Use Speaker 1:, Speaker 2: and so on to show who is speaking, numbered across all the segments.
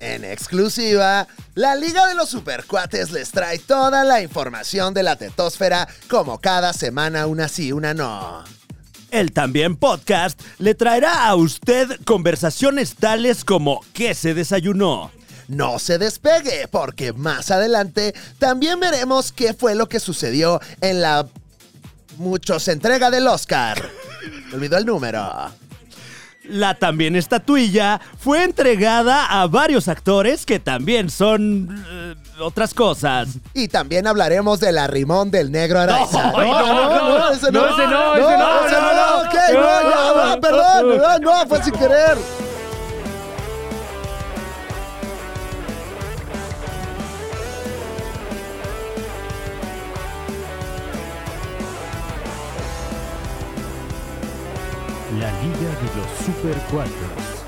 Speaker 1: En exclusiva, la Liga de los Supercuates les trae toda la información de la tetósfera, como cada semana una sí, una no.
Speaker 2: El también podcast le traerá a usted conversaciones tales como ¿qué se desayunó?
Speaker 1: No se despegue, porque más adelante también veremos qué fue lo que sucedió en la muchos entrega del Oscar. Me olvidó el número.
Speaker 2: La también estatuilla fue entregada a varios actores que también son eh, otras cosas.
Speaker 1: Y también hablaremos del arrimón del negro Araiza.
Speaker 3: ay, no, no, no, no, ese no, ese no,
Speaker 1: ese no,
Speaker 3: no, no,
Speaker 1: ok, no,
Speaker 3: no,
Speaker 1: ya va,
Speaker 3: no.
Speaker 1: perdón, no, no, fue sin querer.
Speaker 2: La Liga de los Supercuates.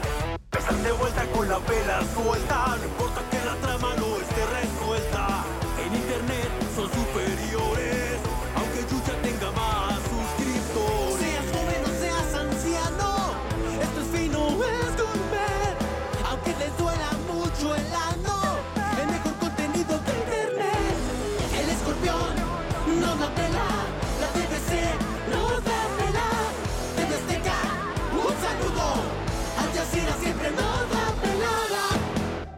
Speaker 4: Están de vuelta con la vela suelta, no importa que la trama no esté resuelta. En internet son superiores, aunque Yuya tenga más suscriptores. Seas joven o seas anciano, esto es fino, es gourmet. Aunque les duela mucho el ano, el mejor contenido de internet. El escorpión no la pela, la TVC no la pela. TV Azteca, un saludo. Al Jazeera siempre nos da pelada.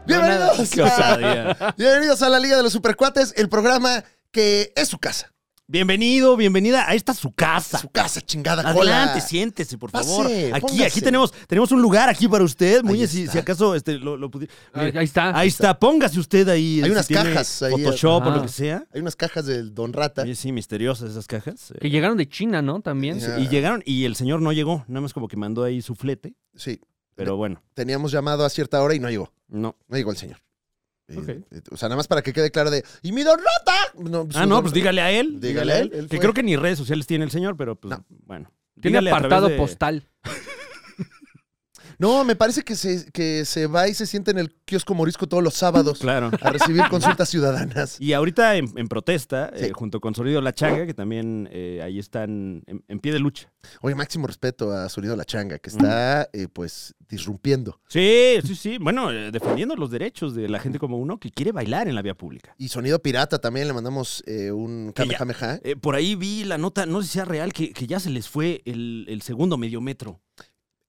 Speaker 1: Bienvenidos.
Speaker 2: Qué osadía.
Speaker 1: Bienvenidos a la Liga de los Supercuates, el programa que es su casa.
Speaker 2: Bienvenido, bienvenida. Ahí está su casa.
Speaker 1: Su casa, chingada cola.
Speaker 2: Adelante, siéntese, por favor.
Speaker 1: Pase,
Speaker 2: aquí,
Speaker 1: póngase.
Speaker 2: aquí tenemos, tenemos un lugar aquí para usted. Muñe, si,
Speaker 1: está.
Speaker 2: si acaso este, lo, lo pudi-
Speaker 3: Ahí,
Speaker 2: Mire,
Speaker 3: ahí está.
Speaker 2: Ahí está, póngase usted ahí.
Speaker 1: Hay
Speaker 2: si
Speaker 1: unas
Speaker 2: tiene
Speaker 1: cajas ahí.
Speaker 2: Photoshop o
Speaker 3: Ajá.
Speaker 2: lo que sea.
Speaker 1: Hay unas cajas del Don Rata.
Speaker 2: Oye, sí, misteriosas esas cajas. eh.
Speaker 3: Que llegaron de China, ¿no? También.
Speaker 1: Ya.
Speaker 2: Y llegaron y el señor no llegó, nada más como que mandó ahí su flete,
Speaker 1: Sí,
Speaker 2: pero bueno,
Speaker 1: teníamos llamado a cierta hora y no llegó.
Speaker 2: no.
Speaker 1: No llegó el señor. Y-
Speaker 3: Ok.
Speaker 1: y- O sea, nada más para que quede claro de. ¡Y mi Don Rata!
Speaker 2: Ah, no, pues dígale a él.
Speaker 1: Dígale
Speaker 2: Dígale a él.
Speaker 1: a él, él
Speaker 2: que
Speaker 1: fue.
Speaker 2: creo que ni redes sociales tiene el señor, pero pues
Speaker 1: No.
Speaker 2: bueno.
Speaker 3: Tiene
Speaker 2: Dígale a través
Speaker 3: apartado
Speaker 2: de-
Speaker 3: postal.
Speaker 1: No, me parece que se, que se va y se sienta en el kiosco morisco todos los sábados
Speaker 2: Claro.
Speaker 1: a recibir consultas ciudadanas.
Speaker 2: Y ahorita en, en protesta,
Speaker 1: Sí.
Speaker 2: eh, junto con Sonido La Chaga, que también eh, ahí están en, en pie de lucha.
Speaker 1: Oye, máximo respeto a Sonido La Changa, que está, eh, pues, disrumpiendo.
Speaker 2: Sí, sí, sí. Bueno, eh, defendiendo los derechos de la gente como uno que quiere bailar en la vía pública.
Speaker 1: Y Sonido Pirata también le mandamos eh, un
Speaker 2: Que ya-
Speaker 1: kamehameha.
Speaker 2: Eh, por ahí vi la nota, no sé si sea real, que, que ya se les fue el, el segundo mediometro.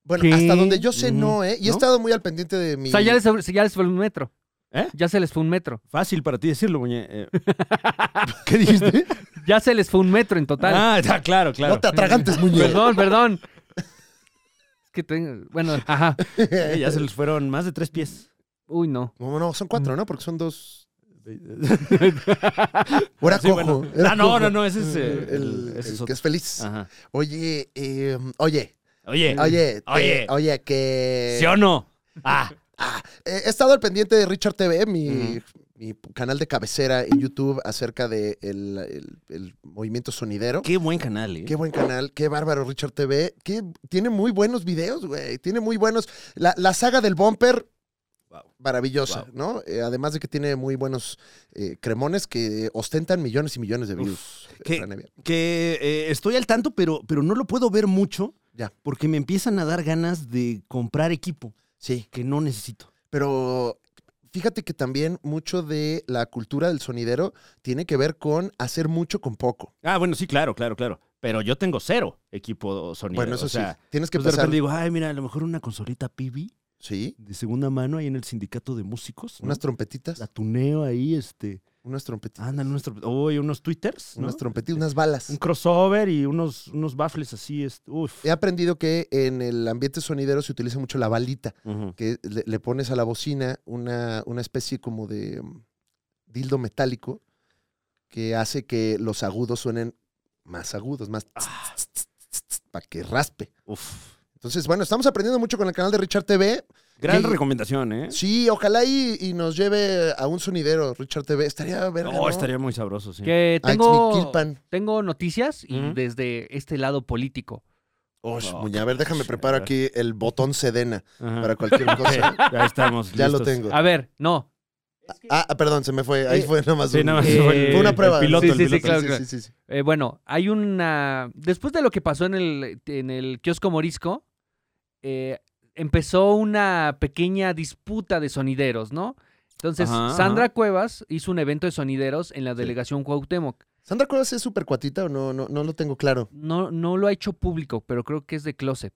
Speaker 1: Bueno,
Speaker 3: ¿Qué? Mm,
Speaker 1: hasta donde yo sé,
Speaker 2: Ujú.
Speaker 1: no, ¿eh? Y he
Speaker 2: ¿No?
Speaker 1: estado muy al pendiente de mi.
Speaker 3: O sea, ya les, ya les fue un metro.
Speaker 2: ¿Eh?
Speaker 3: Ya se les fue un metro.
Speaker 2: Fácil para ti decirlo, muñe. eh. ¿Qué dijiste?
Speaker 3: Ya se les fue un metro en total.
Speaker 2: Ah, está claro, claro.
Speaker 1: No te atragantes, muñeco.
Speaker 3: Perdón, perdón. Es que tengo. Bueno, ajá.
Speaker 2: Eh, ya se les fueron más de tres pies.
Speaker 3: Uy, no.
Speaker 1: No, no, son
Speaker 3: Mm.
Speaker 1: cuatro, ¿no? Porque son dos. O era
Speaker 2: Sí,
Speaker 1: cojo.
Speaker 2: bueno.
Speaker 1: era
Speaker 2: Ah, no,
Speaker 1: cojo.
Speaker 2: no, no, ese es, eh,
Speaker 1: El,
Speaker 2: el- ese
Speaker 1: el
Speaker 2: es
Speaker 1: que
Speaker 2: otro. Ah.
Speaker 1: es feliz.
Speaker 2: Ajá.
Speaker 1: Oye, eh, oye,
Speaker 2: Oye,
Speaker 1: oye,
Speaker 2: Oye.
Speaker 1: eh, oye, que.
Speaker 2: ¿sí o no? Ah,
Speaker 1: Ah, eh, he estado al pendiente de Richard TV, mi, mi canal de cabecera en YouTube acerca del de el- el- el movimiento sonidero.
Speaker 2: qué buen canal, ¿eh?
Speaker 1: Qué buen canal, qué bárbaro Richard TV. Qué- tiene muy buenos videos, güey. Tiene muy buenos. La, la saga del bumper,
Speaker 2: Wow.
Speaker 1: maravillosa, ¿no? Eh, además de que tiene muy buenos eh, cremones que ostentan millones y millones de views. eh,
Speaker 2: ¿Qué?
Speaker 1: Fran Evia.
Speaker 2: Que eh, estoy al tanto, pero, pero no lo puedo ver mucho
Speaker 1: Ya.
Speaker 2: porque me empiezan a dar ganas de comprar equipo
Speaker 1: Sí,
Speaker 2: que no necesito.
Speaker 1: pero fíjate que también mucho de la cultura del sonidero tiene que ver con hacer mucho con poco.
Speaker 2: Ah, bueno, sí, claro, claro, claro. Pero yo tengo cero equipo sonido.
Speaker 1: bueno, eso
Speaker 2: o sea,
Speaker 1: sí. Tienes que
Speaker 2: pues de
Speaker 1: pasar.
Speaker 2: repente digo, ay, mira, a lo mejor una consolita PB
Speaker 1: Sí,
Speaker 2: de segunda mano ahí en el sindicato de músicos. ¿no?
Speaker 1: unas trompetitas.
Speaker 2: La tuneo ahí, este.
Speaker 1: Unas trompetitas.
Speaker 2: Ándale, unos, tro- oye, unos twitters. ¿no?
Speaker 1: Unas trompetitas, unas balas.
Speaker 2: Un crossover y unos, unos baffles así. este, Uf.
Speaker 1: He aprendido que en el ambiente sonidero se utiliza mucho la balita.
Speaker 2: Ujú.
Speaker 1: que le, le pones a la bocina una, una especie como de mm, dildo metálico que hace que los agudos suenen más agudos, más
Speaker 2: Ah,
Speaker 1: para que raspe.
Speaker 2: uf.
Speaker 1: Entonces, bueno, estamos aprendiendo mucho con el canal de Richard TV.
Speaker 2: Gran
Speaker 1: Sí.
Speaker 2: recomendación, ¿eh?
Speaker 1: Sí, ojalá y, y nos lleve a un sonidero Richard TV. Estaría verga,
Speaker 2: Oh, estaría muy sabroso, sí.
Speaker 3: Que
Speaker 1: A
Speaker 3: tengo.
Speaker 1: Ixmiquilpan.
Speaker 3: Tengo noticias y
Speaker 2: Ujú.
Speaker 3: desde este lado político.
Speaker 1: Osh,
Speaker 2: Oh,
Speaker 1: muñe, a ver, déjame
Speaker 2: shit.
Speaker 1: preparar aquí el botón sedena
Speaker 2: Ajá.
Speaker 1: para cualquier cosa.
Speaker 2: Ya estamos.
Speaker 1: ya lo
Speaker 2: listos.
Speaker 1: tengo.
Speaker 3: A ver, no.
Speaker 1: Ah, ah, perdón, se me fue. Ahí
Speaker 3: Eh,
Speaker 1: fue nada más.
Speaker 2: Sí,
Speaker 1: un-
Speaker 2: nada más
Speaker 3: Eh,
Speaker 2: fue el-
Speaker 1: fue una
Speaker 2: el
Speaker 1: prueba.
Speaker 2: piloto,
Speaker 3: Sí,
Speaker 2: el
Speaker 3: sí, sí,
Speaker 2: piloto.
Speaker 3: claro,
Speaker 1: sí,
Speaker 3: claro.
Speaker 1: sí, sí.
Speaker 3: Eh, bueno, hay una. Después de lo que pasó en el, en el kiosco morisco, eh, empezó una pequeña disputa de sonideros, ¿no? Entonces,
Speaker 2: Ajá,
Speaker 3: Sandra
Speaker 2: ajá.
Speaker 3: Cuevas hizo un evento de sonideros en la delegación Cuauhtémoc.
Speaker 1: ¿Sandra Cuevas es súper cuatita o no? no? No lo tengo claro.
Speaker 3: No, no lo ha hecho público, pero creo que es de closet.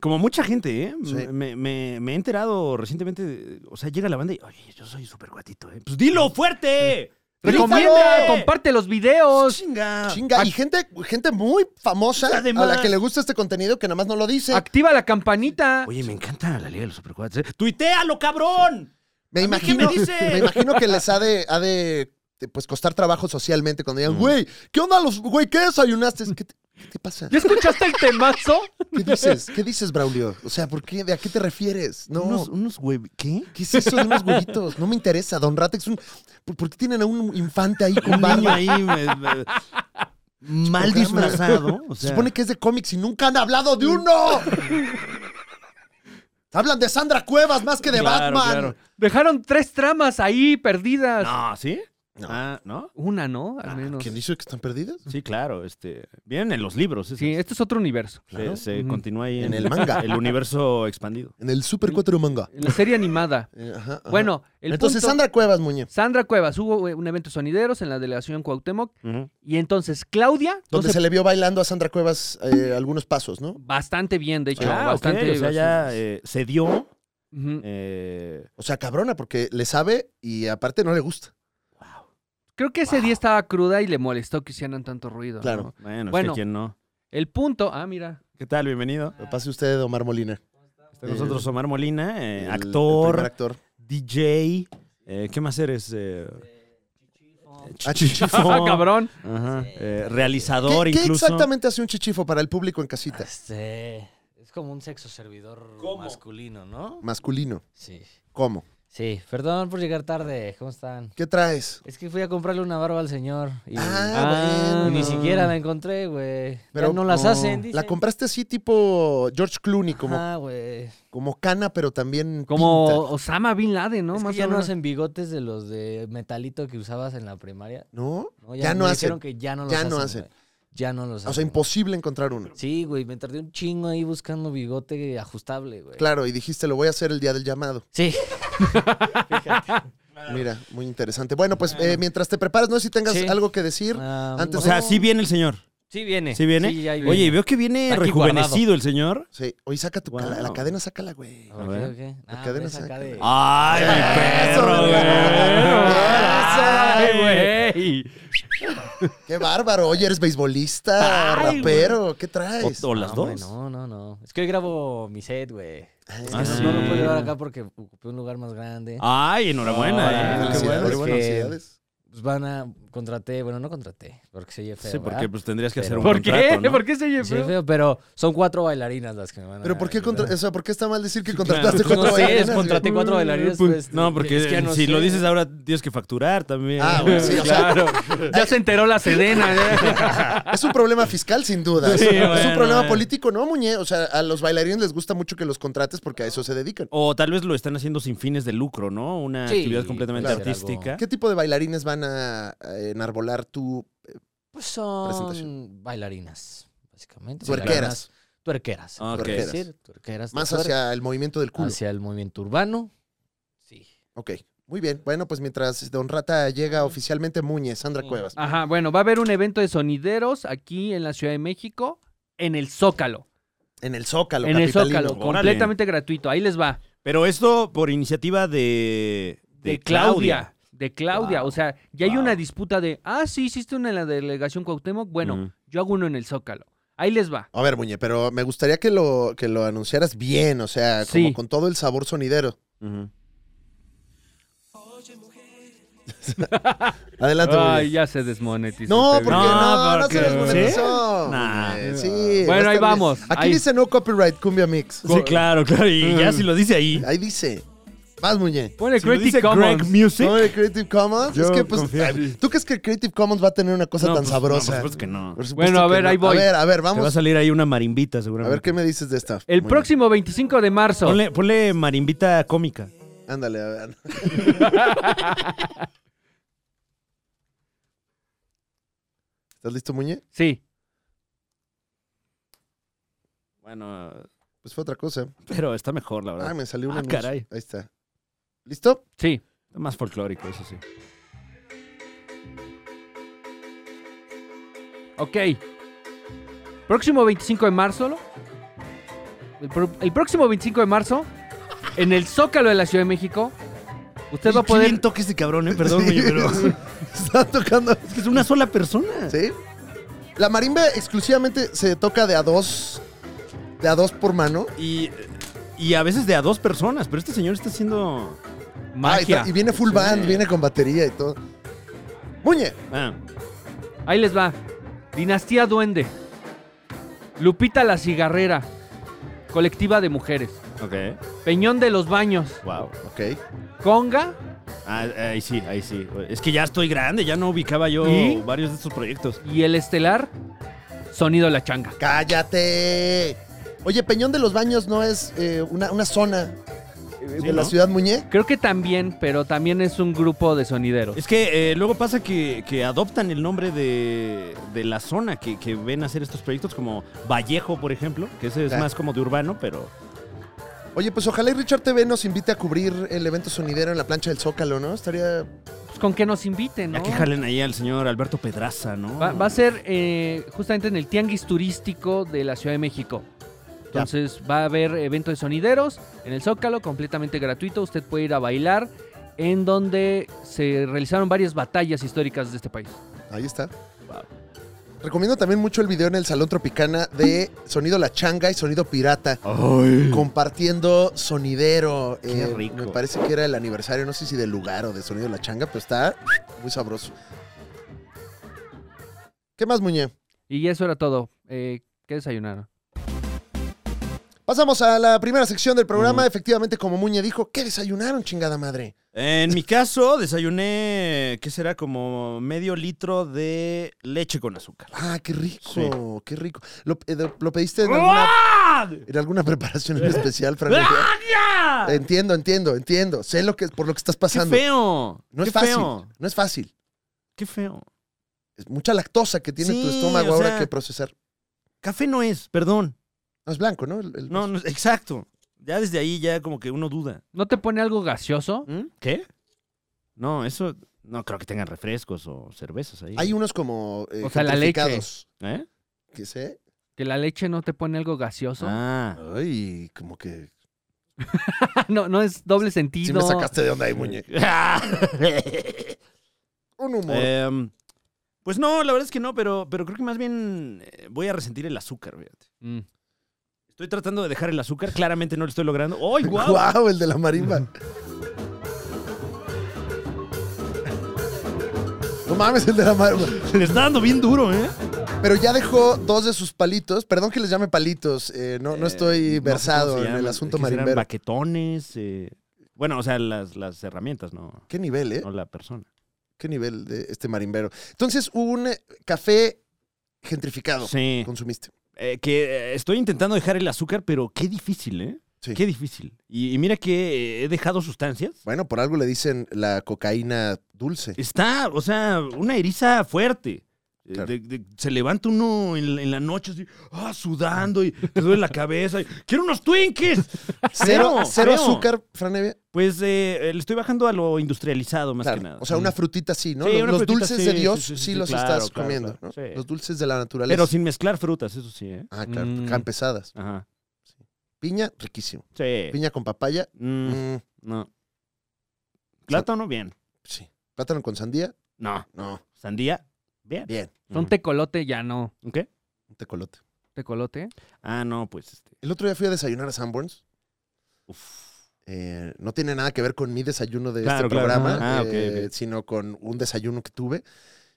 Speaker 2: Como mucha gente, ¿eh?
Speaker 1: Sí.
Speaker 2: Me, me- me he enterado recientemente. de- o sea, llega la banda y. Oye, yo soy súper guatito, ¿eh? Pues dilo fuerte.
Speaker 3: Recomienda,
Speaker 2: ¡Grítalo!
Speaker 3: comparte los videos.
Speaker 2: Chinga.
Speaker 1: Chinga, y gente, gente muy famosa
Speaker 2: Además.
Speaker 1: a la que le gusta este contenido que nada más no lo dice.
Speaker 3: Activa la campanita.
Speaker 2: Oye, me encanta la Liga de los Supercuates. ¿eh? ¡Tuitealo, cabrón!
Speaker 1: Me
Speaker 2: ¿a mí qué me
Speaker 1: imagino,
Speaker 2: dice?
Speaker 1: me imagino que les ha de, ha de, de, pues costar trabajo socialmente cuando
Speaker 2: Mm.
Speaker 1: digan, güey, ¿qué onda los, güey, qué desayunaste? ¿Qué te, qué te pasa?
Speaker 3: ¿Ya escuchaste el temazo?
Speaker 1: ¿Qué dices? ¿Qué dices, Braulio? O sea, ¿por qué? ¿De a qué te refieres? No.
Speaker 2: Unos, unos güey. ¿Qué?
Speaker 1: ¿Qué es eso de unos huevitos? No me interesa. Don Ratex, un- ¿por, por qué tienen a un infante ahí con
Speaker 2: Un niño
Speaker 1: barba?
Speaker 2: ahí me- me-
Speaker 1: Programa.
Speaker 2: mal disfrazado. O
Speaker 1: Se
Speaker 2: sea,
Speaker 1: supone que es de cómics y nunca han hablado de uno. Hablan de Sandra Cuevas más que de
Speaker 2: Claro,
Speaker 1: Batman.
Speaker 2: claro.
Speaker 3: Dejaron tres tramas ahí perdidas.
Speaker 2: No, Ah, ¿sí?
Speaker 1: No.
Speaker 2: Ah, ¿no?
Speaker 3: Una, ¿no? Al menos.
Speaker 1: ¿Quién dice que están perdidas?
Speaker 2: Sí, claro. Este, vienen en los libros. ¿eh? esas.
Speaker 3: Sí, esto es otro universo.
Speaker 2: Se-
Speaker 1: claro.
Speaker 2: Se,
Speaker 3: Ujú.
Speaker 2: continúa ahí
Speaker 1: En el manga.
Speaker 2: El universo expandido.
Speaker 1: En el Super 4 Manga.
Speaker 3: La serie animada.
Speaker 1: Mm. Eh, ajá, ajá.
Speaker 3: Bueno, el
Speaker 1: Entonces,
Speaker 3: punto-
Speaker 1: Sandra Cuevas, Muñe.
Speaker 3: Sandra Cuevas, hubo eh, un evento de sonideros en la delegación Cuauhtémoc
Speaker 2: Ujú.
Speaker 3: y entonces Claudia, no
Speaker 1: Donde
Speaker 3: sé,
Speaker 1: se le vio bailando a Sandra Cuevas eh, algunos pasos, ¿no?
Speaker 3: bastante bien, de hecho,
Speaker 2: Ah, ok,
Speaker 3: bastante
Speaker 2: O sea,
Speaker 3: pues.
Speaker 2: ya eh, se dio.
Speaker 3: Ujú.
Speaker 2: eh,
Speaker 1: O sea, cabrona, porque le sabe y aparte no le gusta.
Speaker 3: Creo que ese día estaba cruda y le molestó que hicieran tanto ruido.
Speaker 1: Claro.
Speaker 3: ¿no?
Speaker 2: bueno, es
Speaker 3: Bueno.
Speaker 2: que quién no.
Speaker 3: El punto, ah, mira,
Speaker 2: ¿Qué tal? Bienvenido.
Speaker 1: Lo pase usted, Omar Molina.
Speaker 2: Está con nosotros Omar Molina, eh,
Speaker 1: El- el
Speaker 2: actor,
Speaker 1: primer actor.
Speaker 2: DJ. eh, ¿Qué más eres? Eh,
Speaker 1: Ah, chichifo.
Speaker 3: Ah, cabrón,
Speaker 2: Ajá, eh,
Speaker 1: ¿Qué, qué
Speaker 2: realizador incluso. Ah,
Speaker 1: exactamente hace un chichifo para el público en casita?
Speaker 5: Este, es como un sexo servidor masculino, ¿no?
Speaker 1: Masculino.
Speaker 5: Sí.
Speaker 1: ¿Cómo?
Speaker 5: Sí, perdón por llegar tarde. ¿Cómo están?
Speaker 1: ¿Qué traes?
Speaker 5: Es que fui a comprarle una barba al señor y,
Speaker 1: Ah,
Speaker 5: y
Speaker 1: bueno.
Speaker 5: ni siquiera la encontré, güey.
Speaker 1: Pero
Speaker 5: Pero no las
Speaker 1: no.
Speaker 5: hacen, dicen.
Speaker 1: La compraste así tipo George Clooney, como,
Speaker 5: Ah, güey.
Speaker 1: como cana, pero también
Speaker 3: como
Speaker 1: pinta.
Speaker 3: Osama Bin Laden, ¿no?
Speaker 5: Es que
Speaker 3: Más
Speaker 5: ya
Speaker 3: o
Speaker 5: no
Speaker 3: menos.
Speaker 5: hacen bigotes de los de metalito que usabas en la primaria.
Speaker 1: ¿No?
Speaker 5: No,
Speaker 1: ya no
Speaker 5: me
Speaker 1: hacen.
Speaker 5: Dijeron que ya no los
Speaker 1: Ya
Speaker 5: hacen.
Speaker 1: no hacen.
Speaker 5: güey. Ya no los hacen.
Speaker 1: O sea, imposible encontrar uno.
Speaker 5: Sí, güey, me tardé un chingo ahí buscando bigote ajustable, güey.
Speaker 1: Claro, y dijiste, lo voy a hacer el día del llamado.
Speaker 5: Sí.
Speaker 1: Mira, muy interesante. Bueno, pues eh, mientras te preparas, no sé si tengas
Speaker 5: Sí.
Speaker 1: algo que decir.
Speaker 5: Ah,
Speaker 1: Antes-
Speaker 2: O sea,
Speaker 5: no.
Speaker 2: sí viene el señor.
Speaker 5: Sí viene.
Speaker 2: Sí viene.
Speaker 5: Sí, ahí viene.
Speaker 2: Oye, y veo que viene
Speaker 5: Está aquí
Speaker 2: rejuvenecido el señor.
Speaker 1: Sí, hoy saca tu
Speaker 2: Wow.
Speaker 1: cala- la cadena, sácala, güey.
Speaker 5: ¿Por
Speaker 2: A
Speaker 5: qué,
Speaker 2: ver.
Speaker 5: o qué?
Speaker 1: La
Speaker 5: Ah,
Speaker 1: cadena
Speaker 5: pero es acá
Speaker 1: saca.
Speaker 5: de-
Speaker 2: ¡Ay, mi
Speaker 1: Eso,
Speaker 2: perro, güey!
Speaker 1: Eso,
Speaker 2: Ay,
Speaker 3: Ey.
Speaker 1: ¡Qué bárbaro! Oye, eres beisbolista,
Speaker 3: Ay,
Speaker 1: rapero. ¿Qué
Speaker 2: güey!
Speaker 1: traes?
Speaker 2: O, o las
Speaker 5: No,
Speaker 2: dos.
Speaker 5: güey, Ah, No, no, no. Es que hoy grabo mi set, güey.
Speaker 1: Ah,
Speaker 5: Es que
Speaker 2: Ah,
Speaker 5: no,
Speaker 2: sí.
Speaker 5: no lo puedo llevar acá porque ocupé un lugar más grande.
Speaker 2: Ay, enhorabuena.
Speaker 5: Ah,
Speaker 2: eh. Qué bueno.
Speaker 1: felicidades,
Speaker 5: es que-
Speaker 1: felicidades.
Speaker 5: Pues van a... Contraté... Bueno, no contraté, porque se oye feo,
Speaker 2: Sí, porque
Speaker 5: ¿verdad?
Speaker 2: pues tendrías que hacer un
Speaker 3: ¿Por qué?
Speaker 2: contrato, ¿no?
Speaker 3: ¿Por qué se oye
Speaker 5: Se oye
Speaker 3: feo?
Speaker 5: feo, pero son cuatro bailarinas las que me van a...
Speaker 1: Pero ¿por qué, contra- o sea, ¿por qué está mal decir que contrataste
Speaker 5: Pues
Speaker 1: cuatro
Speaker 5: no sé, es
Speaker 1: bailarinas, güey?
Speaker 5: contraté cuatro bailarinas, pues...
Speaker 2: No, porque
Speaker 5: es que ya no
Speaker 2: si lo
Speaker 5: sé.
Speaker 2: dices ahora tienes que facturar también.
Speaker 1: Ah, bueno, sí, o sea,
Speaker 3: Claro. Ya se enteró la Sedena. ¿eh?
Speaker 1: es un problema fiscal, sin duda.
Speaker 2: Sí,
Speaker 1: es, un, es un
Speaker 2: bueno,
Speaker 1: problema
Speaker 2: bueno.
Speaker 1: político, ¿no, Muñe? O sea, a los bailarines les gusta mucho que los contrates porque a eso se dedican.
Speaker 2: O tal vez lo están haciendo sin fines de lucro, ¿no? Una
Speaker 5: Sí,
Speaker 2: actividad completamente
Speaker 5: puede ser
Speaker 2: artística.
Speaker 1: ¿Qué tipo de bailarines van a, a enarbolar tú?
Speaker 5: Pues son
Speaker 1: Presentación.
Speaker 5: bailarinas, básicamente.
Speaker 1: Tuerqueras.
Speaker 5: bailarinas- Tuerqueras.
Speaker 2: Ah, ok.
Speaker 5: Es
Speaker 1: Tuerqueras.
Speaker 5: decir, tuerqueras. de
Speaker 1: Más
Speaker 5: tuerca,
Speaker 1: hacia el movimiento del culo.
Speaker 5: hacia el movimiento urbano. Sí.
Speaker 1: Ok, muy bien. Bueno, pues mientras Don Rata llega oficialmente Muñe, Sandra
Speaker 3: Mm.
Speaker 5: Sí.
Speaker 1: Cuevas.
Speaker 3: Ajá, bueno, va a haber un evento de sonideros aquí en la Ciudad de México, en el Zócalo.
Speaker 1: En el Zócalo,
Speaker 3: en el
Speaker 1: capitalino.
Speaker 3: Zócalo,
Speaker 2: Órale.
Speaker 3: completamente gratuito. Ahí les va.
Speaker 2: Pero esto por iniciativa de,
Speaker 3: De, Claudia. De Claudia.
Speaker 2: Wow,
Speaker 3: O sea, ya hay
Speaker 2: wow.
Speaker 3: una disputa de, ah, sí, hiciste una en la delegación Cuauhtémoc. Bueno,
Speaker 2: Ujú.
Speaker 3: yo hago uno en el Zócalo. Ahí les va.
Speaker 1: A ver, Muñe, pero me gustaría que lo, que lo anunciaras bien, o sea, como
Speaker 3: Sí.
Speaker 1: con todo el sabor sonidero.
Speaker 2: Ujú.
Speaker 1: Adelante,
Speaker 3: Ay,
Speaker 1: Muñe.
Speaker 3: ya se desmonetizó.
Speaker 1: No,
Speaker 3: este
Speaker 1: porque
Speaker 3: video.
Speaker 1: no, no,
Speaker 2: porque-
Speaker 1: se desmonetizó.
Speaker 2: ¿Sí? Nah.
Speaker 1: Muñe, Sí.
Speaker 3: Bueno,
Speaker 1: está
Speaker 3: ahí
Speaker 1: bien.
Speaker 3: vamos,
Speaker 1: Aquí
Speaker 3: ahí.
Speaker 1: dice no copyright, cumbia mix.
Speaker 2: Sí, claro, claro. Y ya si lo dice ahí.
Speaker 1: Ahí dice. Vas, Muñe.
Speaker 3: Pone
Speaker 2: Si lo
Speaker 3: Creative
Speaker 2: dice
Speaker 3: Commons.
Speaker 2: Greg Music.
Speaker 1: No, de Creative Commons.
Speaker 2: Yo
Speaker 1: es que, pues,
Speaker 2: confío en
Speaker 1: ay,
Speaker 2: ti.
Speaker 1: ¿tú crees que Creative Commons va a tener una cosa
Speaker 2: No,
Speaker 1: tan
Speaker 2: pues,
Speaker 1: sabrosa?
Speaker 2: no, por supuesto que no.
Speaker 1: Por supuesto
Speaker 3: Bueno, a
Speaker 1: que
Speaker 3: ver, ahí voy.
Speaker 1: A ver, a ver,
Speaker 2: Te va a
Speaker 1: vamos.
Speaker 2: salir ahí una marimbita,
Speaker 1: A
Speaker 2: seguramente.
Speaker 1: ver qué me dices de esta.
Speaker 3: El
Speaker 1: Muñe.
Speaker 3: próximo 25 de marzo.
Speaker 2: Ponle, ponle marimbita cómica.
Speaker 1: Ándale, a ver. ¿Estás listo, Muñe?
Speaker 3: Sí.
Speaker 2: Bueno,
Speaker 1: Pues fue otra cosa.
Speaker 2: Pero está mejor, la verdad.
Speaker 1: Ah, me salió
Speaker 2: Ah,
Speaker 1: una luz.
Speaker 2: caray.
Speaker 1: Ahí está. ¿Listo?
Speaker 3: Sí.
Speaker 2: Más folclórico, eso sí.
Speaker 3: Ok. Próximo 25 de marzo. ¿no? El, pro- el próximo 25 de marzo, en el Zócalo de la Ciudad de México, usted va a
Speaker 2: Pinche
Speaker 3: poder.
Speaker 2: bien toque este cabrón, ¿eh? Perdón, güey, pero
Speaker 1: Está tocando.
Speaker 2: es que es una sola persona.
Speaker 1: ¿Sí? La marimba exclusivamente se toca de a dos. De a dos por mano.
Speaker 2: Y, y a veces de a dos personas, pero este señor está haciendo...
Speaker 1: Ah, y,
Speaker 3: Magia.
Speaker 1: tra- y viene full
Speaker 2: Sí.
Speaker 1: band, viene con batería y todo. Muñe,
Speaker 2: Ah,
Speaker 3: Ahí les va. Dinastía Duende. Lupita la Cigarrera. Colectiva de Mujeres.
Speaker 2: ok.
Speaker 3: Peñón de los Baños.
Speaker 2: Wow.
Speaker 1: ok.
Speaker 3: Conga.
Speaker 2: Ah, ahí sí, ahí sí. Es que ya estoy grande, ya no ubicaba yo
Speaker 3: ¿Y?
Speaker 2: varios de estos proyectos.
Speaker 3: Y el estelar. Sonido La Changa.
Speaker 1: ¡Cállate! Oye, Peñón de los Baños no es eh, una, una zona eh, de la
Speaker 2: ¿no?
Speaker 1: ciudad Muñe.
Speaker 3: Creo que también, pero también es un grupo de sonideros.
Speaker 2: Es que eh, luego pasa que, que adoptan el nombre de, de la zona que, que ven hacer estos proyectos, como Vallejo, por ejemplo, que ese es
Speaker 1: Ah.
Speaker 2: más como de urbano, pero...
Speaker 1: Oye, pues ojalá y Richard TV nos invite a cubrir el evento sonidero en la plancha del Zócalo, ¿no? Estaría.
Speaker 3: Pues con que nos inviten,
Speaker 2: Ya
Speaker 3: ¿no?
Speaker 2: que jalen ahí al señor Alberto Pedraza, ¿no?
Speaker 3: Va, va a ser eh, justamente en el Tianguis Turístico de la Ciudad de México. Entonces va a haber evento de sonideros en el Zócalo, completamente gratuito. Usted puede ir a bailar en donde se realizaron varias batallas históricas de este país.
Speaker 1: Ahí está. Recomiendo también mucho el video en el Salón Tropicana de Sonido La Changa y Sonido Pirata.
Speaker 2: Ay.
Speaker 1: Compartiendo sonidero.
Speaker 2: Mm.
Speaker 1: eh,
Speaker 2: Qué rico.
Speaker 1: Me parece que era el aniversario, no sé si del lugar o de Sonido La Changa, pero está muy sabroso. ¿Qué más, Muñe?
Speaker 3: Y eso era todo. Eh, ¿Qué desayunaron?
Speaker 1: Pasamos a la primera sección del programa. Efectivamente, como Muñe dijo, ¿qué desayunaron, chingada madre?
Speaker 2: En mi caso, desayuné, ¿qué será? Como medio litro de leche con azúcar.
Speaker 1: Ah, qué rico,
Speaker 2: Sí.
Speaker 1: qué rico. ¿Lo, eh, de- lo pediste en alguna, en alguna preparación en especial, Fran? Entiendo, entiendo, entiendo. Sé lo que, por lo que estás
Speaker 2: ¡Qué
Speaker 1: pasando.
Speaker 2: feo!
Speaker 1: No
Speaker 2: ¡Qué
Speaker 1: es fácil.
Speaker 2: feo!
Speaker 1: No es fácil.
Speaker 2: ¡Qué feo!
Speaker 1: Es mucha lactosa que tiene tu
Speaker 2: Sí,
Speaker 1: estómago
Speaker 2: o
Speaker 1: ahora
Speaker 2: sea-
Speaker 1: que procesar.
Speaker 2: Café no es, perdón.
Speaker 1: No es blanco, ¿no? El- el-
Speaker 2: No, no, exacto. Ya desde ahí ya como que uno duda.
Speaker 3: ¿No te pone algo gaseoso?
Speaker 1: ¿Mm?
Speaker 2: ¿Qué? No, eso... No creo que tengan refrescos o cervezas ahí.
Speaker 1: Hay unos como eh,
Speaker 3: O sea, la leche.
Speaker 1: gentrificados,
Speaker 2: ¿Eh?
Speaker 1: Que sé.
Speaker 3: ¿Que la leche no te pone algo gaseoso?
Speaker 2: Ah.
Speaker 1: Ay, como que.
Speaker 3: no, no es doble sentido.
Speaker 1: Si me sacaste de onda ahí, Muñe. Un humor.
Speaker 2: Em, pues no, la verdad es que no, pero, pero creo que más bien eh, voy a resentir el azúcar, fíjate.
Speaker 3: Mm.
Speaker 2: Estoy tratando de dejar el azúcar, claramente no lo estoy logrando. ¡Ay, guau!
Speaker 1: ¡Guau! el de la marimba. No mames, el de la marimba.
Speaker 2: Le está dando bien duro, ¿eh?
Speaker 1: Pero ya dejó dos de sus palitos. Perdón que les llame palitos. eh, no, no estoy
Speaker 2: Eh, no sé
Speaker 1: versado
Speaker 2: cómo se
Speaker 1: en el
Speaker 2: llaman,
Speaker 1: asunto
Speaker 2: que serán
Speaker 1: marimbero.
Speaker 2: Baquetones. eh, bueno, o sea, las, las herramientas, no,
Speaker 1: ¿Qué nivel, eh?
Speaker 2: no la persona.
Speaker 1: ¿Qué nivel de este marimbero? Entonces, un eh, café gentrificado
Speaker 2: Sí.
Speaker 1: consumiste.
Speaker 2: Eh, que eh, estoy intentando dejar el azúcar, pero qué difícil, ¿eh?
Speaker 1: Sí.
Speaker 2: Qué difícil. Y, y mira que eh, he dejado sustancias.
Speaker 1: Bueno, por algo le dicen la cocaína dulce.
Speaker 2: Está, o sea, una eriza fuerte. Eh,
Speaker 1: Claro.
Speaker 2: de- de- se levanta uno en, la- en la noche así, ah, sudando y te duele la cabeza. y, ¡Quiero unos Twinkies!
Speaker 1: Cero,
Speaker 2: Feo,
Speaker 1: cero
Speaker 2: feo.
Speaker 1: azúcar, Fran Evia.
Speaker 2: Pues eh, eh, le estoy bajando a lo industrializado más
Speaker 1: Claro,
Speaker 2: que nada. Mm.
Speaker 1: O sea, una frutita sí, ¿no?
Speaker 2: Sí,
Speaker 1: los
Speaker 2: una
Speaker 1: los
Speaker 2: frutita
Speaker 1: dulces
Speaker 2: sí,
Speaker 1: de
Speaker 2: sí,
Speaker 1: Dios sí,
Speaker 2: sí, sí, sí,
Speaker 1: los
Speaker 2: claro,
Speaker 1: estás
Speaker 2: claro,
Speaker 1: comiendo,
Speaker 2: claro,
Speaker 1: ¿no?
Speaker 2: sí.
Speaker 1: Los dulces de la naturaleza.
Speaker 2: Pero sin mezclar frutas, eso sí, ¿eh?
Speaker 1: Ah, claro,
Speaker 3: Mm.
Speaker 1: caen pesadas.
Speaker 2: Ajá.
Speaker 1: Piña, riquísimo.
Speaker 2: Sí.
Speaker 1: Piña con papaya,
Speaker 2: Mm,
Speaker 1: mm,
Speaker 2: no. Plátano, bien.
Speaker 1: sí. Plátano con sandía,
Speaker 2: No.
Speaker 1: no,
Speaker 2: Sandía, bien.
Speaker 1: bien,
Speaker 3: Son
Speaker 2: Ujú.
Speaker 3: tecolote, ya no.
Speaker 2: ¿Un ¿Qué?
Speaker 1: un tecolote.
Speaker 3: Tecolote.
Speaker 2: Ah, no, pues este.
Speaker 1: El otro día fui a desayunar a Sanborns.
Speaker 2: Uf.
Speaker 1: Eh, no tiene nada que ver con mi desayuno de
Speaker 2: Claro,
Speaker 1: este
Speaker 2: claro,
Speaker 1: programa,
Speaker 2: ajá. Ah, ok,
Speaker 1: eh,
Speaker 2: ok.
Speaker 1: sino con un desayuno que tuve.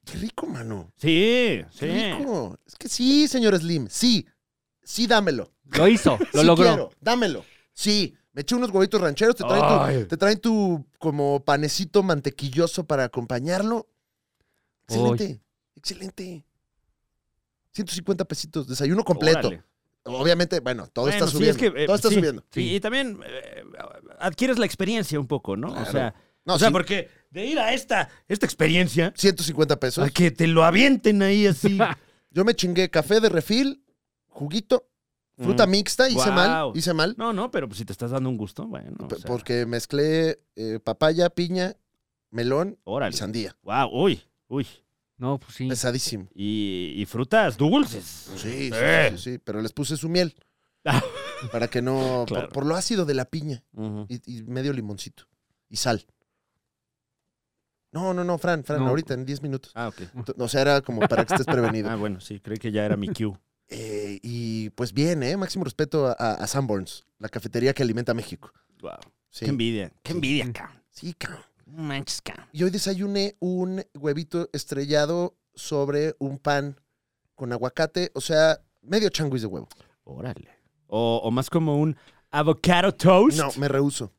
Speaker 1: Qué rico, mano.
Speaker 2: Sí, sí.
Speaker 1: Qué rico. Es que sí, señor Slim, sí. Sí, dámelo.
Speaker 3: Lo hizo, lo
Speaker 1: Sí
Speaker 3: logró.
Speaker 1: quiero, dámelo. Sí, me eché unos huevitos rancheros, te traen, tu, te traen tu como panecito mantequilloso para acompañarlo. Excelente, excelente. 150 pesitos, desayuno completo.
Speaker 2: Órale.
Speaker 1: Obviamente, bueno, todo
Speaker 2: Bueno,
Speaker 1: está
Speaker 2: sí,
Speaker 1: subiendo.
Speaker 2: es que, eh,
Speaker 1: todo está
Speaker 2: sí.
Speaker 1: subiendo.
Speaker 2: Sí, Y, también eh, adquieres la experiencia un poco, ¿no?
Speaker 1: Claro.
Speaker 2: O sea,
Speaker 1: No,
Speaker 2: o sea
Speaker 1: sí,
Speaker 2: porque de ir a esta, esta experiencia,
Speaker 1: 150 pesos.
Speaker 2: a que te lo avienten ahí así.
Speaker 1: Yo me chingué café de refil, juguito, Fruta mixta, hice mal,
Speaker 2: Mm. Guau.
Speaker 1: hice mal.
Speaker 2: No, no, pero pues, si te estás dando un gusto, bueno. o
Speaker 1: p-
Speaker 2: sea,
Speaker 1: Porque mezclé eh, papaya, piña, melón y
Speaker 2: Órale.
Speaker 1: sandía.
Speaker 2: Wow, uy, uy.
Speaker 3: No, pues sí.
Speaker 1: Pesadísimo.
Speaker 2: Y, y frutas dulces.
Speaker 1: Sí, sí,
Speaker 2: Eh.
Speaker 1: sí, sí, pero les puse su miel.
Speaker 2: Ah.
Speaker 1: para que no. por-
Speaker 2: Claro.
Speaker 1: Por, lo ácido de la piña.
Speaker 2: Ujú.
Speaker 1: Y, y medio limoncito. Y sal. No, no, no, Fran, Fran,
Speaker 3: No.
Speaker 1: ahorita en 10 minutos.
Speaker 2: Ah, ok.
Speaker 1: Ent- O sea, era como para que estés prevenido.
Speaker 2: Ah, bueno, sí, creí que ya era mi cue.
Speaker 1: Eh, y pues bien, ¿eh? Máximo respeto a, a, a Sanborns, la cafetería que alimenta a México.
Speaker 2: Wow.
Speaker 1: Sí,
Speaker 2: Qué envidia. Qué envidia, cabrón.
Speaker 1: sí, cabrón.
Speaker 2: No Manches, cabrón.
Speaker 1: Y hoy desayuné un huevito estrellado sobre un pan con aguacate, o sea, medio changuis de huevo.
Speaker 2: Órale. O, o más como un avocado toast.
Speaker 1: No, me rehuso.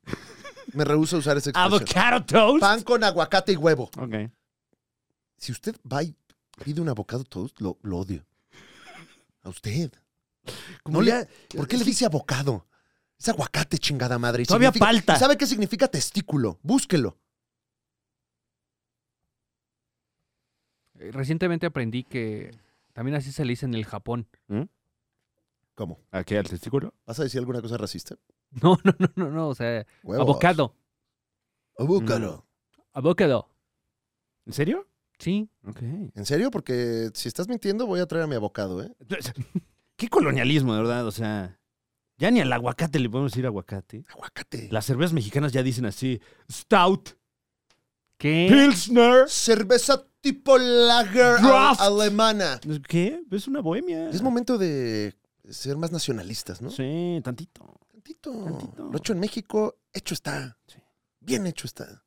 Speaker 1: Me rehuso a usar esa
Speaker 2: Ah,
Speaker 1: expresión.
Speaker 2: avocado toast.
Speaker 1: Pan con aguacate y huevo.
Speaker 2: Ok.
Speaker 1: Si usted va y pide un avocado toast, lo, lo odio. A usted.
Speaker 2: Como
Speaker 1: No le-
Speaker 2: ya-
Speaker 1: ¿Por qué le dice avocado? Es aguacate, chingada madre. y
Speaker 2: Todavía
Speaker 1: significa-
Speaker 2: falta.
Speaker 1: ¿Sabe qué significa testículo? Búsquelo.
Speaker 3: Eh, Recientemente aprendí que también así se le dice en el Japón.
Speaker 1: ¿Cómo?
Speaker 2: ¿A qué? ¿Al testículo?
Speaker 1: ¿Vas a decir alguna cosa racista?
Speaker 3: No, no, no, no, no. O sea,
Speaker 1: Huevos.
Speaker 3: avocado.
Speaker 1: Avócalo.
Speaker 3: Avocado.
Speaker 2: ¿En serio?
Speaker 3: Sí.
Speaker 2: Ok.
Speaker 1: ¿En serio? Porque si estás mintiendo, voy a traer a mi avocado, ¿eh?
Speaker 2: Qué colonialismo, de verdad. O sea, ya ni al aguacate le podemos decir aguacate.
Speaker 1: Aguacate.
Speaker 2: Las cervezas mexicanas ya dicen así: Stout,
Speaker 3: ¿Qué?
Speaker 2: Pilsner.
Speaker 1: Cerveza tipo lager
Speaker 2: Draft.
Speaker 1: al- alemana.
Speaker 2: ¿Qué? Es una bohemia.
Speaker 1: Es momento de ser más nacionalistas, ¿no?
Speaker 2: Sí, tantito.
Speaker 1: Tantito.
Speaker 2: Tantito.
Speaker 1: Lo hecho en México, hecho está.
Speaker 2: Sí.
Speaker 1: Bien hecho está.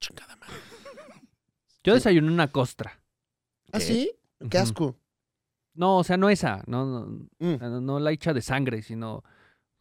Speaker 1: Chingada madre.
Speaker 3: Yo desayuné una costra.
Speaker 1: ¿Ah,
Speaker 2: ¿Qué?
Speaker 1: sí? Qué
Speaker 3: Ujú.
Speaker 1: asco.
Speaker 3: No, o sea, no esa. No, no,
Speaker 1: Mm.
Speaker 3: no, no la hecha de sangre, sino. O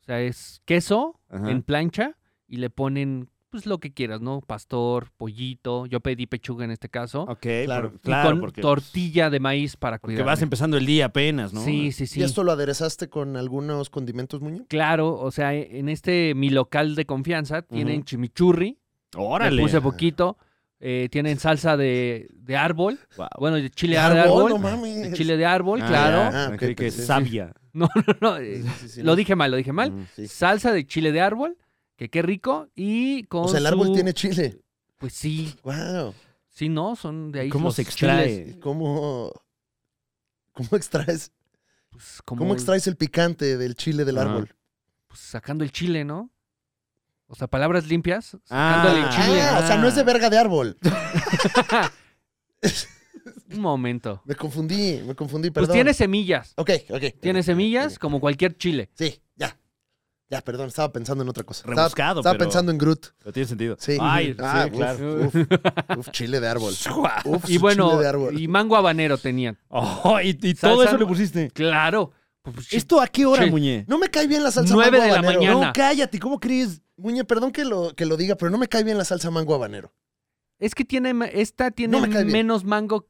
Speaker 3: sea, es queso
Speaker 2: Ajá.
Speaker 3: en plancha y le ponen, pues lo que quieras, ¿no? Pastor, pollito. Yo pedí pechuga en este caso.
Speaker 2: Ok,
Speaker 1: Claro.
Speaker 2: por-
Speaker 3: y
Speaker 2: claro.
Speaker 3: con
Speaker 2: porque, pues,
Speaker 3: tortilla de maíz para
Speaker 2: porque
Speaker 3: cuidar.
Speaker 2: vas empezando el día apenas, ¿no?
Speaker 3: Sí, sí, sí.
Speaker 1: ¿Y esto lo aderezaste con algunos condimentos, Muñoz?
Speaker 3: Claro, o sea, e- en este mi local de confianza tienen
Speaker 2: Ujú.
Speaker 3: chimichurri,
Speaker 2: Órale. Ah,
Speaker 3: le puse poquito, eh, tienen salsa de, de árbol,
Speaker 2: Guau.
Speaker 3: bueno, de chile de
Speaker 1: Árbol,
Speaker 3: árbol,
Speaker 1: no
Speaker 3: de
Speaker 1: mames.
Speaker 3: chile de árbol,
Speaker 2: Ah,
Speaker 3: claro.
Speaker 2: ya,
Speaker 1: Ah, ok,
Speaker 2: creí que
Speaker 1: pensé, sí.
Speaker 2: sabia.
Speaker 3: No, no, no, eh,
Speaker 1: Sí, sí, sí,
Speaker 3: lo
Speaker 1: no.
Speaker 3: dije mal, lo dije mal.
Speaker 2: Mm.
Speaker 1: Sí.
Speaker 3: Salsa de chile de árbol, que qué rico y con
Speaker 1: O sea, el árbol
Speaker 3: su-
Speaker 1: tiene chile.
Speaker 3: pues sí,
Speaker 1: Wow.
Speaker 3: sí no, son de ahí
Speaker 2: ¿Cómo
Speaker 3: los
Speaker 2: se extrae?
Speaker 3: chiles,
Speaker 1: ¿Y cómo, cómo extraes?
Speaker 3: pues, como
Speaker 1: ¿Cómo extraes el picante del chile del
Speaker 2: Ajá.
Speaker 1: árbol?
Speaker 3: pues, sacando el chile, ¿no? O sea, palabras limpias, sacándole el
Speaker 2: Ah.
Speaker 3: chile.
Speaker 1: Ah, o sea, no es de verga de árbol.
Speaker 3: Un momento.
Speaker 1: Me confundí, me confundí, perdón.
Speaker 3: Pues tiene semillas.
Speaker 1: Ok, ok.
Speaker 3: Tiene
Speaker 1: Ok,
Speaker 3: semillas
Speaker 1: ok.
Speaker 3: como cualquier chile.
Speaker 1: Sí, ya. Ya, perdón, estaba pensando en otra cosa. Estaba-
Speaker 2: Rebuscado,
Speaker 1: Estaba,
Speaker 2: pero-
Speaker 1: pensando en Groot.
Speaker 2: Pero tiene sentido.
Speaker 1: Sí.
Speaker 2: Ay,
Speaker 1: Ah,
Speaker 2: sí,
Speaker 1: uf,
Speaker 2: claro.
Speaker 1: Uf, uf, chile de árbol. Uf,
Speaker 3: Y
Speaker 1: su
Speaker 3: bueno,
Speaker 1: chile de árbol.
Speaker 3: y mango habanero tenían.
Speaker 2: Oh, y, y
Speaker 3: Salsa-
Speaker 2: todo eso le pusiste.
Speaker 3: Claro. Pues, pues,
Speaker 2: ¿Esto a qué hora,
Speaker 3: Sí.
Speaker 2: Muñe?
Speaker 1: No me cae bien la salsa
Speaker 3: Nueve
Speaker 1: mango
Speaker 3: de la
Speaker 1: habanero.
Speaker 3: mañana.
Speaker 2: No, cállate, ¿cómo crees?
Speaker 1: No, Muñe, perdón que lo, que lo diga, pero no me cae bien la salsa mango habanero.
Speaker 3: Es que tiene, ma- esta tiene
Speaker 1: No me cae bien.
Speaker 3: menos mango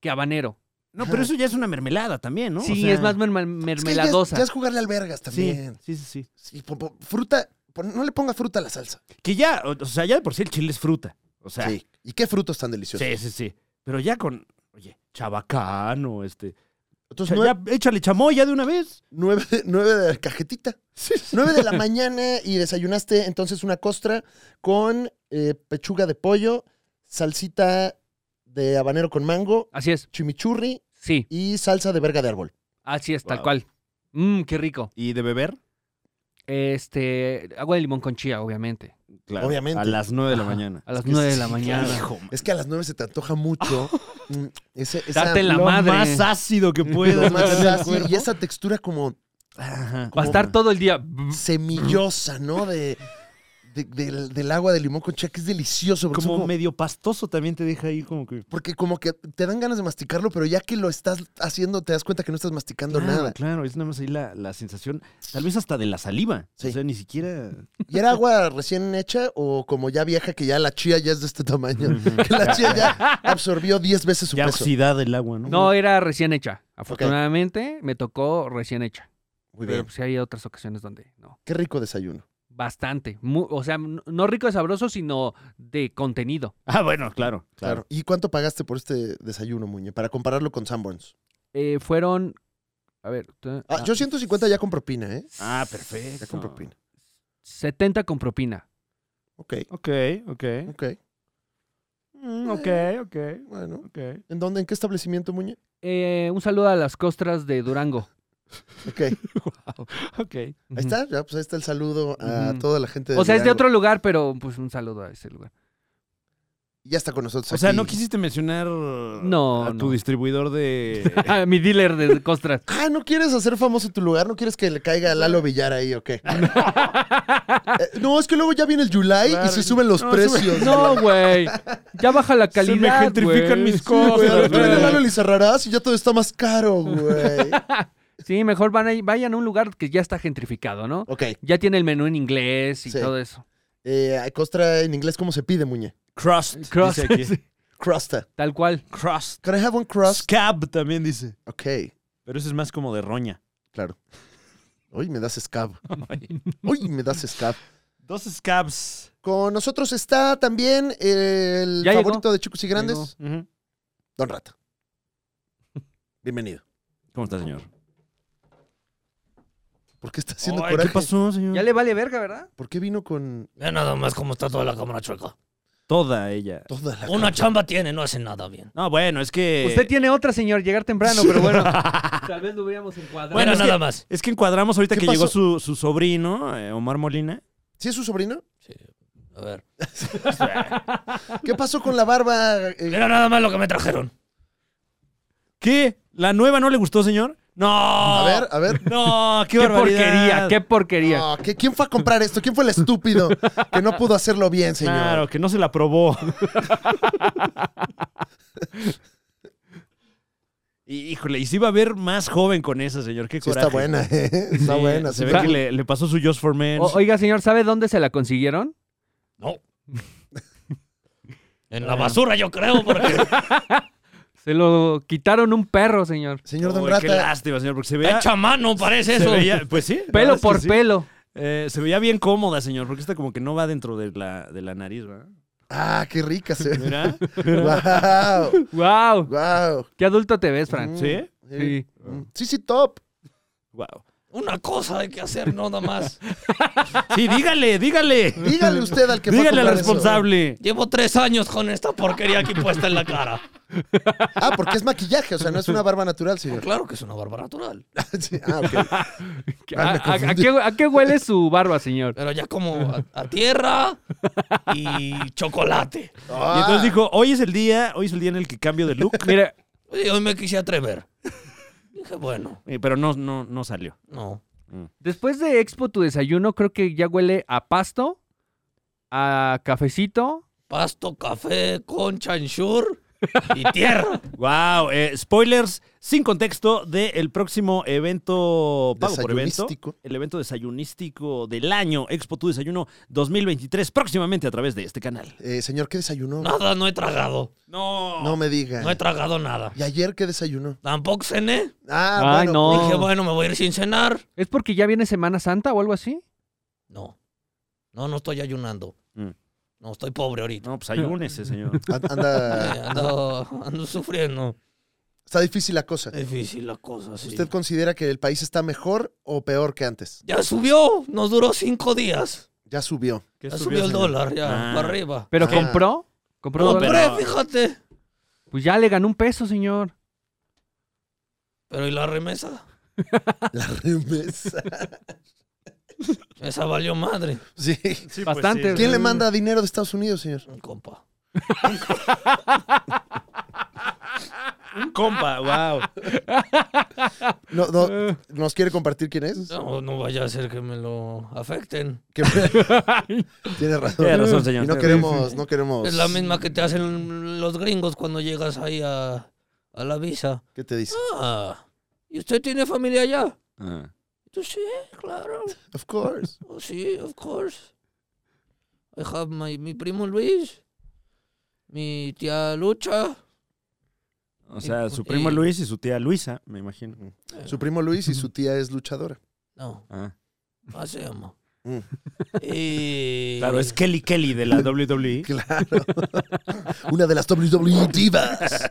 Speaker 3: que habanero.
Speaker 2: No, pero eso ya es una mermelada también, ¿no? O
Speaker 3: Sí,
Speaker 2: sea,
Speaker 3: es más merma-
Speaker 1: Es que ya es-
Speaker 3: mermeladosa.
Speaker 1: Ya es, jugarle al vergas también.
Speaker 2: Sí, sí, sí.
Speaker 1: Sí, po- po- fruta, pon- no le ponga fruta a la salsa.
Speaker 2: Que ya, o o sea, ya de por sí el chile es fruta. O sea, sí,
Speaker 1: Sí. ¿Y qué frutos tan deliciosos?
Speaker 2: sí, sí. Pero ya con, oye, chabacano, este.
Speaker 1: Entonces,
Speaker 2: cha-
Speaker 1: nueve,
Speaker 2: ya, échale chamoya de una vez.
Speaker 1: nueve de- nueve de la cajetita.
Speaker 2: Sí, sí.
Speaker 1: Nueve de la mañana y desayunaste entonces una costra con eh, pechuga de pollo, salsita de habanero con mango,
Speaker 3: Así es.
Speaker 1: chimichurri
Speaker 3: Sí,
Speaker 1: y salsa de verga de árbol.
Speaker 3: así es, tal
Speaker 2: Wow.
Speaker 3: cual. Mmm, qué rico.
Speaker 2: ¿Y de beber?
Speaker 3: Este, agua de limón con chía, obviamente.
Speaker 2: Claro.
Speaker 1: Obviamente.
Speaker 2: A las nueve de la
Speaker 3: Ajá,
Speaker 2: mañana.
Speaker 3: A las
Speaker 1: Es que
Speaker 3: nueve de
Speaker 1: sí,
Speaker 3: la mañana.
Speaker 2: Hijo,
Speaker 1: Es que a las nueve se te antoja mucho mm, ese, esa,
Speaker 3: Date la
Speaker 2: lo
Speaker 3: madre.
Speaker 2: más ácido que
Speaker 1: lo
Speaker 2: puedas.
Speaker 1: más
Speaker 2: meterle al
Speaker 1: así,
Speaker 2: cuerpo.
Speaker 1: y esa textura como
Speaker 2: Ajá.
Speaker 3: Va a estar todo el día.
Speaker 1: semillosa, ¿no? De, de- del, del agua de limón con chía, que es delicioso. porque son
Speaker 2: Como
Speaker 1: como-
Speaker 2: medio pastoso también te deja ahí como que...
Speaker 1: Porque como que te dan ganas de masticarlo, pero ya que lo estás haciendo, te das cuenta que no estás masticando
Speaker 2: Claro,
Speaker 1: nada.
Speaker 2: claro, es nada más ahí la, la sensación, tal vez hasta de la saliva. O
Speaker 1: Sí.
Speaker 2: sea, ni siquiera.
Speaker 1: ¿Y era agua recién hecha o como ya vieja que ya la chía ya es de este tamaño? que la chía ya absorbió 10 veces su
Speaker 2: Ya
Speaker 1: peso.
Speaker 2: oxidada el agua, ¿no?
Speaker 3: No, era recién hecha. Afortunadamente, me tocó recién hecha.
Speaker 1: Muy
Speaker 3: Pero
Speaker 1: bien.
Speaker 3: pues sí hay otras ocasiones donde no.
Speaker 1: Qué rico desayuno.
Speaker 3: Bastante. Mu- o sea, n- no rico de sabroso, sino de contenido.
Speaker 2: Ah, bueno, claro,
Speaker 1: Claro.
Speaker 2: claro.
Speaker 1: ¿Y cuánto pagaste por este desayuno, Muñe? Para compararlo con Sanborns.
Speaker 3: Eh, fueron A ver. tú-
Speaker 1: Ah,
Speaker 3: ah,
Speaker 1: yo 150 ya con propina, ¿eh?
Speaker 2: Ah,
Speaker 1: Ya
Speaker 2: perfecto.
Speaker 1: con propina.
Speaker 3: 70 con propina.
Speaker 1: Ok,
Speaker 2: Ok, ok.
Speaker 1: ok.
Speaker 2: Mm, ok, ok.
Speaker 1: Bueno.
Speaker 2: Ok.
Speaker 1: ¿En dónde? ¿En qué establecimiento, Muñe?
Speaker 3: Eh, un saludo a las costras de Durango.
Speaker 1: Ok. Ahí
Speaker 2: Ok.
Speaker 3: Ujú.
Speaker 1: está, ya, pues ahí está el saludo a
Speaker 3: Ujú.
Speaker 1: toda la gente
Speaker 3: O sea, es de
Speaker 1: Durango.
Speaker 3: otro lugar, pero pues un saludo a ese lugar.
Speaker 1: Ya está con nosotros.
Speaker 2: O sea,
Speaker 1: aquí.
Speaker 2: no quisiste mencionar
Speaker 3: No,
Speaker 2: a tu
Speaker 3: no.
Speaker 2: distribuidor de.
Speaker 3: Ah, Mi dealer de costras.
Speaker 1: Ah, ¿no quieres hacer famoso tu lugar? ¿No quieres que le caiga a Lalo Villar ahí o qué? Eh, no, es que luego ya viene el July
Speaker 2: Claro.
Speaker 1: y se suben los
Speaker 2: No,
Speaker 1: precios.
Speaker 3: No, güey. Ya baja la calidad.
Speaker 2: Se me gentrifican
Speaker 3: güey.
Speaker 2: mis
Speaker 1: Güey, al
Speaker 2: cosas.
Speaker 1: otro viene
Speaker 2: güey.
Speaker 1: Lalo Lizarrarás y ya todo está más caro, güey.
Speaker 3: Sí, mejor van a- vayan a un lugar que ya está gentrificado, ¿no?
Speaker 1: ok.
Speaker 3: Ya tiene el menú en inglés y
Speaker 1: Sí.
Speaker 3: todo eso.
Speaker 1: Eh, costra en inglés, ¿cómo se pide, Muñe?
Speaker 2: Crust.
Speaker 3: Crust,
Speaker 2: Dice aquí.
Speaker 3: sí.
Speaker 1: Crusta.
Speaker 3: Tal cual.
Speaker 2: Crust.
Speaker 1: Can I have one crust?
Speaker 2: Scab también dice.
Speaker 1: Ok.
Speaker 2: Pero ese es más como de roña.
Speaker 1: Claro. Hoy me das scab. Hoy me das scab.
Speaker 2: Dos scabs.
Speaker 1: Con nosotros está también el
Speaker 3: Ya llegó.
Speaker 1: favorito de chicos y grandes,
Speaker 3: Llegó.
Speaker 1: Don Rata. Bienvenido.
Speaker 2: ¿Cómo está, señor?
Speaker 1: ¿Por qué está haciendo
Speaker 2: Ay,
Speaker 1: coraje?
Speaker 2: ¿Qué pasó, señor?
Speaker 3: Ya le vale verga, ¿verdad?
Speaker 1: ¿Por qué vino con
Speaker 5: Vean nada más cómo está toda la cámara chueca.
Speaker 2: Toda ella.
Speaker 1: toda la
Speaker 5: Una chamba tiene, no hace nada bien.
Speaker 2: No, bueno, es que.
Speaker 3: Usted tiene otra, señor, llegar temprano, pero bueno. Tal vez lo hubiéramos encuadrado.
Speaker 5: Bueno,
Speaker 2: es que-
Speaker 5: nada más.
Speaker 2: Es que encuadramos ahorita
Speaker 1: ¿Qué
Speaker 2: que llegó
Speaker 1: pasó?
Speaker 2: su, su sobrino, eh, Omar Molina.
Speaker 1: ¿Sí es su sobrino?
Speaker 5: Sí, a ver.
Speaker 1: ¿Qué pasó con la barba? eh,
Speaker 5: Mira nada más lo que me trajeron.
Speaker 2: ¿Qué? ¿La nueva no le gustó, señor? No.
Speaker 1: a ver, a ver.
Speaker 2: No, qué,
Speaker 3: qué
Speaker 2: barbaridad.
Speaker 3: porquería, qué porquería.
Speaker 1: No, ¿qué- ¿Quién fue a comprar esto? ¿Quién fue el estúpido que no pudo hacerlo bien, señor?
Speaker 2: Claro, que no se la probó. Y, Híjole, y si iba a ver más joven con esa, señor. Qué
Speaker 1: Sí,
Speaker 2: coraje.
Speaker 1: está buena, ¿eh? Está
Speaker 2: Sí,
Speaker 1: buena.
Speaker 2: Se
Speaker 1: Se
Speaker 2: ve que le, le pasó su Just for Men.
Speaker 3: O- oiga, señor, ¿sabe dónde se la consiguieron?
Speaker 5: No. En la basura, yo creo, porque.
Speaker 3: Se lo quitaron un perro, señor.
Speaker 1: Señor Don
Speaker 2: Uy, Qué
Speaker 1: Rata,
Speaker 2: lástima, señor, porque se
Speaker 5: Está
Speaker 2: veía...
Speaker 5: hecha a mano, parece
Speaker 2: se
Speaker 5: eso.
Speaker 2: veía- pues sí. la verdad
Speaker 3: Pelo
Speaker 2: es que
Speaker 3: por
Speaker 2: sí.
Speaker 3: pelo.
Speaker 2: Eh, se veía bien cómoda, señor, porque esta como que no va dentro de la, de la nariz, ¿verdad?
Speaker 1: ah, qué rica se ve.
Speaker 2: Mira.
Speaker 1: Wow,
Speaker 3: ¡Wow!
Speaker 1: wow.
Speaker 3: ¿Qué adulto te ves, Fran?
Speaker 2: ¿Sí?
Speaker 3: Sí.
Speaker 1: Mm, Sí, sí, top.
Speaker 2: Wow.
Speaker 5: Una cosa hay que hacer, no nada más.
Speaker 2: Sí, dígale, dígale.
Speaker 1: Dígale usted al que fue a
Speaker 2: Dígale al
Speaker 1: comprar eso.
Speaker 2: responsable.
Speaker 5: Llevo tres años con esta porquería aquí puesta en la cara.
Speaker 1: Ah, porque es maquillaje, o sea, no es una barba natural, señor.
Speaker 5: Claro que es una barba natural.
Speaker 1: Sí, ah, ok.
Speaker 3: ¿A, a- a qué, a qué huele su barba, señor?
Speaker 5: Pero ya como a, a tierra y chocolate.
Speaker 1: Ah,
Speaker 2: Y entonces dijo, hoy es el día, hoy es el día en el que cambio de look.
Speaker 3: Mire,
Speaker 5: Oye, hoy me quise atrever. Dije, bueno,
Speaker 2: Eh, Pero no, no, no salió.
Speaker 5: no.
Speaker 3: después de Expo tu desayuno, creo que ya huele a pasto, a cafecito.
Speaker 5: Pasto, café, concha, ensure y tierra.
Speaker 2: Wow, eh, spoilers sin contexto del próximo evento pago por evento.
Speaker 1: Desayunístico.
Speaker 2: El evento desayunístico del año Expo Tu Desayuno 2023, próximamente a través de este canal.
Speaker 1: eh, señor, ¿qué desayunó?
Speaker 5: Nada, no he tragado.
Speaker 2: No.
Speaker 1: No me diga.
Speaker 5: No he tragado nada.
Speaker 1: ¿Y ayer qué desayunó?
Speaker 5: Tampoco cené.
Speaker 1: Ah,
Speaker 3: Ay,
Speaker 1: bueno,
Speaker 3: no.
Speaker 5: Dije, bueno, me voy a ir sin cenar.
Speaker 3: ¿Es porque ya viene Semana Santa o algo así?
Speaker 5: No. No, no estoy ayunando.
Speaker 2: Mm.
Speaker 5: No, estoy pobre ahorita.
Speaker 2: No, pues ayúnese, señor.
Speaker 1: pues, an-
Speaker 5: Eh,
Speaker 1: anda.
Speaker 5: Ando, ando sufriendo.
Speaker 1: Está difícil la cosa.
Speaker 5: Difícil la cosa, Eh, sí.
Speaker 1: ¿Usted considera que el país está mejor o peor que antes?
Speaker 5: Ya subió, nos duró cinco días.
Speaker 1: Ya subió.
Speaker 2: ¿Qué
Speaker 5: Ya subió, el
Speaker 2: señor?
Speaker 5: dólar, ya,
Speaker 2: Ah.
Speaker 5: para arriba.
Speaker 3: ¿Pero
Speaker 1: Ah.
Speaker 3: compró? ¿Compró?
Speaker 5: Compré,
Speaker 3: dólares?
Speaker 2: pero-
Speaker 5: fíjate.
Speaker 3: Pues ya le ganó un peso, señor.
Speaker 5: Pero ¿y la remesa?
Speaker 1: La remesa.
Speaker 5: Esa valió madre,
Speaker 1: Sí.
Speaker 2: Sí, pues,
Speaker 3: Bastante.
Speaker 2: sí.
Speaker 1: ¿Quién le
Speaker 5: Mm.
Speaker 1: manda dinero de Estados Unidos, señor?
Speaker 5: un compa.
Speaker 2: Un compa, wow.
Speaker 1: No, no, ¿Nos quiere compartir quién es?
Speaker 5: Eh. No, no vaya a ser que me lo afecten.
Speaker 1: Que- Tiene razón.
Speaker 2: Tiene razón, señor.
Speaker 1: Y no queremos, no queremos.
Speaker 5: Es la misma que te hacen los gringos cuando llegas ahí a, a la visa.
Speaker 1: ¿Qué te dice?
Speaker 5: Ah, ¿y usted tiene familia allá?
Speaker 2: Ah.
Speaker 5: Tú sí, claro.
Speaker 1: Of course.
Speaker 5: Oh, sí, of course. I have my, mi primo Luis, mi tía Lucha.
Speaker 2: O sea, su primo
Speaker 5: Eh.
Speaker 2: Luis y su tía Luisa, me imagino.
Speaker 1: Su primo Luis y su tía es luchadora.
Speaker 5: No,
Speaker 2: Ah.
Speaker 5: así se llama.
Speaker 1: Mm.
Speaker 5: Y...
Speaker 2: Claro, es Kelly Kelly de la E. WWE.
Speaker 1: Claro. Una de las WWE divas.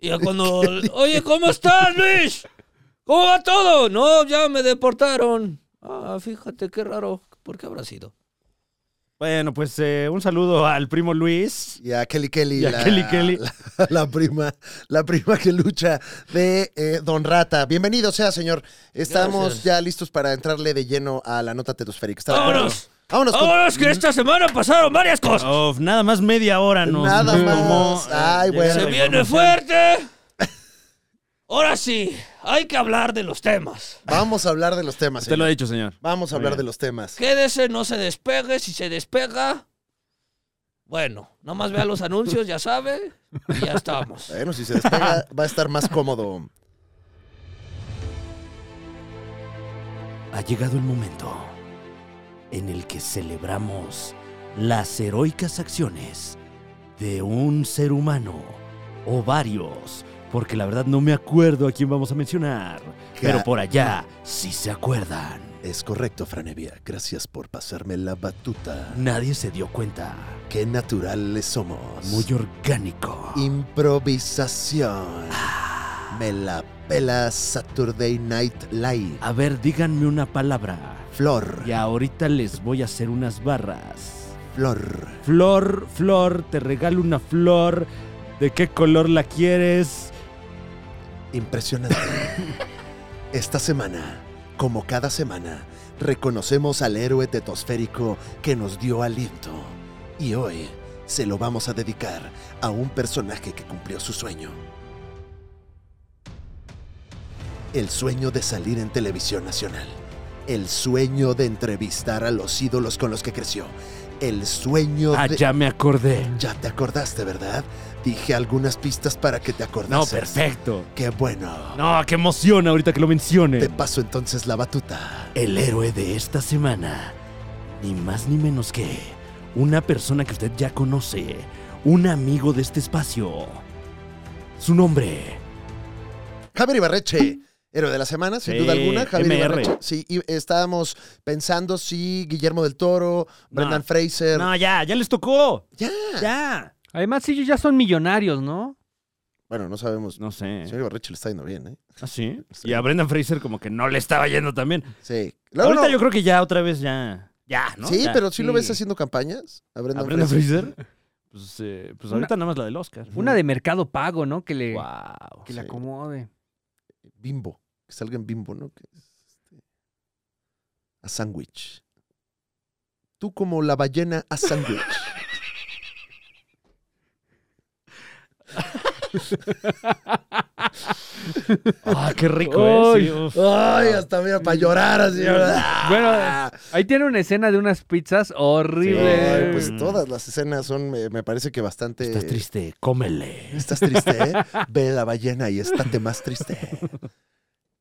Speaker 5: Y ya cuando. Oye, ¿cómo estás, Luis? ¿Cómo va todo? No, ya me deportaron. Ah, fíjate, qué raro. ¿Por qué habrá sido?
Speaker 2: Bueno, pues eh, un saludo al primo Luis.
Speaker 1: Y a Kelly Kelly.
Speaker 2: Y a Kelly Kelly.
Speaker 1: La, la prima, la prima que lucha de eh, Don Rata. Bienvenido sea, señor. Estamos
Speaker 5: Gracias.
Speaker 1: ya listos para entrarle de lleno a la nota tetosférica. ¿Está de acuerdo?
Speaker 5: ¡Vámonos!
Speaker 1: ¡Vámonos! con- Mm.
Speaker 5: ¡Vámonos, que esta semana pasaron varias cosas!
Speaker 2: Oh, nada más media hora nos
Speaker 1: Nada
Speaker 2: nos
Speaker 1: más.
Speaker 2: tomó, eh,
Speaker 1: Ay, bueno.
Speaker 2: llegar a
Speaker 5: ¡Se
Speaker 2: la
Speaker 5: viene
Speaker 2: información.
Speaker 5: fuerte! Ahora sí, hay que hablar de los temas.
Speaker 1: Vamos a hablar de los temas,
Speaker 2: Te lo he
Speaker 1: señor.
Speaker 2: dicho, señor.
Speaker 1: Vamos a
Speaker 2: Muy
Speaker 1: hablar
Speaker 2: bien.
Speaker 1: de los temas.
Speaker 5: Quédese, no se despegue. Si se despega, bueno, nomás vea los anuncios, ya sabe. Y ya estamos.
Speaker 1: Bueno, si se despega, va a estar más cómodo.
Speaker 2: Ha llegado el momento en el que celebramos las heroicas acciones de un ser humano o varios, porque la verdad no me acuerdo a quién vamos a mencionar, pero por allá sí se acuerdan.
Speaker 1: Es correcto, Franevia. Gracias por pasarme la batuta.
Speaker 2: Nadie se dio cuenta.
Speaker 1: Qué naturales somos.
Speaker 2: Muy orgánico.
Speaker 1: Improvisación.
Speaker 2: Ah.
Speaker 1: Me la pela Saturday Night Live.
Speaker 2: A ver, díganme una palabra.
Speaker 1: Flor.
Speaker 2: Y ahorita les voy a hacer unas barras.
Speaker 1: Flor.
Speaker 2: Flor, flor, te regalo una flor. ¿De qué color la quieres?
Speaker 1: Impresionante. Esta semana, como cada semana, reconocemos al héroe tetosférico que nos dio aliento. Y hoy se lo vamos a dedicar a un personaje que cumplió su sueño. El sueño de salir en televisión nacional. El sueño de entrevistar a los ídolos con los que creció. El sueño
Speaker 2: Ah,
Speaker 1: de...
Speaker 2: ya me acordé.
Speaker 1: Ya te acordaste, ¿verdad? Dije algunas pistas para que te
Speaker 2: No,
Speaker 1: acordases.
Speaker 2: perfecto.
Speaker 1: Qué bueno.
Speaker 2: No, qué emoción ahorita que lo mencione.
Speaker 1: Te paso entonces la batuta.
Speaker 2: El héroe de esta semana, ni más ni menos que una persona que usted ya conoce, un amigo de este espacio. Su nombre,
Speaker 1: Javier Ibarreche, héroe de la semana, sin
Speaker 2: Sí,
Speaker 1: duda alguna. Javier
Speaker 2: MR.
Speaker 1: Ibarreche. Sí, y estábamos pensando si Guillermo del Toro, Brendan Fraser.
Speaker 2: No, ya, ya les tocó.
Speaker 1: Ya.
Speaker 2: Ya.
Speaker 3: Además, ellos ya son millonarios, ¿no?
Speaker 1: Bueno, no sabemos.
Speaker 2: Pues No sé.
Speaker 1: Señor Ibarreche le está yendo bien, ¿eh?
Speaker 2: ¿Ah, sí?
Speaker 1: Sí.
Speaker 2: Y a Brendan Fraser como que no le estaba yendo también.
Speaker 1: Sí. Luego
Speaker 2: Ahorita
Speaker 1: no-
Speaker 2: yo creo que ya otra vez ya. Ya, ¿no?
Speaker 1: sí,
Speaker 2: Ya,
Speaker 1: pero si lo ves haciendo campañas. A Brendan,
Speaker 2: ¿A Brendan
Speaker 1: Fraser.
Speaker 2: Fraser? Pues, eh, pues ahorita nada más la del Oscar.
Speaker 3: Una de mercado pago, ¿no? Que le,
Speaker 2: Wow.
Speaker 3: que le
Speaker 1: sí.
Speaker 3: acomode.
Speaker 1: Bimbo. Que salga en Bimbo, ¿no? Que es, este, A sándwich. Tú como la ballena a sándwich.
Speaker 2: Ah, qué rico, ¿eh? Sí, uf.
Speaker 1: Ay, hasta mira, para llorar así, ¿verdad?
Speaker 3: Bueno, ahí tiene una escena de unas pizzas horrible.
Speaker 1: Ay, pues
Speaker 2: Mm.
Speaker 1: todas las escenas son, me, me parece que bastante.
Speaker 2: Estás triste, cómele.
Speaker 1: Estás triste, ¿eh? Ve la ballena y estate más triste.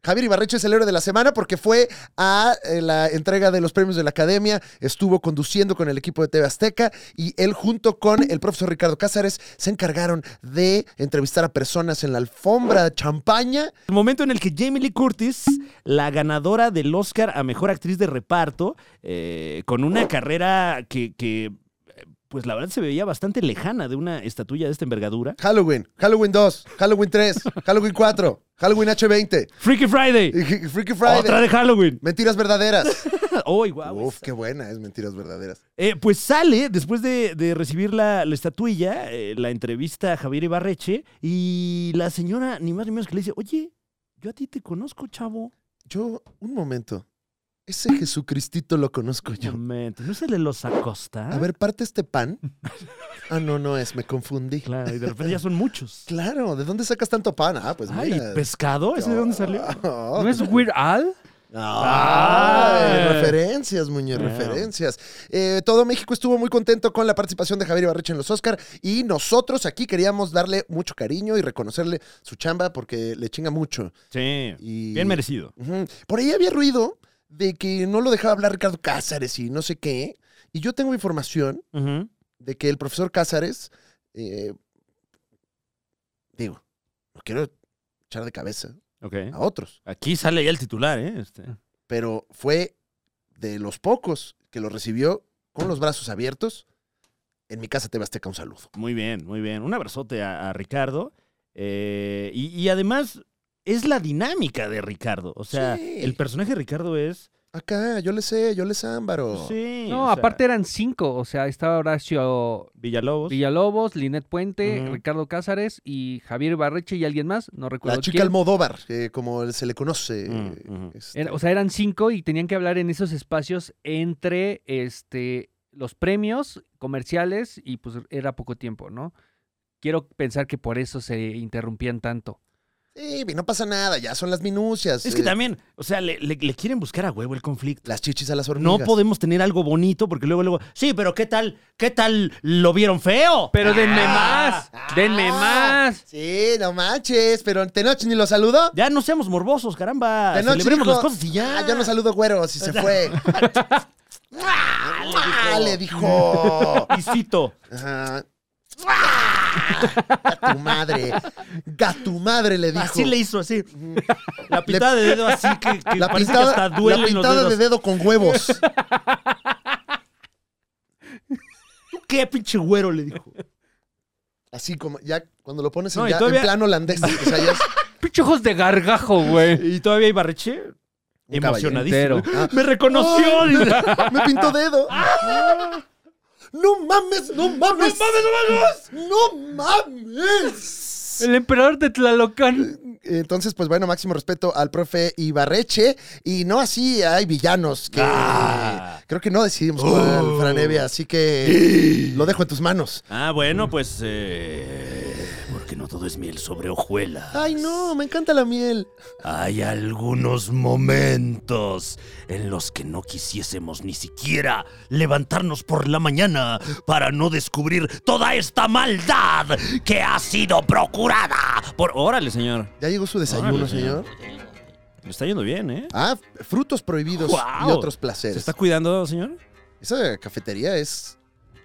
Speaker 1: Javier Ibarrecho es el héroe de la semana porque fue a eh, la entrega de los premios de la academia, estuvo conduciendo con el equipo de TV Azteca y él junto con el profesor Ricardo Cázares se encargaron de entrevistar a personas en la alfombra champaña.
Speaker 2: El momento en el que Jamie Lee Curtis, la ganadora del Oscar a Mejor Actriz de Reparto, eh, con una carrera que, que, eh, pues la verdad se veía bastante lejana de una estatuilla de esta envergadura.
Speaker 1: Halloween, Halloween 2, Halloween 3, Halloween 4, Halloween H20,
Speaker 2: Freaky Friday.
Speaker 1: y Freaky Friday,
Speaker 2: Otra de Halloween.
Speaker 1: Mentiras Verdaderas.
Speaker 2: ¡Ay, guau!
Speaker 1: Uf, qué buena es Mentiras Verdaderas.
Speaker 2: Eh, pues sale, después de, de recibir la, la estatuilla, eh, la entrevista a Javier Ibarreche, y la señora, ni más ni menos que le dice, oye, yo a ti te conozco, chavo.
Speaker 1: Yo, un momento. Ese
Speaker 2: Mm.
Speaker 1: Jesucristito lo conozco
Speaker 2: Un
Speaker 1: yo.
Speaker 2: momento, ¿no se le los acosta?
Speaker 1: A ver, parte este pan. Ah, no, no es, me confundí.
Speaker 2: Claro, y de repente ya son muchos.
Speaker 1: Claro, ¿de dónde sacas tanto pan? Ah, pues
Speaker 2: Ay,
Speaker 1: mira.
Speaker 2: ¿pescado? ¿Ese de dónde salió?
Speaker 1: Ah,
Speaker 3: ¿No es Weird Al?
Speaker 1: Ay,
Speaker 2: Ah.
Speaker 1: referencias, Muñoz,
Speaker 2: Claro.
Speaker 1: referencias. Eh, todo México estuvo muy contento con la participación de Javier Ibarreche en los Oscar y nosotros aquí queríamos darle mucho cariño y reconocerle su chamba porque le chinga mucho.
Speaker 2: Sí,
Speaker 1: Y...
Speaker 2: bien merecido.
Speaker 1: Ujú. Por ahí había ruido de que no lo dejaba hablar Ricardo Cázares y no sé qué. Y yo tengo información
Speaker 2: Ujú.
Speaker 1: de que el profesor Cázares, eh, digo, no quiero echar de cabeza
Speaker 2: Ok.
Speaker 1: a otros,
Speaker 2: Aquí sale ya el titular, ¿eh? Este.
Speaker 1: pero fue de los pocos que lo recibió con los brazos abiertos. En mi casa te basteca un saludo.
Speaker 2: Muy bien, muy bien. Un abrazote a, a Ricardo. Eh, y, y además, es la dinámica de Ricardo. O sea,
Speaker 1: Sí.
Speaker 2: el personaje de Ricardo es.
Speaker 1: Acá, yo le sé, yo le sé ámbaro.
Speaker 2: Pues Sí.
Speaker 3: No,
Speaker 2: o sea,
Speaker 3: aparte eran cinco. O sea, estaba Horacio
Speaker 2: Villalobos.
Speaker 3: Villalobos, Linet Puente,
Speaker 2: Ujú.
Speaker 3: Ricardo Cázares y Javier Barreche y alguien más. No recuerdo
Speaker 1: La chica
Speaker 3: quién.
Speaker 1: Almodóvar, que como se le conoce.
Speaker 2: Mm,
Speaker 1: eh,
Speaker 2: ujú.
Speaker 1: este,
Speaker 3: Era- o sea, eran cinco y tenían que hablar en esos espacios entre este, los premios comerciales y pues era poco tiempo, ¿no? Quiero pensar que por eso se interrumpían tanto.
Speaker 1: sí, no pasa nada, ya son las minucias.
Speaker 2: es que
Speaker 1: eh,
Speaker 2: también, o sea, le, le- le quieren buscar a huevo el conflicto.
Speaker 1: Las chichis a las
Speaker 2: No
Speaker 1: hormigas.
Speaker 2: podemos tener algo bonito porque luego, luego. Sí, pero ¿qué tal? ¿Qué tal lo vieron feo?
Speaker 3: Pero denme
Speaker 2: Ah,
Speaker 3: más, denme
Speaker 1: Ah,
Speaker 3: más.
Speaker 1: Sí, no manches, pero Tenoch ni lo saluda.
Speaker 2: Ya no seamos morbosos, caramba.
Speaker 1: Tenoch
Speaker 2: Celebremos
Speaker 1: dijo,
Speaker 2: las cosas y ya.
Speaker 1: "Ah, yo no saludo güero, si se fue. ¡Ah! Le Ah, dijo.
Speaker 2: Y cito,
Speaker 1: Ajá. ¡Ah! A tu madre. A tu madre le dijo.
Speaker 2: Así le hizo, así. La pintada de dedo así que, que
Speaker 1: la
Speaker 2: parece
Speaker 1: pintada,
Speaker 2: que hasta
Speaker 1: la
Speaker 2: duelen los
Speaker 1: pintada de
Speaker 2: dedos.
Speaker 1: dedo con huevos.
Speaker 2: ¿Tú qué pinche güero? Le dijo.
Speaker 1: Así como, ya cuando lo pones en,
Speaker 2: No, y
Speaker 1: ya, en
Speaker 2: todavía-
Speaker 1: plan holandés. O sea, ya es
Speaker 3: Pinche ojos de gargajo, güey.
Speaker 2: Y todavía Ibarreche
Speaker 1: un caballero.
Speaker 2: emocionadísimo.
Speaker 3: entero.
Speaker 1: Ah.
Speaker 2: Me reconoció.
Speaker 1: Ay,
Speaker 2: dice.
Speaker 1: Me pintó dedo. No mames, no mames. No mames, no mames. No mames.
Speaker 3: El emperador de Tlalocan.
Speaker 1: Entonces, pues bueno, máximo respeto al profe Ibarreche. Y no así hay villanos que
Speaker 2: Ah.
Speaker 1: creo que no decidimos cuál, Franevia. Así que lo dejo en tus manos.
Speaker 2: Ah, bueno, pues. eh, porque no todo es miel sobre hojuelas.
Speaker 1: Ay, no, me encanta la miel.
Speaker 2: Hay algunos momentos en los que no quisiésemos ni siquiera levantarnos por la mañana para no descubrir toda esta maldad que ha sido procurada por... Órale, señor.
Speaker 1: Ya llegó su desayuno,
Speaker 2: Órale,
Speaker 1: señor.
Speaker 2: Le está yendo bien, ¿eh?
Speaker 1: Ah, frutos prohibidos
Speaker 2: ¡Guau!
Speaker 1: y otros
Speaker 2: ¿Se
Speaker 1: placeres.
Speaker 2: está cuidando, señor?
Speaker 1: Esa cafetería es.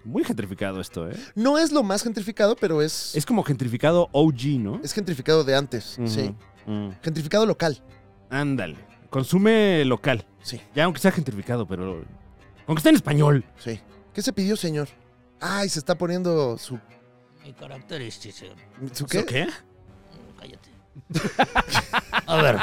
Speaker 2: Muy gentrificado esto, ¿eh?
Speaker 1: No es lo más gentrificado, pero es. Es,
Speaker 2: Es como gentrificado OG, ¿no?
Speaker 1: gentrificado de antes,
Speaker 2: Ujú,
Speaker 1: sí.
Speaker 2: ujú.
Speaker 1: Gentrificado local.
Speaker 2: Ándale. Consume local.
Speaker 1: Sí,
Speaker 2: Ya aunque sea gentrificado, pero... Aunque esté en español.
Speaker 1: sí. ¿Qué se pidió, señor? Ay, se está poniendo su.
Speaker 5: Mi carácter es este, señor.
Speaker 1: ¿Su qué?
Speaker 2: ¿Qué?
Speaker 5: Mm, Cállate. A ver,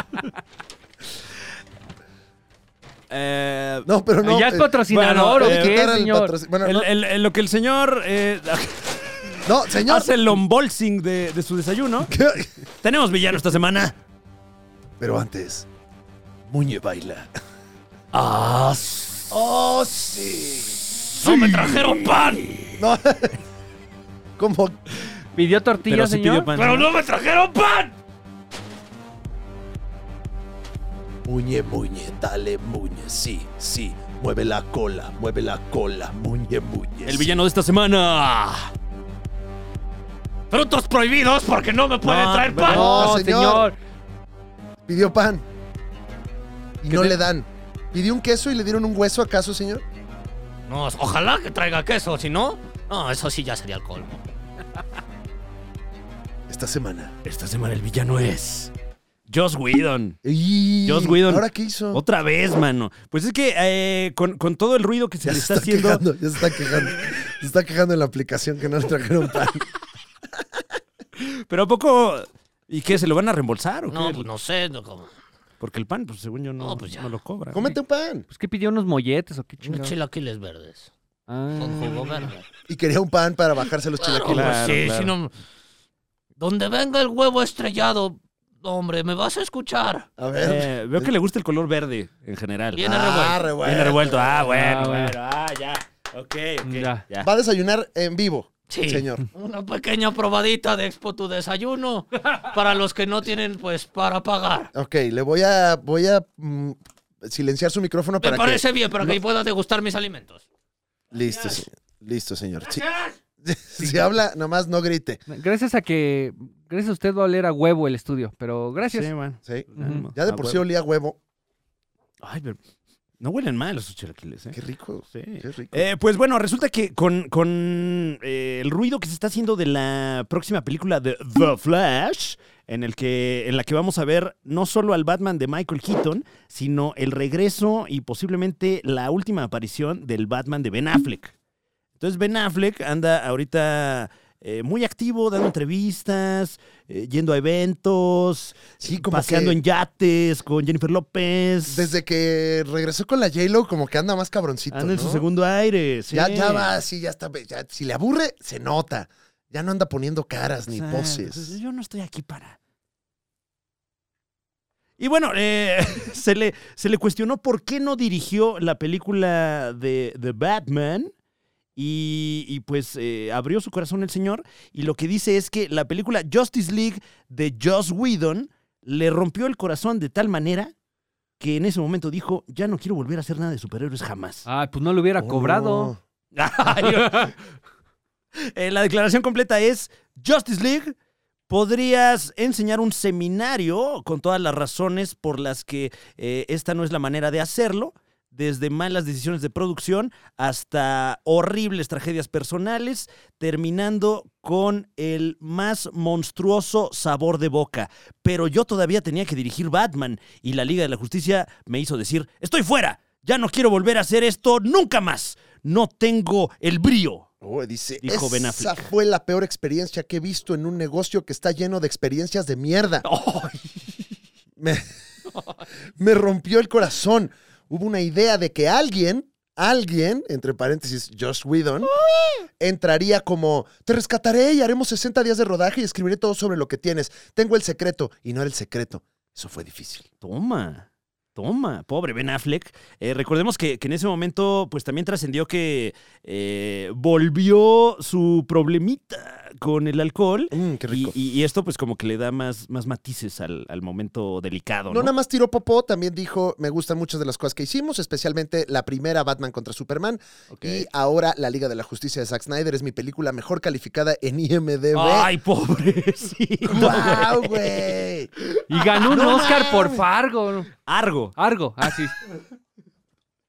Speaker 2: Eh,
Speaker 1: No, pero no.
Speaker 3: ¿Ya es
Speaker 1: eh,
Speaker 3: patrocinador
Speaker 2: bueno,
Speaker 3: o
Speaker 2: eh,
Speaker 3: qué,
Speaker 1: quitar al
Speaker 3: señor?
Speaker 1: patrocin- Bueno,
Speaker 2: El-
Speaker 1: no,
Speaker 2: el- el- lo que el señor eh,
Speaker 1: no, señor.
Speaker 2: hace el unboxing de, de su desayuno.
Speaker 1: ¿Qué?
Speaker 2: Tenemos villano esta semana.
Speaker 1: Pero antes, Muñe baila.
Speaker 2: ¡Ah!
Speaker 1: ¡Oh, sí!
Speaker 2: ¡No me trajeron pan!
Speaker 1: No. ¿Cómo?
Speaker 3: ¿Pidió tortilla,
Speaker 2: Pero sí
Speaker 3: señor?
Speaker 2: pidió pan.
Speaker 5: pero no me trajeron pan.
Speaker 1: Muñe, muñe, dale, muñe, sí, sí. Mueve la cola, mueve la cola, muñe, muñe.
Speaker 2: El
Speaker 1: sí.
Speaker 2: villano de esta semana.
Speaker 5: Frutos prohibidos porque no me pueden
Speaker 2: No,
Speaker 5: traer
Speaker 2: pero-
Speaker 5: pan.
Speaker 3: No,
Speaker 1: No, señor.
Speaker 3: señor.
Speaker 1: Pidió pan. Y
Speaker 3: ¿Qué
Speaker 1: no
Speaker 3: te-
Speaker 1: le dan. ¿Pidió un queso y le dieron un hueso acaso, señor?
Speaker 5: No, ojalá que traiga queso, si no, no, eso sí ya sería el colmo.
Speaker 1: Esta semana.
Speaker 2: Esta semana el villano es. Joss Whedon.
Speaker 1: Y...
Speaker 2: Joss Whedon.
Speaker 1: ¿Ahora qué hizo?
Speaker 2: Otra vez, mano. Pues es que eh, con, con todo el ruido que se
Speaker 1: Ya
Speaker 2: le
Speaker 1: se
Speaker 2: está,
Speaker 1: está,
Speaker 2: haciendo.
Speaker 1: quejando, ya se está quejando. Se está quejando en la aplicación que no le trajeron pan.
Speaker 2: Pero a poco. ¿Y qué? ¿Se lo van a reembolsar o
Speaker 5: No,
Speaker 2: qué?
Speaker 5: pues no sé, no, como,
Speaker 2: Porque el pan, pues según yo, no,
Speaker 5: No, pues ya.
Speaker 2: no lo cobra.
Speaker 1: Cómete un pan.
Speaker 3: Pues que pidió unos molletes o qué
Speaker 5: unos
Speaker 3: chingados.
Speaker 5: chilaquiles verdes con
Speaker 2: Mm.
Speaker 3: Ah.
Speaker 5: jugo verde.
Speaker 1: Y quería un pan para bajarse los
Speaker 5: Claro,
Speaker 1: chilaquiles.
Speaker 5: pues sí,
Speaker 2: claro.
Speaker 5: si no, donde venga el huevo estrellado, hombre, me vas a escuchar.
Speaker 1: A ver.
Speaker 2: Eh, veo que le gusta el color verde en general.
Speaker 5: Bien
Speaker 1: Ah,
Speaker 5: revuelto.
Speaker 1: re bueno.
Speaker 2: Viene revuelto. Ah, bueno,
Speaker 3: Ah, bueno.
Speaker 2: bueno. Ah, ya. Ok, ok.
Speaker 3: Ya.
Speaker 2: Ya.
Speaker 1: Va a desayunar en vivo,
Speaker 5: Sí,
Speaker 1: señor.
Speaker 5: Una pequeña probadita de Expo tu desayuno para los que no tienen, pues, para pagar.
Speaker 1: Ok, le voy a, voy a mm, silenciar su micrófono
Speaker 5: Me
Speaker 1: para
Speaker 5: parece
Speaker 1: que...
Speaker 5: bien para que pueda degustar mis alimentos.
Speaker 1: Listo, se- listo, señor. Si, si habla, nomás no grite.
Speaker 3: Gracias a que. Gracias a usted va a oler a huevo el estudio, pero gracias.
Speaker 2: Sí, bueno.
Speaker 1: Sí.
Speaker 3: Ujú.
Speaker 2: Ah,
Speaker 1: Ya de por sí olía a huevo.
Speaker 2: Ay, pero no huelen mal esos chilaquiles, ¿eh?
Speaker 1: Qué rico.
Speaker 2: Sí.
Speaker 1: Qué rico.
Speaker 2: Eh, pues bueno, resulta que con, con eh, el ruido que se está haciendo de la próxima película de The Flash, en, el que, en la que vamos a ver no solo al Batman de Michael Keaton, sino el regreso y posiblemente la última aparición del Batman de Ben Affleck. Entonces Ben Affleck anda ahorita eh, muy activo, dando entrevistas, eh, yendo a eventos,
Speaker 1: Sí, como
Speaker 2: paseando
Speaker 1: que-
Speaker 2: en yates con Jennifer López.
Speaker 1: Desde que regresó con la J-Lo, como que anda más cabroncito.
Speaker 2: Anda en
Speaker 1: ¿no?
Speaker 2: su segundo aire. sí.
Speaker 1: Ya, ya va, sí, ya está. ya- si le aburre, se nota. Ya no anda poniendo caras ni
Speaker 2: Exacto,
Speaker 1: poses.
Speaker 2: pues, Yo no estoy aquí para. Y bueno, eh, se, le, se le cuestionó por qué no dirigió la película de, de Batman. Y, y, pues eh, abrió su corazón el señor. Y lo que dice es que la película Justice League de Joss Whedon le rompió el corazón de tal manera que en ese momento dijo: Ya no quiero volver a hacer nada de superhéroes jamás.
Speaker 3: Ah, pues no lo hubiera
Speaker 1: Oh.
Speaker 3: cobrado.
Speaker 2: Eh, la declaración completa es Justice League. Podrías enseñar un seminario con todas las razones por las que eh, esta no es la manera de hacerlo, desde malas decisiones de producción hasta horribles tragedias personales, terminando con el más monstruoso sabor de boca. Pero yo todavía tenía que dirigir Batman y la Liga de la Justicia me hizo decir, estoy fuera, ya no quiero volver a hacer esto nunca más, no tengo el brío.
Speaker 1: Oh, dice,
Speaker 2: Dijo Ben
Speaker 1: esa
Speaker 2: Affleck".
Speaker 1: fue la peor experiencia que he visto en un negocio que está lleno de experiencias de mierda. Me, me rompió el corazón. Hubo una idea de que alguien, alguien, entre paréntesis, Josh Whedon, entraría como, te rescataré y haremos 60 días de rodaje y escribiré todo sobre lo que tienes. Tengo el secreto. Y no era el secreto. Eso fue difícil.
Speaker 2: Toma, toma, pobre Ben Affleck. Eh, recordemos que, que en ese momento, pues también trascendió que eh, volvió su problemita con el alcohol.
Speaker 1: Mm, qué
Speaker 2: Y,
Speaker 1: rico.
Speaker 2: y- y esto, pues, como que le da más, más matices al, al momento delicado.
Speaker 1: No
Speaker 2: No,
Speaker 1: nada más tiró popó, también dijo, me gustan muchas de las cosas que hicimos, especialmente la primera Batman contra Superman
Speaker 2: Ok.
Speaker 1: y ahora La Liga de la Justicia de Zack Snyder es mi película mejor calificada en IMDb.
Speaker 2: Ay, pobrecito.
Speaker 1: ¡Guau, güey!
Speaker 3: Y ganó un
Speaker 1: No
Speaker 3: Oscar por
Speaker 1: mames.
Speaker 3: Fargo.
Speaker 2: Argo.
Speaker 3: Argo, ah, sí.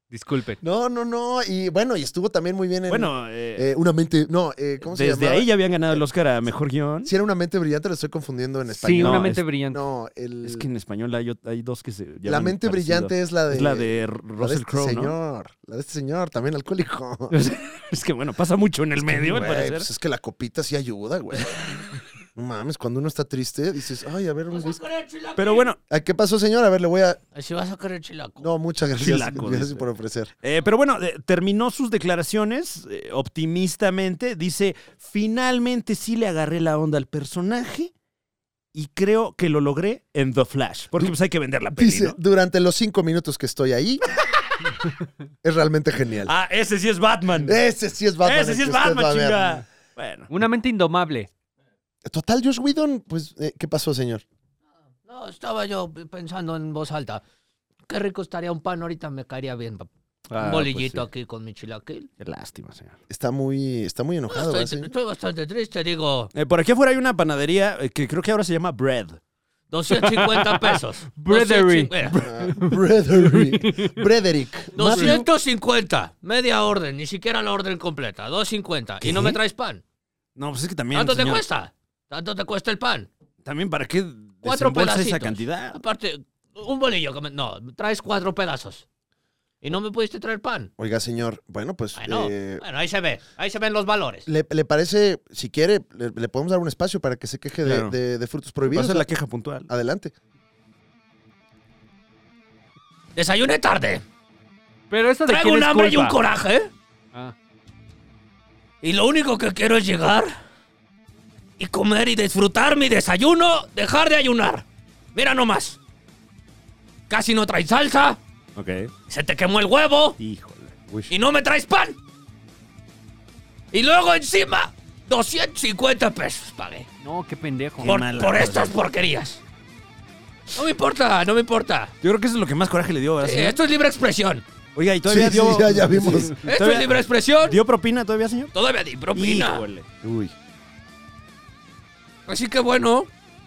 Speaker 3: Disculpen.
Speaker 1: No, no, no. Y bueno, y estuvo también muy bien en
Speaker 2: Bueno, eh,
Speaker 1: eh, Una mente... No, eh, ¿cómo se
Speaker 2: desde
Speaker 1: llamaba?
Speaker 2: ahí ya habían ganado el Oscar a Mejor Guión.
Speaker 1: Si era Una mente brillante, lo estoy confundiendo en
Speaker 3: Sí,
Speaker 1: español.
Speaker 3: una
Speaker 2: No,
Speaker 3: mente
Speaker 2: es-
Speaker 3: brillante.
Speaker 1: No, el...
Speaker 2: Es que en español hay, ot- hay dos que se llaman
Speaker 1: la mente
Speaker 2: parecido.
Speaker 1: brillante es la de...
Speaker 2: Es la de R-
Speaker 1: la de
Speaker 2: Russell
Speaker 1: este
Speaker 2: Crowe, ¿no?
Speaker 1: señor. La de este señor, también alcohólico.
Speaker 2: Es que, bueno, pasa mucho en el medio, al
Speaker 1: Güey,
Speaker 2: parecer.
Speaker 1: pues es que la copita sí ayuda, güey. No mames, cuando uno está triste, dices, ay, a ver, un whisky.
Speaker 2: Pero bueno,
Speaker 1: "Ay, ¿Qué pasó, señor? A ver, le voy a.
Speaker 5: Si vas a querer chilaco.
Speaker 1: No, muchas gracias.
Speaker 2: Chilaco,
Speaker 1: gracias
Speaker 2: dice.
Speaker 1: por ofrecer.
Speaker 2: Eh, pero bueno, eh, terminó sus declaraciones eh, optimistamente. Dice, finalmente sí le agarré la onda al personaje y creo que lo logré en The Flash. Porque pues hay que vender la peli,
Speaker 1: Dice,
Speaker 2: ¿no?
Speaker 1: durante los cinco minutos que estoy ahí, es realmente genial.
Speaker 2: Ah, ese sí es Batman.
Speaker 1: Ese sí es Batman.
Speaker 2: ese sí
Speaker 1: el
Speaker 2: es
Speaker 1: que usted va
Speaker 2: Batman,
Speaker 1: a ver. Ah,
Speaker 2: chinga. Bueno.
Speaker 3: Una mente indomable.
Speaker 1: Total, Josh Whedon, pues, eh, ¿qué pasó, señor?
Speaker 5: No, estaba yo pensando en voz alta. Qué rico estaría un pan ahorita, me caería bien. pap-
Speaker 1: pues
Speaker 2: Ah, pues
Speaker 5: un bolillito aquí con mi chilaquil.
Speaker 2: Qué lástima, señor.
Speaker 1: Está muy, está muy enojado,
Speaker 5: Estoy,
Speaker 1: ¿eh, señor?
Speaker 5: estoy bastante triste, digo,
Speaker 2: Eh, por aquí afuera hay una panadería eh, que creo que ahora se llama Bread.
Speaker 5: 250 pesos.
Speaker 3: Breathery.
Speaker 5: 250.
Speaker 1: Ah, Brederick. Brederick. Matthew,
Speaker 5: 250, media orden, ni siquiera la orden completa, 250. ¿Y no me traes pan?
Speaker 2: No, pues es que también.
Speaker 5: ¿Tanto te
Speaker 2: señor,
Speaker 5: cuesta? ¿Tanto te cuesta el pan?
Speaker 2: También, ¿para qué
Speaker 5: Cuatro
Speaker 2: desembolsa esa
Speaker 5: pedacitos.
Speaker 2: cantidad?
Speaker 5: Aparte, un bolillo. que me- No, traes cuatro pedazos. ¿Y no me pudiste traer pan?
Speaker 1: Oiga, señor, bueno, pues.
Speaker 5: Bueno,
Speaker 1: eh,
Speaker 5: bueno, ahí se ve, ahí se ven los valores.
Speaker 1: ¿Le, le parece, si quiere, le, le podemos dar un espacio para que se queje de,
Speaker 2: Claro.
Speaker 1: de- de frutos
Speaker 2: Va a
Speaker 1: prohibidos?
Speaker 2: ser la queja puntual.
Speaker 1: Adelante.
Speaker 5: Desayuné tarde.
Speaker 3: Pero eso de
Speaker 5: Traigo
Speaker 3: quién
Speaker 5: un
Speaker 3: es
Speaker 5: hambre y un
Speaker 3: culpa?
Speaker 5: coraje. ¿eh?
Speaker 3: Ah.
Speaker 5: Y lo único que quiero es llegar y comer y disfrutar mi desayuno, dejar de ayunar. Mira nomás. Casi no traes salsa,
Speaker 2: Ok.
Speaker 5: se te quemó el huevo
Speaker 2: Híjole.
Speaker 5: y no me traes pan. Y luego encima, 250 pesos pagué.
Speaker 3: No, qué pendejo.
Speaker 5: Por,
Speaker 2: mala
Speaker 5: por
Speaker 2: cosa.
Speaker 5: estas porquerías. No me importa, no me importa.
Speaker 2: Yo creo que eso es lo que más coraje le dio, ¿verdad,
Speaker 5: Eh,
Speaker 2: señor?
Speaker 5: esto es libre expresión.
Speaker 2: Oiga, y todavía
Speaker 1: Sí,
Speaker 2: dio.
Speaker 1: sí, ya- ya vimos.
Speaker 2: Sí.
Speaker 5: Esto
Speaker 2: Todavía-
Speaker 5: es libre expresión.
Speaker 2: ¿Dio propina todavía, señor?
Speaker 5: Todavía di propina.
Speaker 2: Híjole.
Speaker 1: Uy.
Speaker 5: Así que bueno,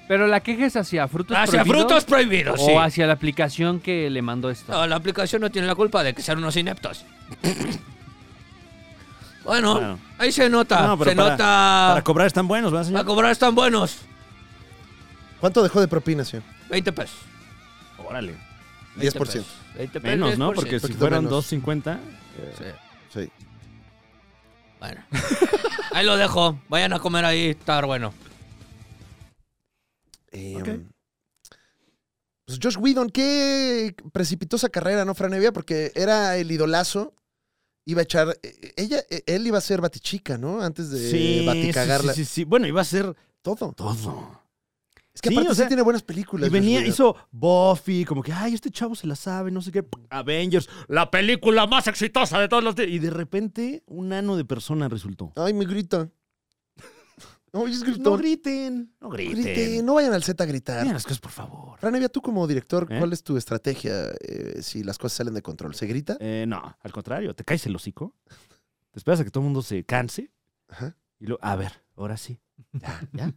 Speaker 3: Pero la queja es hacia frutos
Speaker 5: hacia
Speaker 3: prohibidos
Speaker 5: frutos
Speaker 2: Oh,
Speaker 5: prohibidos. sí.
Speaker 3: o hacia la aplicación que le mandó esto.
Speaker 5: No, la aplicación no tiene la culpa de que sean unos ineptos. bueno,
Speaker 2: Bueno.
Speaker 5: ahí se nota.
Speaker 2: No, pero
Speaker 5: se
Speaker 2: para,
Speaker 5: nota.
Speaker 2: para cobrar están buenos, ¿verdad,
Speaker 5: a
Speaker 2: señor?
Speaker 5: cobrar están buenos.
Speaker 1: ¿Cuánto dejó de propina, señor?
Speaker 5: 20 pesos.
Speaker 2: Órale.
Speaker 5: 20
Speaker 1: 10%.
Speaker 5: pesos, 20 pesos,
Speaker 2: Menos, ¿no?
Speaker 5: 10%.
Speaker 2: Porque si
Speaker 1: Poquito
Speaker 2: fueron
Speaker 1: menos.
Speaker 2: 2.50.
Speaker 5: Sí,
Speaker 1: Sí.
Speaker 5: bueno. Ahí lo dejo. Vayan a comer ahí, está bueno.
Speaker 1: Eh, Pues Josh Whedon, qué precipitosa carrera, ¿no, Franevia? Porque era el idolazo. Iba a echar. eh, Ella, eh, él iba a ser Batichica, ¿no? Antes de Baticagarla.
Speaker 2: sí, sí, sí. Bueno, iba a ser
Speaker 1: Todo.
Speaker 2: todo.
Speaker 1: Es que
Speaker 2: Sí,
Speaker 1: aparte
Speaker 2: o
Speaker 1: sí
Speaker 2: sea,
Speaker 1: tiene buenas películas.
Speaker 2: Y venía,
Speaker 1: Josh Whedon.
Speaker 2: hizo Buffy, como que, ay, este chavo se la sabe, no sé qué. Avengers, la película más exitosa de todos los días. Y de repente, un ano de persona resultó.
Speaker 1: Ay, me grita. No, es
Speaker 2: No
Speaker 1: gritón.
Speaker 2: griten, no griten.
Speaker 1: Grite, no vayan al set a gritar.
Speaker 2: Miren las cosas, por favor.
Speaker 1: Franevia, tú como director,
Speaker 2: ¿Eh?
Speaker 1: ¿cuál es tu estrategia eh, si las cosas salen de control? ¿Se grita?
Speaker 2: Eh, no, al contrario, te caes el hocico. Te esperas a que todo el mundo se canse.
Speaker 1: Ajá.
Speaker 2: Y luego, a ver, ahora sí. ¿Ya? ¿Ya?
Speaker 1: ¿Ya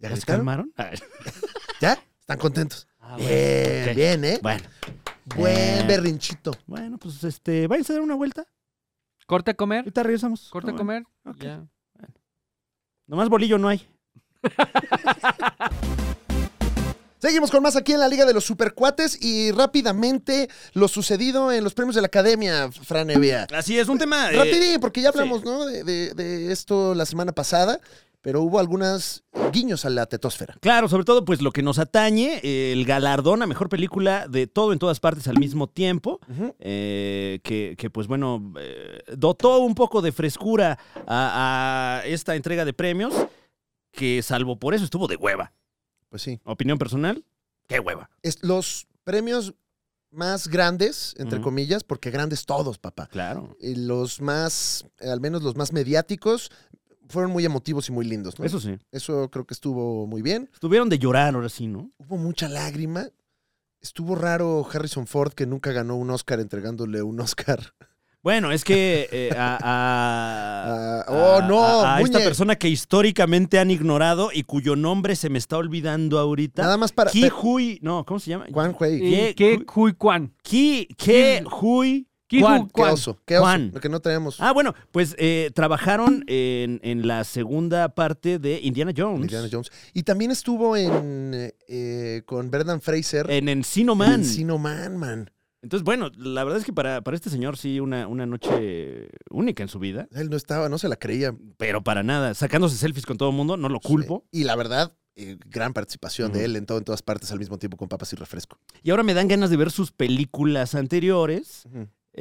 Speaker 2: ¿Ya se
Speaker 1: gritaron?
Speaker 2: calmaron? Ah,
Speaker 1: ¿Ya? ¿Están contentos?
Speaker 2: bueno,
Speaker 1: bien,
Speaker 2: ok.
Speaker 1: bien, ¿eh?
Speaker 2: Bueno,
Speaker 1: Buen
Speaker 2: Eh.
Speaker 1: berrinchito.
Speaker 2: bueno, pues este, váyanse a dar una vuelta.
Speaker 3: Corte a comer,
Speaker 2: Ahorita regresamos.
Speaker 3: corte a
Speaker 2: No,
Speaker 3: comer.
Speaker 2: bueno, ok.
Speaker 3: ya.
Speaker 2: Nomás bolillo no hay.
Speaker 1: Seguimos con más aquí en la Liga de los Supercuates y rápidamente lo sucedido en los premios de la Academia, Franevia.
Speaker 6: Así es, un tema. eh,
Speaker 1: Rapidín, porque ya hablamos, ¿no? De, de- de esto la semana pasada, pero hubo algunas guiños a la tetosfera.
Speaker 2: Claro, sobre todo, pues lo que nos atañe, eh, el galardón a mejor película de todo en todas partes al mismo tiempo.
Speaker 1: Ujú.
Speaker 2: eh, que, que, pues bueno, eh, dotó un poco de frescura a, a esta entrega de premios, que salvo por eso estuvo de hueva.
Speaker 1: Pues sí.
Speaker 2: Opinión personal, qué hueva.
Speaker 1: Es- los premios más grandes, entre
Speaker 2: Ujú.
Speaker 1: comillas, porque grandes todos, papá.
Speaker 2: Claro.
Speaker 1: Y eh, los más, eh, al menos los más mediáticos, fueron muy emotivos y muy lindos, ¿no?
Speaker 2: Eso sí.
Speaker 1: Eso creo que estuvo muy bien.
Speaker 2: Estuvieron de llorar ahora sí, ¿no?
Speaker 1: Hubo mucha lágrima. Estuvo raro Harrison Ford que nunca ganó un Oscar entregándole un Oscar.
Speaker 2: Bueno, es que eh, a, a-
Speaker 1: Ah,
Speaker 2: a-
Speaker 1: ¡Oh, no!
Speaker 2: a- a esta
Speaker 1: Muñe.
Speaker 2: persona que históricamente han ignorado y cuyo nombre se me está olvidando ahorita.
Speaker 1: Nada más para...
Speaker 2: Ki
Speaker 1: pero-
Speaker 2: Hui, no, ¿cómo se llama?
Speaker 1: Juan Huey.
Speaker 2: Y-
Speaker 3: ¿Y ¿Qué Kui Kwan?
Speaker 2: Ki Ke Hui
Speaker 3: Ki
Speaker 2: Kwan.
Speaker 3: Hu-
Speaker 1: Qué
Speaker 3: Juan.
Speaker 1: oso, qué oso.
Speaker 2: Juan.
Speaker 1: Lo que no tenemos.
Speaker 2: Ah, bueno, pues eh, trabajaron en, en la segunda parte de Indiana Jones.
Speaker 1: Indiana Jones. Y también estuvo en eh, eh, con Brendan Fraser.
Speaker 2: En Eh, Encino Man.
Speaker 1: Sino Man, man.
Speaker 2: Entonces, bueno, la verdad es que para, para este señor sí una, una noche única en su vida,
Speaker 1: Él no estaba, no se la creía.
Speaker 2: pero para nada. Sacándose selfies con todo el mundo, no lo culpo.
Speaker 1: Y la verdad, eh, gran participación de
Speaker 2: Ujú.
Speaker 1: él en, todo, en todas partes al mismo tiempo con papas y refresco.
Speaker 2: Y ahora me dan ganas de ver sus películas anteriores.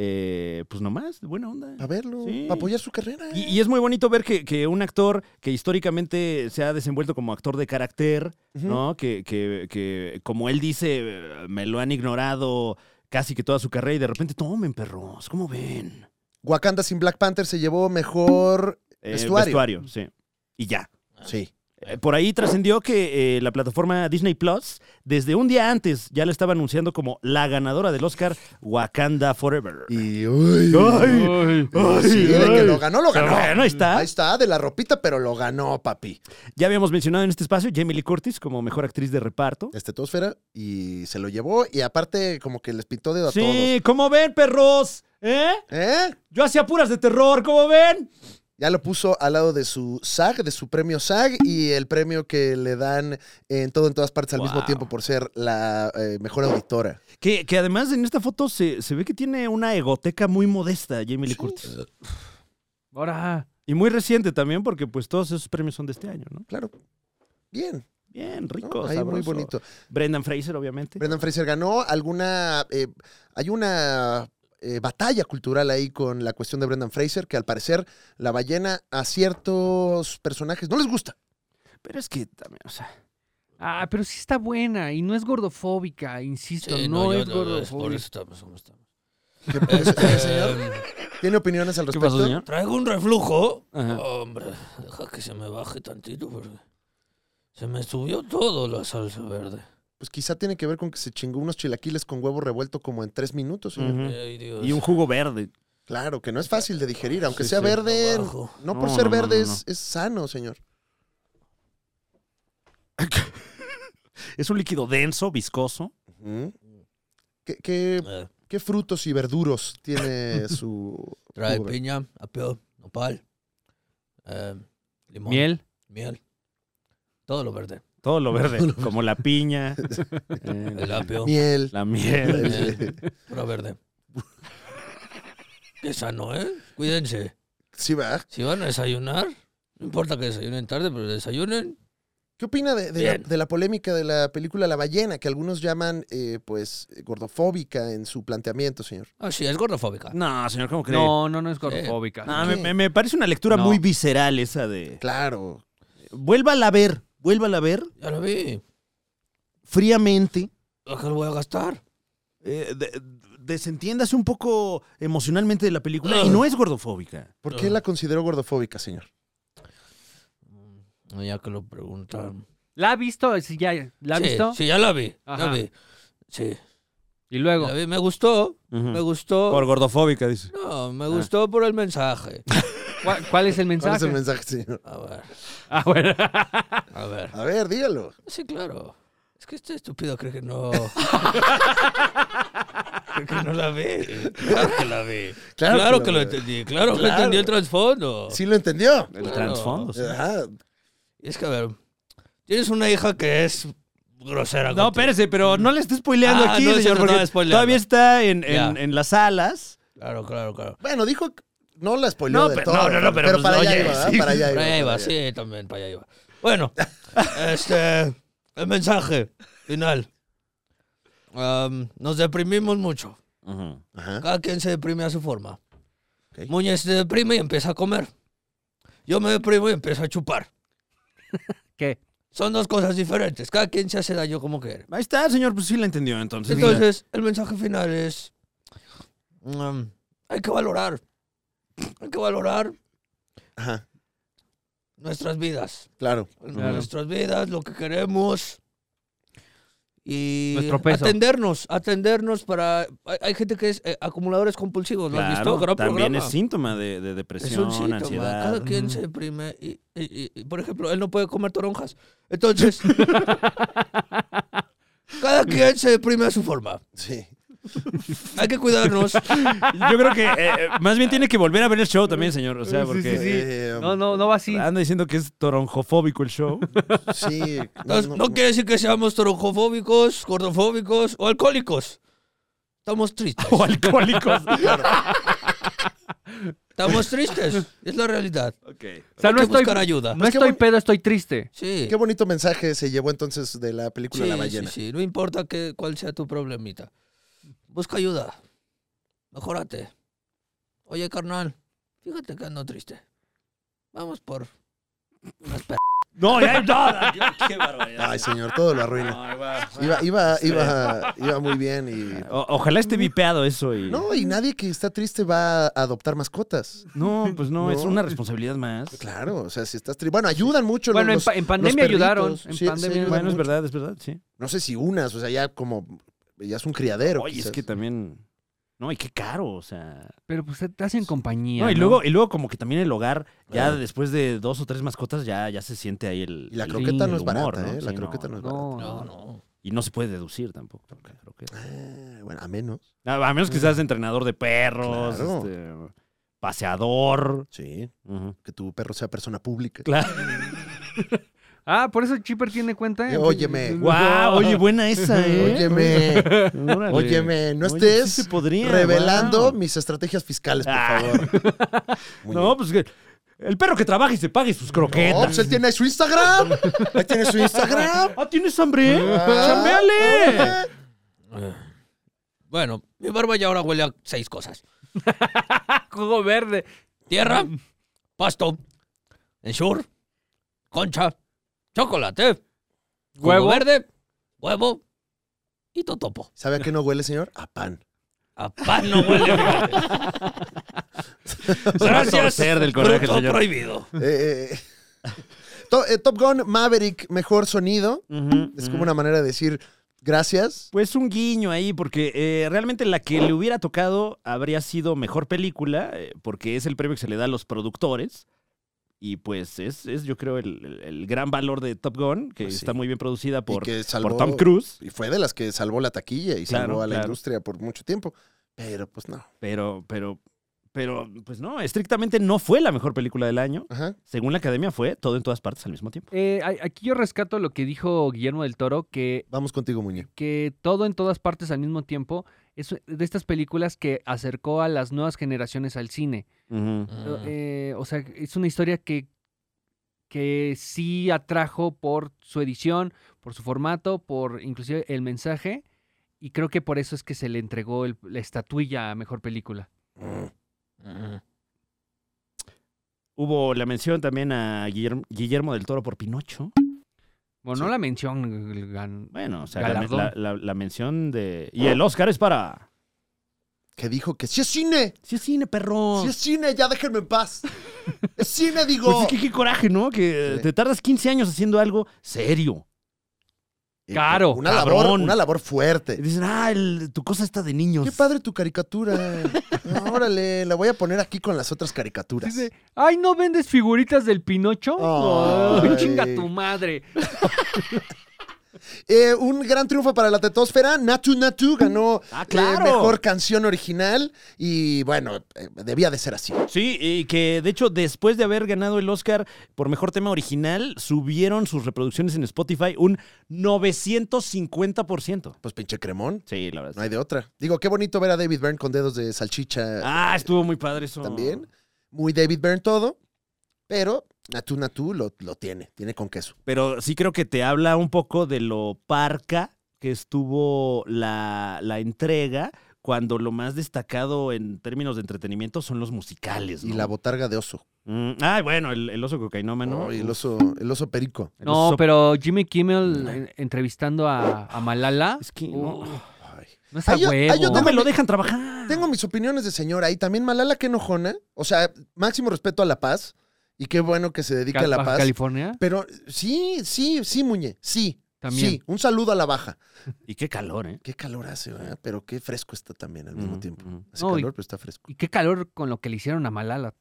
Speaker 2: Eh, pues nomás, de buena onda.
Speaker 1: A verlo,
Speaker 2: Sí.
Speaker 1: para apoyar su carrera. ¿eh?
Speaker 2: Y, y es muy bonito ver que, que un actor que históricamente se ha desenvuelto como actor de carácter,
Speaker 1: Ujú.
Speaker 2: ¿no? Que, que- que, como él dice, eh, me lo han ignorado casi que toda su carrera y de repente, tomen perros, ¿cómo ven?
Speaker 1: Wakanda sin Black Panther se llevó mejor.
Speaker 2: Eh,
Speaker 1: Vestuario.
Speaker 2: sí. Y ya.
Speaker 1: Sí.
Speaker 2: Eh, Por ahí trascendió que eh, la plataforma Disney Plus, desde un día antes, ya la estaba anunciando como la ganadora del Oscar Wakanda Forever.
Speaker 1: Y uy.
Speaker 2: Ay, ay,
Speaker 1: sí, de que
Speaker 2: ay.
Speaker 1: lo ganó, lo
Speaker 2: Pero
Speaker 1: ganó.
Speaker 2: bueno, ahí está.
Speaker 1: Ahí está, de la ropita, pero lo ganó, papi.
Speaker 2: Ya habíamos mencionado en este espacio Jamie Lee Curtis como mejor actriz de reparto.
Speaker 1: Estetosfera Este, y se lo llevó. Y aparte, como que les pintó dedo a todos.
Speaker 2: Sí, ¿cómo ven, perros? ¿Eh?
Speaker 1: ¿Eh?
Speaker 2: Yo hacía puras de terror, ¿cómo ven?
Speaker 1: Ya lo puso al lado de su SAG, de su premio SAG y el premio que le dan en todo en todas partes al mismo
Speaker 2: Wow.
Speaker 1: tiempo por ser la eh, mejor auditora.
Speaker 2: Que, que además en esta foto se, se ve que tiene una egoteca muy modesta Jamie Lee Curtis.
Speaker 3: Ahora.
Speaker 2: Y muy reciente también, porque pues todos esos premios son de este año, ¿no?
Speaker 1: Claro. Bien,
Speaker 2: Bien,
Speaker 1: ¿no?
Speaker 2: rico,
Speaker 1: ahí muy
Speaker 2: sabroso.
Speaker 1: bonito.
Speaker 2: Brendan Fraser, obviamente.
Speaker 1: Brendan Fraser ganó alguna eh, hay una eh, batalla cultural ahí con la cuestión de Brendan Fraser que al parecer la ballena a ciertos personajes no les gusta.
Speaker 2: Pero es que también, o sea...
Speaker 3: Ah, pero sí está buena y no es gordofóbica, insisto,
Speaker 5: Sí,
Speaker 3: no,
Speaker 5: yo-
Speaker 3: es
Speaker 5: yo- por
Speaker 3: gordofóbica.
Speaker 5: eso estamos como estamos.
Speaker 1: ¿Qué pasa,
Speaker 2: Este, um,
Speaker 1: señor? ¿Tiene opiniones al respecto?
Speaker 5: Traigo un reflujo.
Speaker 2: Ajá.
Speaker 5: Hombre, deja que se me baje tantito porque se me subió todo la salsa verde.
Speaker 1: Pues quizá tiene que ver con que se chingó unos chilaquiles con huevo revuelto como en tres minutos. señor.
Speaker 2: Ujú.
Speaker 5: Ay, Dios.
Speaker 2: Mm. Y un jugo verde.
Speaker 1: Claro, que no es fácil de digerir, aunque
Speaker 2: Sí,
Speaker 1: sea
Speaker 2: sí.
Speaker 1: verde.
Speaker 5: Abajo.
Speaker 1: No por
Speaker 2: No,
Speaker 1: ser
Speaker 2: no, no,
Speaker 1: verde
Speaker 2: no,
Speaker 1: Es, es sano, señor.
Speaker 2: Es un líquido denso, viscoso.
Speaker 1: ¿Qué, qué-
Speaker 5: Eh,
Speaker 1: qué frutos y verduros tiene su.
Speaker 5: trae
Speaker 1: jugo verde?
Speaker 5: piña, apio, nopal, eh, limón,
Speaker 3: Miel.
Speaker 5: miel. Todo lo verde.
Speaker 2: Todo lo verde, como la piña,
Speaker 5: El
Speaker 2: eh,
Speaker 5: apio,
Speaker 1: Miel.
Speaker 2: la miel.
Speaker 5: pura verde. Qué sano, ¿eh? Cuídense.
Speaker 1: sí, va.
Speaker 5: Si van a desayunar, No importa que desayunen tarde, pero desayunen.
Speaker 1: ¿Qué opina de, de la,
Speaker 5: Bien.
Speaker 1: de la polémica de la película La ballena, que algunos llaman, eh, pues, gordofóbica en su planteamiento, señor?
Speaker 5: Ah, sí, es gordofóbica.
Speaker 2: No, señor, ¿cómo cree?
Speaker 3: No, no, no es gordofóbica.
Speaker 2: No,
Speaker 1: ¿qué?
Speaker 2: me, me- me parece una lectura
Speaker 3: No.
Speaker 2: muy visceral esa de.
Speaker 1: Claro.
Speaker 2: Vuélvala a ver, vuélvala a ver
Speaker 5: Ya lo vi.
Speaker 2: fríamente.
Speaker 5: ¿A qué lo voy a gastar?
Speaker 2: eh, de- desentiéndase un poco emocionalmente de la película. Y
Speaker 5: Ugh.
Speaker 2: no es gordofóbica.
Speaker 1: ¿Por qué
Speaker 5: Ah.
Speaker 1: la consideró gordofóbica, señor?
Speaker 5: No, Mm, ya que lo preguntan.
Speaker 3: ¿La ha visto? Sí, ya, ¿La ha
Speaker 5: Sí,
Speaker 3: visto?
Speaker 5: Sí, ya la vi.
Speaker 3: Ajá.
Speaker 5: La vi. Sí.
Speaker 3: Y luego. Mm.
Speaker 5: La vi. Me gustó. Me gustó.
Speaker 2: Por gordofóbica, dice.
Speaker 5: No,
Speaker 3: Ah.
Speaker 5: me gustó por el mensaje.
Speaker 3: ¿Cuál, cuál es el
Speaker 1: ¿Cuál
Speaker 3: mensaje?
Speaker 1: es el mensaje, señor?
Speaker 5: A ver,
Speaker 3: Ah, bueno.
Speaker 5: a ver.
Speaker 1: A ver, dígalo.
Speaker 5: Sí, claro. Es que este estúpido cree que no. cree que no la ve. Claro que la ve.
Speaker 1: Claro
Speaker 5: Claro,
Speaker 1: que
Speaker 5: que,
Speaker 1: la
Speaker 5: lo
Speaker 1: ve.
Speaker 5: entendí. Claro, que
Speaker 1: Claro.
Speaker 5: entendí el trasfondo.
Speaker 1: Sí lo entendió.
Speaker 2: El
Speaker 5: Claro.
Speaker 2: trasfondo, sí.
Speaker 1: Ajá.
Speaker 5: Es que, a ver, tienes una hija que es grosera.
Speaker 2: No,
Speaker 5: contigo.
Speaker 2: espérese, pero no le esté spoileando
Speaker 5: Ah,
Speaker 2: aquí,
Speaker 5: no, eso
Speaker 2: señor,
Speaker 5: no
Speaker 2: porque
Speaker 5: estaba spoileando.
Speaker 2: todavía está en, en-
Speaker 5: Ya.
Speaker 2: en las salas.
Speaker 5: Claro, claro, claro.
Speaker 1: Bueno, dijo que no la spoileó
Speaker 5: No,
Speaker 1: del
Speaker 5: pero-
Speaker 1: todo.
Speaker 5: no, no, no, pero pues,
Speaker 1: para allá
Speaker 5: oye,
Speaker 1: iba, ¿verdad?
Speaker 5: sí,
Speaker 1: para allá iba.
Speaker 5: Para allá iba,
Speaker 1: para allá.
Speaker 5: sí, también, para allá iba. Bueno, este, el mensaje final. Am, nos deprimimos mucho.
Speaker 1: Ajá.
Speaker 5: Cada quien se deprime a su forma.
Speaker 1: Ok.
Speaker 5: Muñez se deprime y empieza a comer. Yo me deprimo y empiezo a chupar.
Speaker 3: ¿Qué?
Speaker 5: Son dos cosas diferentes. Cada quien se hace daño como quiere.
Speaker 2: Ahí está, señor, pues sí la entendió entonces.
Speaker 5: Entonces, el mensaje final es: am, hay que valorar. Hay que valorar
Speaker 1: Ajá.
Speaker 5: nuestras vidas.
Speaker 1: Claro.
Speaker 3: Claro.
Speaker 5: nuestras vidas, lo que queremos. Y
Speaker 3: Nuestro peso.
Speaker 5: atendernos, atendernos para... Hay, hay gente que es eh, acumuladores compulsivos, ¿lo has visto?
Speaker 2: Claro,
Speaker 5: Gran
Speaker 2: también
Speaker 5: programa.
Speaker 2: es síntoma de, de
Speaker 5: Es
Speaker 2: depresión,
Speaker 5: un síntoma. Ah,
Speaker 2: ansiedad.
Speaker 5: Cada quien se deprime. Y, y- y- y, por ejemplo, él no puede comer toronjas. Entonces, cada quien se deprime a su forma.
Speaker 1: Sí.
Speaker 5: Hay que cuidarnos.
Speaker 2: Yo creo que eh, eh, más bien tiene que volver a ver el show también, señor. O sea,
Speaker 3: Sí,
Speaker 2: porque
Speaker 3: sí, sí.
Speaker 1: Eh,
Speaker 3: No, no, no va así.
Speaker 2: anda diciendo que es toronjofóbico el show.
Speaker 1: Sí.
Speaker 5: No, no quiere decir que seamos toronjofóbicos, gordofóbicos o alcohólicos. Estamos tristes.
Speaker 2: o alcohólicos.
Speaker 5: Estamos tristes. Es la realidad.
Speaker 3: O sea,
Speaker 5: Hay
Speaker 3: no
Speaker 5: que
Speaker 3: estoy,
Speaker 5: buscar ayuda.
Speaker 3: no
Speaker 1: Es que
Speaker 3: estoy
Speaker 1: voy-
Speaker 3: pedo, estoy triste.
Speaker 5: Sí.
Speaker 1: Qué bonito mensaje se llevó entonces de la película
Speaker 5: sí,
Speaker 1: La ballena.
Speaker 5: sí, sí. No importa que, cuál sea tu problemita. Busca ayuda. Mejórate. Oye, carnal, fíjate que ando triste. Vamos por unas per-
Speaker 2: No, ya, no. Qué barbaridad.
Speaker 1: Ay, señor, todo lo arruina.
Speaker 2: Ay, wow.
Speaker 1: Iba, iba, iba, iba muy bien y.
Speaker 2: O- ojalá esté vipeado eso y...
Speaker 1: No, y nadie que está triste va a adoptar mascotas.
Speaker 2: No, pues no, es
Speaker 1: No.
Speaker 2: una responsabilidad más.
Speaker 1: Claro, o sea, si estás triste. Bueno, ayudan mucho
Speaker 3: Bueno, en
Speaker 1: los,
Speaker 3: pa- en pandemia
Speaker 1: perritos.
Speaker 3: ayudaron, en
Speaker 1: Sí,
Speaker 3: pandemia
Speaker 1: sí, ayudan
Speaker 2: Bueno, es
Speaker 1: mucho.
Speaker 2: verdad, es verdad, sí.
Speaker 1: No sé si unas, o sea, ya como. Ya es un criadero.
Speaker 2: Oye, es
Speaker 1: quizás.
Speaker 2: que también... No, y qué caro, o sea...
Speaker 3: Pero pues te hacen compañía.
Speaker 2: No, y
Speaker 3: ¿no?
Speaker 2: luego, y luego como que también el hogar, ya
Speaker 1: Claro.
Speaker 2: después de dos o tres mascotas, ya, ya se siente ahí el...
Speaker 1: Y la
Speaker 2: el-
Speaker 1: croqueta
Speaker 2: el
Speaker 1: no es
Speaker 2: humor,
Speaker 1: barata,
Speaker 2: ¿no?
Speaker 1: ¿eh? La
Speaker 2: Sí,
Speaker 1: croqueta no, es barata.
Speaker 3: No, no,
Speaker 5: No, no.
Speaker 2: Y no se puede deducir tampoco. la croqueta.
Speaker 1: Ah, bueno, a menos.
Speaker 2: A, a menos que seas entrenador de perros,
Speaker 1: Mm. Claro.
Speaker 2: este, paseador.
Speaker 1: Sí,
Speaker 2: Ujú.
Speaker 1: que tu perro sea persona pública.
Speaker 2: Claro.
Speaker 3: Ah, por eso Chipper tiene cuenta.
Speaker 1: Eh, óyeme.
Speaker 2: Guau, oye, buena esa, ¿eh?
Speaker 1: Óyeme,
Speaker 2: Órale.
Speaker 1: óyeme, no
Speaker 2: Oye,
Speaker 1: estés
Speaker 2: sí se podría,
Speaker 1: revelando
Speaker 2: guau.
Speaker 1: mis estrategias fiscales, por
Speaker 2: Ah.
Speaker 1: favor. Muy
Speaker 2: No, pues que el perro que trabaja y se pague sus
Speaker 1: bien. No, pues
Speaker 2: croquetas.
Speaker 1: él tiene su Instagram. Él tiene su Instagram.
Speaker 2: Ah, ¿tienes hambre?
Speaker 1: Ah,
Speaker 2: ¡Chambeale!
Speaker 1: órale.
Speaker 5: Bueno, mi barba ya ahora huele a seis cosas.
Speaker 3: Jugo verde.
Speaker 5: Tierra, pasto, ensure, concha, chocolate, jugo
Speaker 3: Huevo.
Speaker 5: verde, huevo y totopo.
Speaker 1: ¿Sabe a qué no huele, señor? A pan.
Speaker 5: A pan no huele. fíjate. Gracias.
Speaker 2: torcer del coraje,
Speaker 5: fruto
Speaker 2: señor.
Speaker 5: prohibido.
Speaker 1: Eh, eh, To- eh, Top Gun Maverick, mejor sonido.
Speaker 2: Ujú,
Speaker 1: Es
Speaker 2: ujú.
Speaker 1: como una manera de decir gracias.
Speaker 2: Pues un guiño ahí, porque eh, realmente la que le hubiera tocado habría sido mejor película, eh, porque es el premio que se le da a los productores. Y pues es, es, yo creo, el, el- el gran valor de Top Gun, que
Speaker 1: Pues sí.
Speaker 2: está muy bien producida por,
Speaker 1: que
Speaker 2: por
Speaker 1: salvó-
Speaker 2: Tom Cruise.
Speaker 1: Y fue de las que salvó la taquilla y
Speaker 2: Claro,
Speaker 1: salvó a la
Speaker 2: claro.
Speaker 1: industria por mucho tiempo. Pero pues no.
Speaker 2: Pero, pero, pero, pues no, estrictamente no fue la mejor película del año.
Speaker 1: Ajá.
Speaker 2: Según la academia, fue todo en todas partes al mismo tiempo.
Speaker 3: Eh, a- aquí yo rescato lo que dijo Guillermo del Toro, que,
Speaker 1: Vamos contigo, Muñe.
Speaker 3: que todo en todas partes al mismo tiempo es de estas películas que acercó a
Speaker 5: Ah.
Speaker 3: las nuevas generaciones al cine.
Speaker 2: Ujú.
Speaker 3: Eh, o sea, es una historia que que sí atrajo por su edición, por su formato, por inclusive el mensaje. Y creo que por eso es que se le entregó el- la estatuilla a Mejor Película.
Speaker 2: Hubo la mención también a Guillerm- Guillermo del Toro por Pinocho.
Speaker 3: Bueno, no la mención gan-
Speaker 2: Bueno, o sea, la,
Speaker 3: Galardón.
Speaker 2: la- la- la mención de... Y el Oscar es para...
Speaker 1: Que dijo que sí es cine.
Speaker 2: Sí es cine, perro.
Speaker 1: Sí es cine, ya déjenme en paz. es cine, digo.
Speaker 2: Pues es que qué coraje, ¿no? Que
Speaker 1: Sí.
Speaker 2: te tardas 15 años haciendo algo serio.
Speaker 1: Eh,
Speaker 3: caro,
Speaker 1: Una labor,
Speaker 2: cabrón.
Speaker 1: una labor fuerte.
Speaker 2: Y dicen, ah, el- tu cosa está de niños.
Speaker 1: Eh. Qué padre tu caricatura. Ah, Órale, la voy a poner aquí con las otras caricaturas.
Speaker 3: Dice, ay, ¿no vendes figuritas del Pinocho?
Speaker 1: Ay.
Speaker 3: Ay, chinga tu madre.
Speaker 1: Eh, un gran triunfo para la tetósfera. Natu Natu ganó
Speaker 2: Ah,
Speaker 1: eh,
Speaker 2: claro.
Speaker 1: mejor canción original. Y bueno, eh, debía de ser así.
Speaker 2: Sí, y que de hecho después de haber ganado el Oscar por mejor tema original, subieron sus reproducciones en Spotify un 950%.
Speaker 1: Pues pinche cremón. pues,
Speaker 2: Sí, la verdad.
Speaker 1: No hay de otra. Digo, qué bonito ver a David Byrne con dedos de salchicha
Speaker 2: Ah, estuvo muy padre eso.
Speaker 1: también. Muy David Byrne todo. Pero Natu Natu lo, lo tiene. Tiene con queso.
Speaker 2: Pero sí creo que te habla un poco de lo parca que estuvo la, la entrega cuando lo más destacado en términos de entretenimiento son los musicales.
Speaker 1: Y
Speaker 2: Pues ¿no?
Speaker 1: la botarga de oso.
Speaker 2: Mm, ay, bueno, el, el oso cocainómano.
Speaker 1: Ay, el, oso, el oso perico.
Speaker 2: El
Speaker 3: No,
Speaker 2: oso-
Speaker 3: pero Jimmy Kimmel en- entrevistando a, a Malala.
Speaker 2: Es que no,
Speaker 3: Uy,
Speaker 1: Ay.
Speaker 3: no es a
Speaker 1: Hay o- hay
Speaker 3: huevo.
Speaker 2: no
Speaker 1: otra-
Speaker 2: me lo dejan trabajar.
Speaker 1: Tengo mis opiniones de señora y también Malala que enojona. O sea, máximo respeto a la paz. Y qué bueno que se dedica
Speaker 3: Ca-
Speaker 1: a la
Speaker 3: Baja
Speaker 1: paz.
Speaker 3: California
Speaker 1: Pero sí, sí, sí, Muñe, sí.
Speaker 3: también.
Speaker 1: Sí, un saludo a la baja.
Speaker 2: Y qué calor, ¿eh? Mm,
Speaker 1: Qué calor hace, ¿verdad? pero qué fresco está también al mismo
Speaker 2: Ujú,
Speaker 1: tiempo.
Speaker 2: ujú.
Speaker 1: Hace
Speaker 3: No, y-
Speaker 1: calor, pero está fresco.
Speaker 3: Y qué calor con lo que le hicieron a Malala. O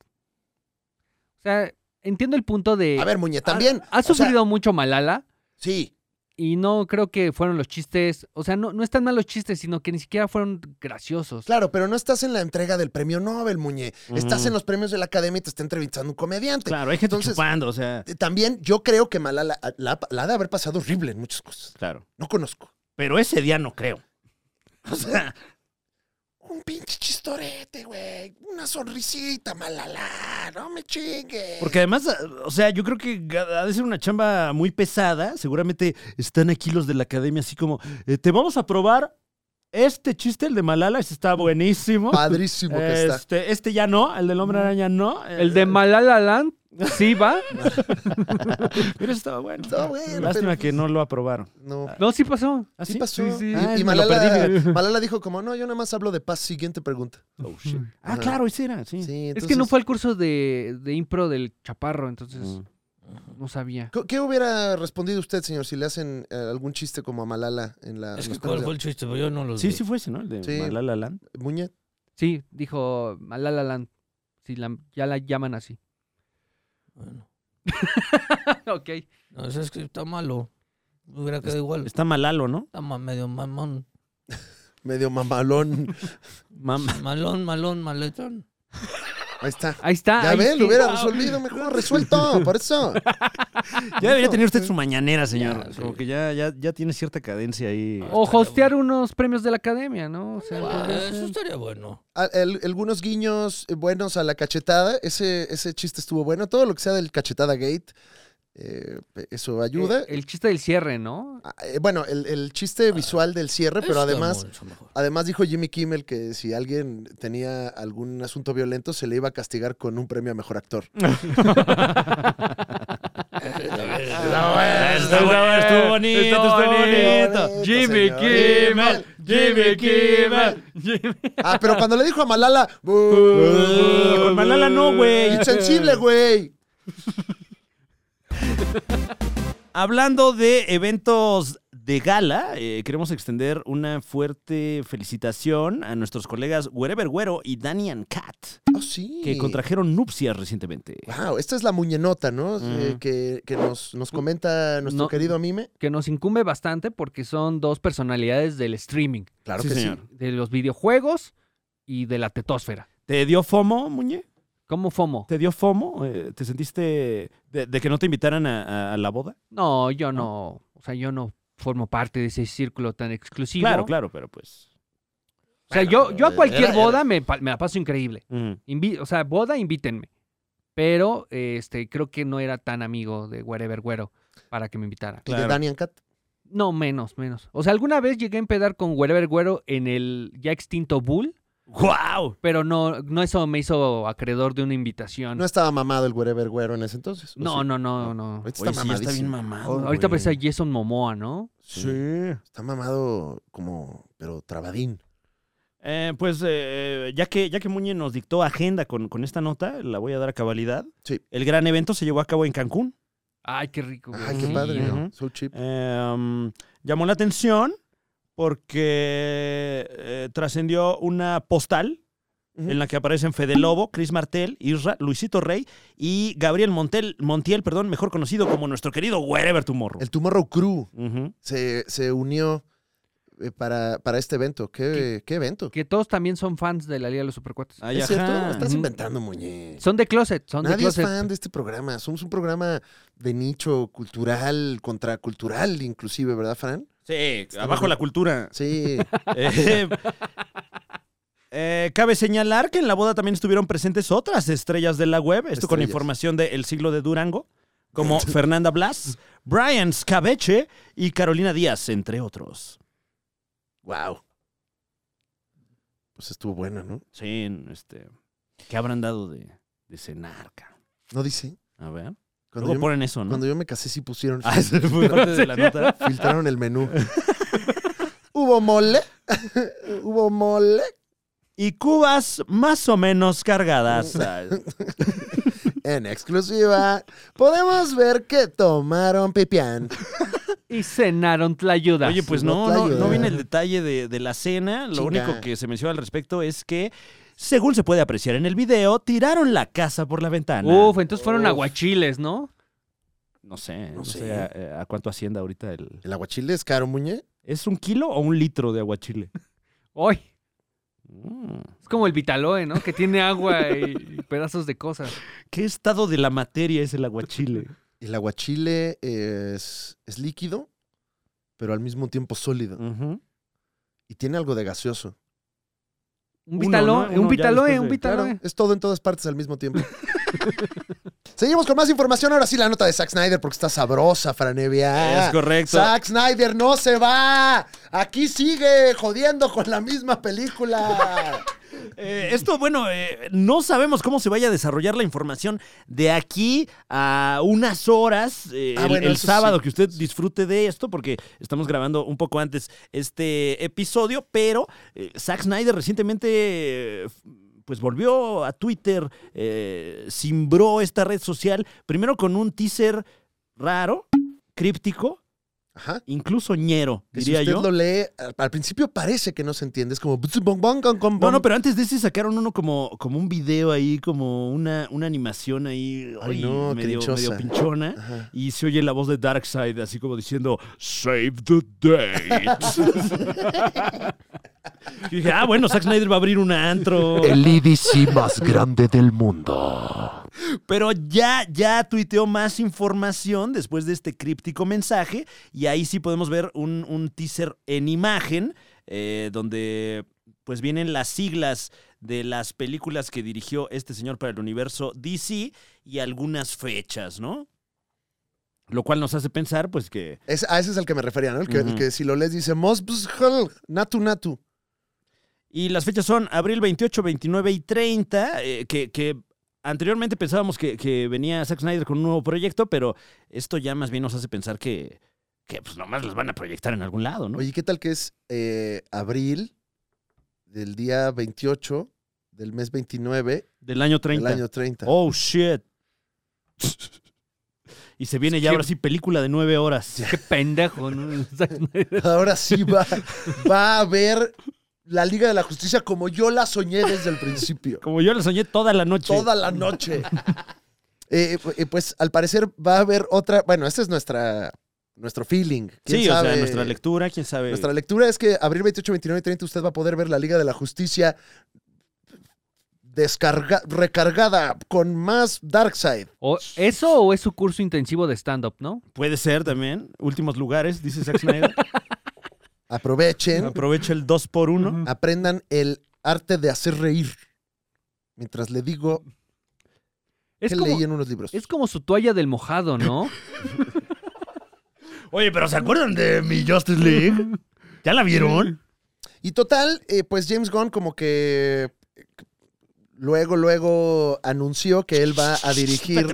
Speaker 3: sea, entiendo el punto de...
Speaker 1: A ver, Muñe, también.
Speaker 3: Ha, ha
Speaker 1: o sea,
Speaker 3: sufrido mucho Malala
Speaker 1: sí,
Speaker 3: y no creo que fueron los chistes... O sea, no, no están mal los chistes, sino que ni siquiera fueron graciosos.
Speaker 1: claro, pero no estás en la entrega del premio Nobel, Muñe. Estás
Speaker 2: Ujú.
Speaker 1: en los premios de la academia y te está entrevistando un comediante.
Speaker 2: Claro, hay gente
Speaker 1: Entonces-
Speaker 2: chupando, o sea.
Speaker 1: Eh, También yo creo que Malala la, la ha de haber pasado horrible en muchas cosas.
Speaker 2: Claro.
Speaker 1: No conozco.
Speaker 2: Pero ese día no creo. O sea,
Speaker 1: Un pinche chistorete, güey. Una sonrisita, Malala. No me chingues.
Speaker 2: porque además, o sea, yo creo que ha de ser una chamba muy pesada. Seguramente están aquí los de la academia así como, eh, te vamos a probar este chiste, el de Malala, ese está buenísimo.
Speaker 1: Padrísimo que está.
Speaker 2: Este, este ya no, el del hombre araña no. Eh,
Speaker 3: El de Malala Land, sí va.
Speaker 2: Mira, ese estaba bueno.
Speaker 1: Está bueno,
Speaker 2: Lástima
Speaker 1: pero-
Speaker 2: que no lo aprobaron.
Speaker 1: No.
Speaker 3: No, sí pasó.
Speaker 2: ¿Ah,
Speaker 1: sí, pasó.
Speaker 3: Sí, sí.
Speaker 1: Y-
Speaker 2: Ah,
Speaker 1: y
Speaker 2: me lo perdí,
Speaker 1: Malala,
Speaker 2: fíjate.
Speaker 1: Malala dijo como, no, yo nada más hablo de paz. Siguiente pregunta.
Speaker 2: Oh, shit. Ah,
Speaker 1: Ajá.
Speaker 2: claro, ese era, sí.
Speaker 1: Sí,
Speaker 3: es que no
Speaker 1: entonces,
Speaker 3: fue el curso de, de impro del chaparro, entonces
Speaker 2: Mm.
Speaker 3: no sabía.
Speaker 1: ¿qué- ¿Qué hubiera respondido usted, señor, si le hacen eh, algún chiste como a Malala en la...
Speaker 5: Es
Speaker 1: en
Speaker 5: que
Speaker 1: los
Speaker 5: cuál
Speaker 1: premios
Speaker 5: fue el chiste, pero yo no lo
Speaker 2: Ah, Sí,
Speaker 5: vi.
Speaker 2: sí fue ese, ¿no? El de
Speaker 1: Sí.
Speaker 2: Malala Land.
Speaker 1: de- Muñe?
Speaker 3: Sí, dijo Malala Land. Sí, la- ya la llaman así.
Speaker 5: Bueno,
Speaker 3: ok.
Speaker 5: no, eso es que está malo. Me hubiera quedado igual.
Speaker 2: Está Malalo, ¿no?
Speaker 5: Está ma- medio mamón.
Speaker 1: Medio mamalón.
Speaker 2: Mam-
Speaker 5: Malón, malón, maletón.
Speaker 1: Ahí está.
Speaker 3: Ahí está.
Speaker 1: Ya
Speaker 3: ahí
Speaker 1: ven,
Speaker 3: sí.
Speaker 1: lo hubiera
Speaker 3: Ah,
Speaker 1: resolvido mejor, resuelto, por eso.
Speaker 2: Ya debería tener usted su mañanera, señor.
Speaker 5: Ya, sí.
Speaker 2: Como que ya, ya, ya tiene cierta cadencia ahí.
Speaker 5: Ah.
Speaker 3: O hostear unos premios de la academia, ¿no? O sea, eh,
Speaker 5: Ah,
Speaker 3: podría
Speaker 5: eso
Speaker 3: ser.
Speaker 5: estaría bueno.
Speaker 1: A- el- algunos guiños eh, buenos a la cachetada, ese, ese chiste estuvo bueno. Todo lo que sea del cachetada gate, eh, eso ayuda.
Speaker 3: Eh, El chiste del cierre, ¿no?
Speaker 1: Ah, eh, bueno, el, el
Speaker 5: Ah,
Speaker 1: chiste visual del cierre, pero
Speaker 5: Está
Speaker 1: además
Speaker 5: mucho mejor.
Speaker 1: Además dijo Jimmy Kimmel que si alguien tenía algún asunto violento se le iba a castigar con un premio a mejor actor.
Speaker 2: Ah, está bueno, estuvo bonito, estuvo bonito.
Speaker 3: Jimmy
Speaker 1: señor.
Speaker 3: Kimmel, Jimmy Kimmel. Jimmy-
Speaker 1: Ah, pero cuando le dijo a Malala, "Bu,
Speaker 2: Uh, Con Malala no, güey.
Speaker 1: insensible, güey.
Speaker 2: Hablando de eventos de gala, eh, queremos extender una fuerte felicitación a nuestros colegas Wherever Güero y Danian Cat,
Speaker 1: Oh, sí.
Speaker 2: que contrajeron nupcias recientemente.
Speaker 1: Wow, esta es la muñenota, ¿no? Eh,
Speaker 2: Mm.
Speaker 1: que que nos, nos comenta nuestro
Speaker 3: No.
Speaker 1: querido Mime.
Speaker 3: Que nos incumbe bastante porque son dos personalidades del streaming,
Speaker 1: Claro
Speaker 2: Sí,
Speaker 1: que
Speaker 2: señor.
Speaker 3: de los videojuegos y de la tetósfera.
Speaker 2: ¿Te dio FOMO, Muñe?
Speaker 3: ¿Cómo FOMO?
Speaker 2: ¿Te dio FOMO? Eh, ¿Te sentiste de, de que no te invitaran a, a- a la boda?
Speaker 3: No, yo no. O sea, yo no formo parte de ese círculo tan exclusivo.
Speaker 2: Claro, claro, pero pues...
Speaker 3: O sea, yo, yo a
Speaker 1: Era-
Speaker 3: cualquier
Speaker 1: era-
Speaker 3: boda me, pa- me la paso increíble.
Speaker 2: mm.
Speaker 3: Invi- o sea, boda, invítenme. Pero este, creo que no era tan amigo de Wherever Güero para que me invitara.
Speaker 1: ¿Y de
Speaker 2: Claro.
Speaker 1: Daniel Cat?
Speaker 3: No, menos, menos. O sea, alguna vez llegué a empedar con Wherever Güero en el ya extinto Bull,
Speaker 2: ¡Wow!
Speaker 3: pero no, no eso me hizo acreedor de una invitación.
Speaker 1: No
Speaker 3: No,
Speaker 1: estaba mamado el Wherever Güero en ese entonces. ¿o
Speaker 3: no,
Speaker 1: sí?
Speaker 3: no, no, no.
Speaker 1: Ahorita
Speaker 2: Oye,
Speaker 1: está
Speaker 2: sí, ya está bien
Speaker 1: mamadísimo.
Speaker 2: mamado.
Speaker 3: Ahorita pues,
Speaker 2: güey.
Speaker 3: parece a Jason Momoa, ¿no?
Speaker 2: Sí.
Speaker 1: Está mamado como, pero trabadín.
Speaker 2: Eh, pues eh, ya, que, ya que Muñe nos dictó agenda con, con esta nota, la voy a dar a cabalidad.
Speaker 1: Sí.
Speaker 2: El gran evento se llevó a cabo en Cancún.
Speaker 3: Ay, qué rico. güey.
Speaker 1: Ay, qué
Speaker 3: Sí,
Speaker 1: padre,
Speaker 3: ¿no?
Speaker 1: ¿no? So cheap.
Speaker 2: Eh, um, llamó la atención porque eh, trascendió una postal
Speaker 1: Ujú.
Speaker 2: en la que aparecen Fede Lobo, Chris Martel, Isra, Luisito Rey y Gabriel Montel, Montiel, perdón, mejor conocido como nuestro querido Wherever Tomorrow.
Speaker 1: El Tomorrow Crew
Speaker 2: Ujú.
Speaker 1: se, se unió eh, para, para este evento. ¿Qué, qué evento?
Speaker 3: Que todos también son fans de la Liga de los Supercuates.
Speaker 2: Ay,
Speaker 1: ¿Es cierto?
Speaker 2: ajá.
Speaker 1: Estás
Speaker 3: Ujú.
Speaker 1: inventando, Muñe.
Speaker 3: Son de closet, son de
Speaker 1: Nadie es
Speaker 3: closet.
Speaker 1: fan de este programa. Somos un programa de nicho, cultural, contracultural, inclusive, ¿verdad, Fran?
Speaker 2: Sí, abajo la cultura.
Speaker 1: Sí.
Speaker 2: Eh, eh, cabe señalar que en la boda también estuvieron presentes otras estrellas de la web, esto con
Speaker 1: Estrellas.
Speaker 2: información de El siglo de Durango, como Fernanda Blas, Brian Scabeche y Carolina Díaz, entre otros.
Speaker 1: wow. Pues estuvo buena, ¿no?
Speaker 2: Sí, en este, ¿qué habrán dado de, de cenar, cabrón?
Speaker 1: ¿No dice?
Speaker 2: A ver.
Speaker 1: Cuando,
Speaker 2: Luego
Speaker 1: yo,
Speaker 2: ponen eso, ¿no?
Speaker 1: cuando yo me casé sí pusieron,
Speaker 2: Ah, esa fue parte de la nota.
Speaker 1: filtraron el menú. ¿Hubo mole? ¿Hubo mole?
Speaker 2: Y cubas más o menos cargadas.
Speaker 1: En exclusiva, podemos ver que tomaron pipián.
Speaker 3: Y cenaron Tlayudas.
Speaker 2: Oye, pues
Speaker 1: no
Speaker 2: no, no,
Speaker 1: playo,
Speaker 2: no
Speaker 1: ¿eh?
Speaker 2: viene el detalle de, de la cena. Lo
Speaker 1: Chinga.
Speaker 2: único que se menciona al respecto es que, según se puede apreciar en el video, tiraron la casa por la ventana.
Speaker 3: Uf, entonces fueron
Speaker 2: Uf.
Speaker 3: aguachiles, ¿no?
Speaker 2: No sé, no,
Speaker 1: sé.
Speaker 2: sé a, eh, a cuánto hacienda ahorita el...
Speaker 1: ¿El aguachile es caro, Muñe?
Speaker 2: ¿Es un kilo o un litro de aguachile?
Speaker 3: Hoy.
Speaker 2: Mm.
Speaker 3: Es como el Vitaloe, ¿no? Que tiene agua y pedazos de cosas.
Speaker 2: ¿Qué estado de la materia es el aguachile?
Speaker 1: El aguachile es, es líquido, pero al mismo tiempo sólido.
Speaker 2: Ujú.
Speaker 1: Y tiene algo de gaseoso.
Speaker 3: Un
Speaker 2: Uno,
Speaker 3: Vitaloe,
Speaker 2: ¿no? Uno
Speaker 3: un
Speaker 2: ya
Speaker 3: Vitaloe,
Speaker 2: después de-
Speaker 3: un
Speaker 1: Claro,
Speaker 3: Vitaloe.
Speaker 1: es todo en todas partes al mismo tiempo. Seguimos con más información. Ahora sí, la nota de Zack Snyder, porque está sabrosa, Franevia.
Speaker 2: es correcto.
Speaker 1: Zack Snyder no se va. Aquí sigue jodiendo con la misma película.
Speaker 2: Eh, esto, bueno, eh, no sabemos cómo se vaya a desarrollar la información de aquí a unas horas, eh,
Speaker 1: Ah,
Speaker 2: el,
Speaker 1: bueno,
Speaker 2: el
Speaker 1: eso
Speaker 2: sábado,
Speaker 1: sí.
Speaker 2: que usted disfrute de esto, porque estamos grabando un poco antes este episodio, pero eh, Zack Snyder recientemente... eh, pues volvió a Twitter, eh, cimbró esta red social, primero con un teaser raro, críptico,
Speaker 1: Ajá.
Speaker 2: incluso ñero,
Speaker 1: Que si
Speaker 2: diría
Speaker 1: usted
Speaker 2: yo.
Speaker 1: lo lee, al, al principio parece que no se entiende. Es como.
Speaker 2: No,
Speaker 1: No,
Speaker 2: no, pero antes de ese sacaron uno como, como un video ahí, como una, una animación ahí
Speaker 1: Ay,
Speaker 2: ay,
Speaker 1: no,
Speaker 2: medio,
Speaker 1: crinchosa.
Speaker 2: medio pinchona. Y se oye la voz de Darkseid así como diciendo, Save the date. y dije, ah, bueno, Zack Snyder va a abrir un antro.
Speaker 7: El IDC más grande del mundo.
Speaker 2: Pero ya, ya tuiteó más información después de este críptico mensaje. Y ahí sí podemos ver un, un teaser en imagen, eh, donde pues vienen las siglas de las películas que dirigió este señor para el universo DC y algunas fechas, ¿no? Lo cual nos hace pensar, pues, que.
Speaker 1: Es, a ese es al que me refería, ¿no? El que, el
Speaker 2: Ujú.
Speaker 1: que si lo lees dice. "Mos bus jol, Natu Natu.
Speaker 2: Y las fechas son abril 28, 29 y 30, eh, que, que anteriormente pensábamos que, que venía Zack Snyder con un nuevo proyecto, pero esto ya más bien nos hace pensar que, que pues nomás los van a proyectar en algún lado, ¿no?
Speaker 1: Oye, ¿qué tal que es eh, abril del día 28 del mes 29
Speaker 2: Del año 30.
Speaker 1: del año 30?
Speaker 2: Oh, shit. y se viene ya ahora sí película de nueve horas.
Speaker 3: Qué pendejo, ¿no? Zack Snyder.
Speaker 1: Ahora sí va, va a haber la Liga de la Justicia como yo la soñé desde el principio.
Speaker 2: Como yo la soñé toda la noche.
Speaker 1: Toda la noche. Eh, pu- eh, pues al parecer va a haber otra. Bueno, este es nuestra, nuestro feeling. ¿Quién
Speaker 2: Sí, o sea,
Speaker 1: sabe?
Speaker 2: nuestra lectura, quién sabe.
Speaker 1: Nuestra lectura es que abril 28, 29 y 30 usted va a poder ver la Liga de la Justicia descarga, recargada con más Darkseid.
Speaker 3: O- ¿Eso o es su curso intensivo de stand-up, no?
Speaker 2: Puede ser también. Últimos lugares, dice Zack Snyder.
Speaker 1: Aprovechen,
Speaker 2: Aprovecha el 2 por 1
Speaker 1: aprendan el arte de hacer reír. Mientras le digo que
Speaker 3: Es como,
Speaker 1: leí en unos libros.
Speaker 3: es como su toalla del mojado, ¿no?
Speaker 2: Oye, pero ¿se acuerdan de mi Justice League? ¿Ya la vieron?
Speaker 1: Y total, eh, pues James Gunn como que eh, luego, luego anunció que él va a dirigir...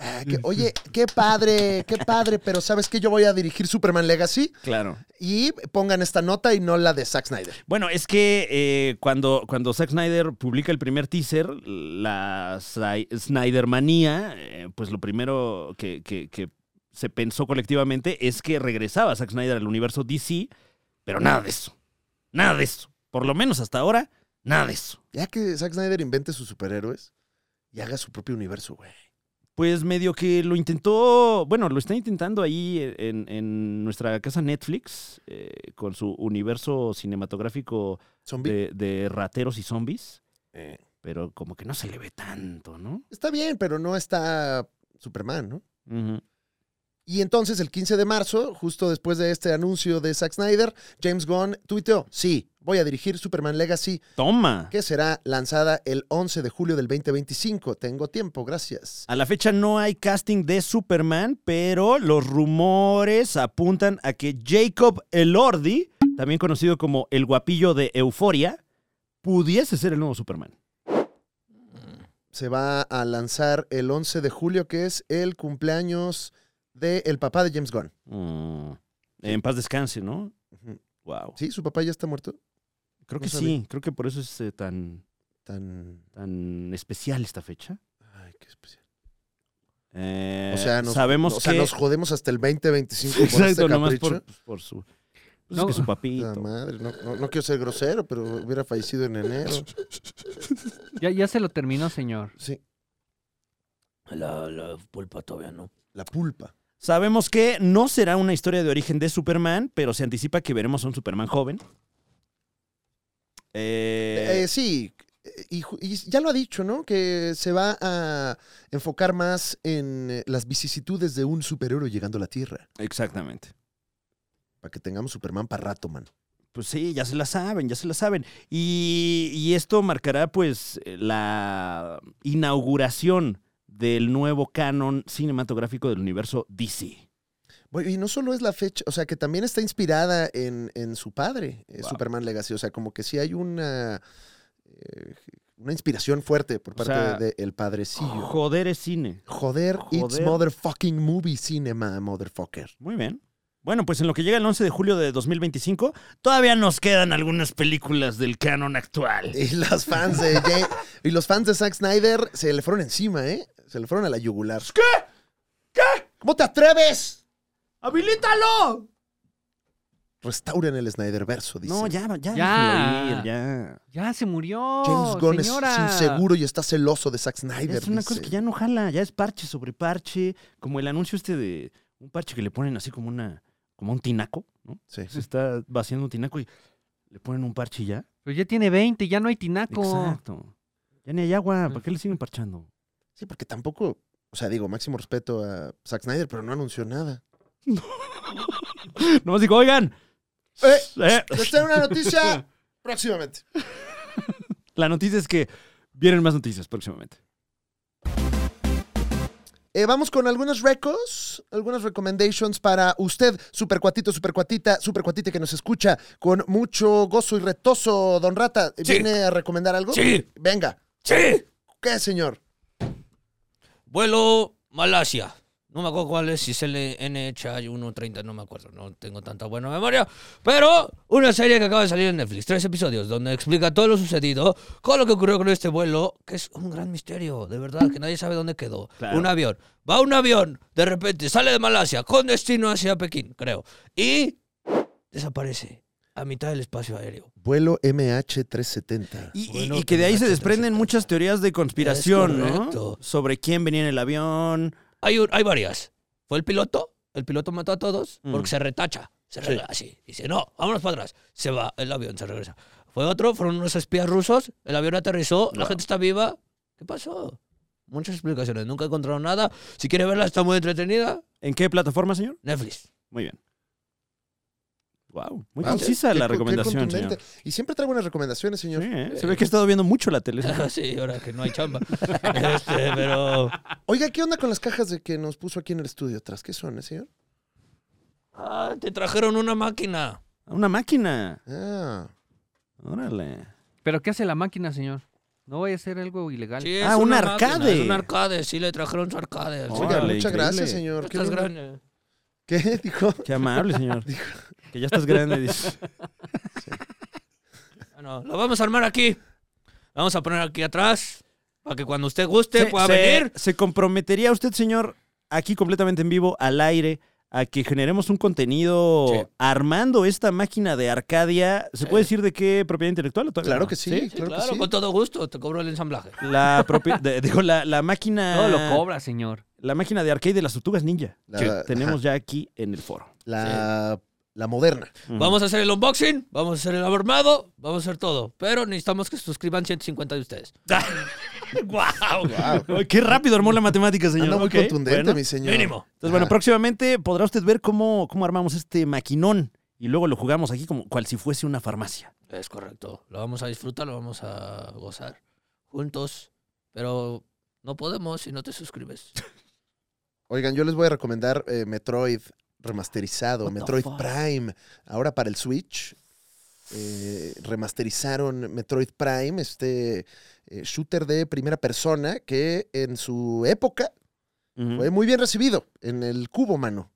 Speaker 1: Ah, que, Oye, qué padre, qué padre, pero ¿sabes qué? Yo voy a dirigir Superman Legacy
Speaker 2: Claro.
Speaker 1: y pongan esta nota y no la de Zack Snyder.
Speaker 2: Bueno, es que eh, cuando, cuando Zack Snyder publica el primer teaser, la Sny- Snydermanía, eh, pues lo primero que, que- que se pensó colectivamente es que regresaba Zack Snyder al universo DC, pero nada de eso. Nada de eso. Por lo menos hasta ahora, nada de eso.
Speaker 1: Ya que Zack Snyder invente sus superhéroes y haga su propio universo, güey.
Speaker 2: Pues medio que lo intentó, bueno, lo está intentando ahí en, en nuestra casa Netflix, eh, con su universo cinematográfico
Speaker 1: Zombie.
Speaker 2: de, de rateros y zombies,
Speaker 1: Eh,
Speaker 2: pero como que no se le ve tanto, ¿no?
Speaker 1: Está bien, pero no está Superman, ¿no?
Speaker 2: Ujú.
Speaker 1: Y entonces el 15 de marzo, justo después de este anuncio de Zack Snyder, James Gunn tuiteó, sí, voy a dirigir Superman Legacy,
Speaker 2: Toma.
Speaker 1: que será lanzada el 11 de julio del 2025. Tengo tiempo, gracias.
Speaker 2: A la fecha no hay casting de Superman, pero los rumores apuntan a que Jacob Elordi, también conocido como el guapillo de Euforia, pudiese ser el nuevo Superman.
Speaker 1: Se va a lanzar el 11 de julio, que es el cumpleaños del papá de James Gunn.
Speaker 2: Mm. En paz descanse, ¿no?
Speaker 1: Ujú.
Speaker 2: Wow.
Speaker 1: ¿Sí? ¿Su papá ya está muerto?
Speaker 2: Creo
Speaker 1: No
Speaker 2: que
Speaker 1: sabía.
Speaker 2: sí, creo que por eso es eh, tan,
Speaker 1: Tan...
Speaker 2: tan especial esta fecha.
Speaker 1: Ay, qué especial.
Speaker 2: Eh,
Speaker 1: O sea, nos,
Speaker 2: sabemos
Speaker 1: o sea,
Speaker 2: que...
Speaker 1: nos jodemos hasta el 2025 con este
Speaker 2: Exacto, nomás
Speaker 1: capricho.
Speaker 2: por, por su... pues
Speaker 3: No.
Speaker 2: es que su
Speaker 1: Puta
Speaker 2: papito.
Speaker 1: madre, no, no- no quiero ser grosero, pero hubiera fallecido en enero.
Speaker 3: Ya, ya se lo terminó, señor.
Speaker 1: Sí,
Speaker 5: La, la pulpa todavía no.
Speaker 1: la pulpa.
Speaker 2: Sabemos que no será una historia de origen de Superman, pero se anticipa que veremos a un Superman joven. Eh,
Speaker 1: Eh, sí, eh, y, ju- y ya lo ha dicho, ¿no? Que se va a enfocar más en eh, las vicisitudes de un superhéroe llegando a la Tierra.
Speaker 2: exactamente.
Speaker 1: Para que tengamos Superman para rato, man.
Speaker 2: Pues sí, ya se la saben, ya se la saben. Y, y esto marcará pues eh, la inauguración del nuevo canon cinematográfico del universo DC.
Speaker 1: Bueno, y no solo es la fecha, o sea, que también está inspirada en, en su padre, eh,
Speaker 2: Wow.
Speaker 1: Superman Legacy. O sea, como que sí hay una, eh, una inspiración fuerte por
Speaker 2: O
Speaker 1: parte
Speaker 2: sea,
Speaker 1: del padrecillo.
Speaker 2: Joder es cine.
Speaker 1: Joder, it's
Speaker 2: Joder.
Speaker 1: motherfucking movie cinema, motherfucker.
Speaker 2: Muy bien. Bueno, pues en lo que llega el 11 de julio de 2025, todavía nos quedan algunas películas del canon actual.
Speaker 1: Y los fans de Ja- y los fans de Zack Snyder se le fueron encima, ¿eh? Se le fueron a la yugular. ¿Qué? ¿Qué? ¿Cómo te atreves?
Speaker 2: ¡Habilítalo!
Speaker 1: Restauren el Snyder verso, dice.
Speaker 2: No, ya, ya,
Speaker 3: Ya.
Speaker 2: déjenlo ir, ya.
Speaker 3: Ya se murió.
Speaker 1: James Gunn
Speaker 3: señora.
Speaker 1: es inseguro y está celoso de Zack Snyder.
Speaker 2: Es una cosa
Speaker 1: dice.
Speaker 2: que ya no jala, ya es parche sobre parche, como el anuncio este de un parche que le ponen así como una, como un tinaco, ¿no?
Speaker 1: Sí.
Speaker 2: Se está vaciando un tinaco y le ponen un parche y ya.
Speaker 3: Pero Pues ya tiene 20, ya no hay tinaco.
Speaker 2: Exacto. Ya ni hay agua, ¿para qué le siguen parchando?
Speaker 1: Sí, porque tampoco. O sea, digo, máximo respeto a Zack Snyder, pero no anunció nada.
Speaker 2: Nomás digo, oigan,
Speaker 1: Eh,
Speaker 2: eh,
Speaker 1: les tengo una noticia próximamente.
Speaker 2: la noticia es que vienen más noticias próximamente.
Speaker 1: Eh, vamos con algunos recos, algunas recommendations para usted, supercuatito, supercuatita, supercuatita que nos escucha con mucho gozo y retoso, don Rata. ¿Viene a recomendar algo?
Speaker 5: Sí,
Speaker 1: Venga.
Speaker 5: sí.
Speaker 1: ¿Qué, señor?
Speaker 5: Vuelo Malasia. No me acuerdo cuál es, si es el NH130, no me acuerdo, no tengo tanta buena memoria. Pero una serie que acaba de salir en Netflix, tres episodios, donde explica todo lo sucedido, con lo que ocurrió con este vuelo, que es un gran misterio, de verdad, que nadie sabe dónde quedó.
Speaker 2: Claro.
Speaker 5: Un avión, va un avión, de repente sale de Malasia, con destino hacia Pekín, creo, y desaparece a mitad del espacio aéreo.
Speaker 1: Vuelo MH370.
Speaker 2: Y, y-
Speaker 5: Bueno,
Speaker 2: y que de ahí se
Speaker 5: pues,
Speaker 2: desprenden
Speaker 5: etcétera.
Speaker 2: muchas teorías de conspiración,
Speaker 5: Es
Speaker 2: ¿no?
Speaker 5: correcto.
Speaker 2: Sobre quién venía en el avión.
Speaker 5: Hay, un- hay varias. Fue el piloto, el piloto mató a todos
Speaker 2: Mm.
Speaker 5: porque se retacha. Se rega así. Dice, no, vámonos para atrás. Se va, el avión se regresa. Fue otro, fueron unos espías rusos, el avión aterrizó, la gente está viva. ¿Qué pasó? Muchas explicaciones, nunca encontraron nada. Si quiere verla, está muy entretenida.
Speaker 2: ¿En qué plataforma, señor?
Speaker 5: Netflix.
Speaker 2: Muy bien. Wow, muy
Speaker 1: Ah,
Speaker 2: concisa
Speaker 1: qué
Speaker 2: la
Speaker 1: co- qué
Speaker 2: recomendación, señor.
Speaker 1: contundente. Y siempre trae buenas recomendaciones, señor.
Speaker 2: Sí, ¿eh? Se ve que he estado viendo mucho la tele. señor.
Speaker 5: Ah, sí, ahora que no hay chamba. Este, pero.
Speaker 1: Oiga, ¿qué onda con las cajas de que nos puso aquí en el estudio atrás? ¿Qué son, eh, señor?
Speaker 5: Ah, te trajeron una máquina.
Speaker 2: Una máquina.
Speaker 1: Ah.
Speaker 2: Órale.
Speaker 3: ¿Pero qué hace la máquina, señor? No vaya a ser algo ilegal.
Speaker 5: Sí, es
Speaker 2: Ah, un
Speaker 5: una máquina,
Speaker 2: arcade.
Speaker 5: Es un arcade, sí, le trajeron su arcade.
Speaker 2: Oh,
Speaker 5: Sí.
Speaker 1: Oiga,
Speaker 2: Órale,
Speaker 1: muchas
Speaker 2: increíble.
Speaker 1: gracias, señor. Qué
Speaker 5: Estás
Speaker 1: lindo.
Speaker 5: grande.
Speaker 1: ¿Qué dijo?
Speaker 2: Qué amable, señor. que ya estás grande. dice.
Speaker 5: Bueno, lo vamos a armar aquí. Lo vamos a poner aquí atrás. Para que cuando usted guste
Speaker 2: Se-
Speaker 5: pueda
Speaker 2: se-
Speaker 5: venir.
Speaker 2: ¿Se comprometería usted, señor, aquí completamente en vivo, al aire, a que generemos un contenido
Speaker 5: Sí.
Speaker 2: armando esta máquina de Arcadia? ¿Se puede decir de qué propiedad intelectual? o todavía
Speaker 1: Eh. Claro
Speaker 2: no?
Speaker 1: que sí,
Speaker 5: Sí,
Speaker 1: claro,
Speaker 5: claro,
Speaker 1: que sí.
Speaker 5: con todo gusto. Te cobro el ensamblaje.
Speaker 2: La propi- de- digo, la, la máquina.
Speaker 3: No lo cobra, señor.
Speaker 2: La máquina de arcade de las tortugas ninja.
Speaker 1: La-
Speaker 2: que
Speaker 1: ajá.
Speaker 2: tenemos ya aquí en el foro.
Speaker 1: La, la moderna.
Speaker 2: Ujú.
Speaker 5: Vamos a hacer el unboxing, vamos a hacer el armado, vamos a hacer todo. Pero necesitamos que se suscriban 150 de ustedes. ¡Wow!
Speaker 1: Wow.
Speaker 2: Ay, Qué rápido armó la matemática, señor.
Speaker 1: Ah, Anda muy
Speaker 2: Ok,
Speaker 1: contundente,
Speaker 2: bueno.
Speaker 1: mi señor.
Speaker 5: Mínimo.
Speaker 2: Entonces, bueno,
Speaker 1: Ajá.
Speaker 2: próximamente podrá usted ver cómo, cómo armamos este maquinón y luego lo jugamos aquí como cual si fuese una farmacia.
Speaker 5: Es correcto. Lo vamos a disfrutar, lo vamos a gozar. Juntos. Pero no podemos si no te suscribes.
Speaker 1: Oigan, yo les voy a recomendar eh, Metroid remasterizado, Metroid Prime. Ahora para el Switch. eh, remasterizaron Metroid Prime, este eh, shooter de primera persona que en su época fue muy bien recibido en el cubo, mano.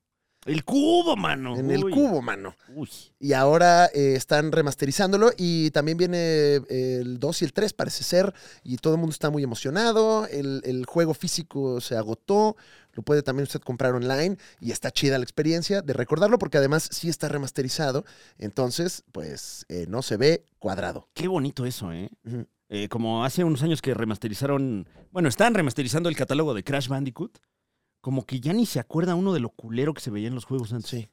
Speaker 2: El cubo, mano.
Speaker 1: En el
Speaker 2: Uy.
Speaker 1: cubo, mano.
Speaker 2: Uy.
Speaker 1: Y ahora eh, están remasterizándolo y también viene eh, el 2 y el 3, parece ser, y todo el mundo está muy emocionado. El, el juego físico se agotó, lo puede también usted comprar online y está chida la experiencia de recordarlo porque además sí está remasterizado, entonces pues eh, no se ve cuadrado.
Speaker 2: Qué bonito eso, ¿eh?
Speaker 1: Ujú.
Speaker 2: Eh, Como hace unos años que remasterizaron, bueno, están remasterizando el catálogo de Crash Bandicoot. Como que ya ni se acuerda uno de lo culero que se veía en los juegos antes.
Speaker 1: Sí.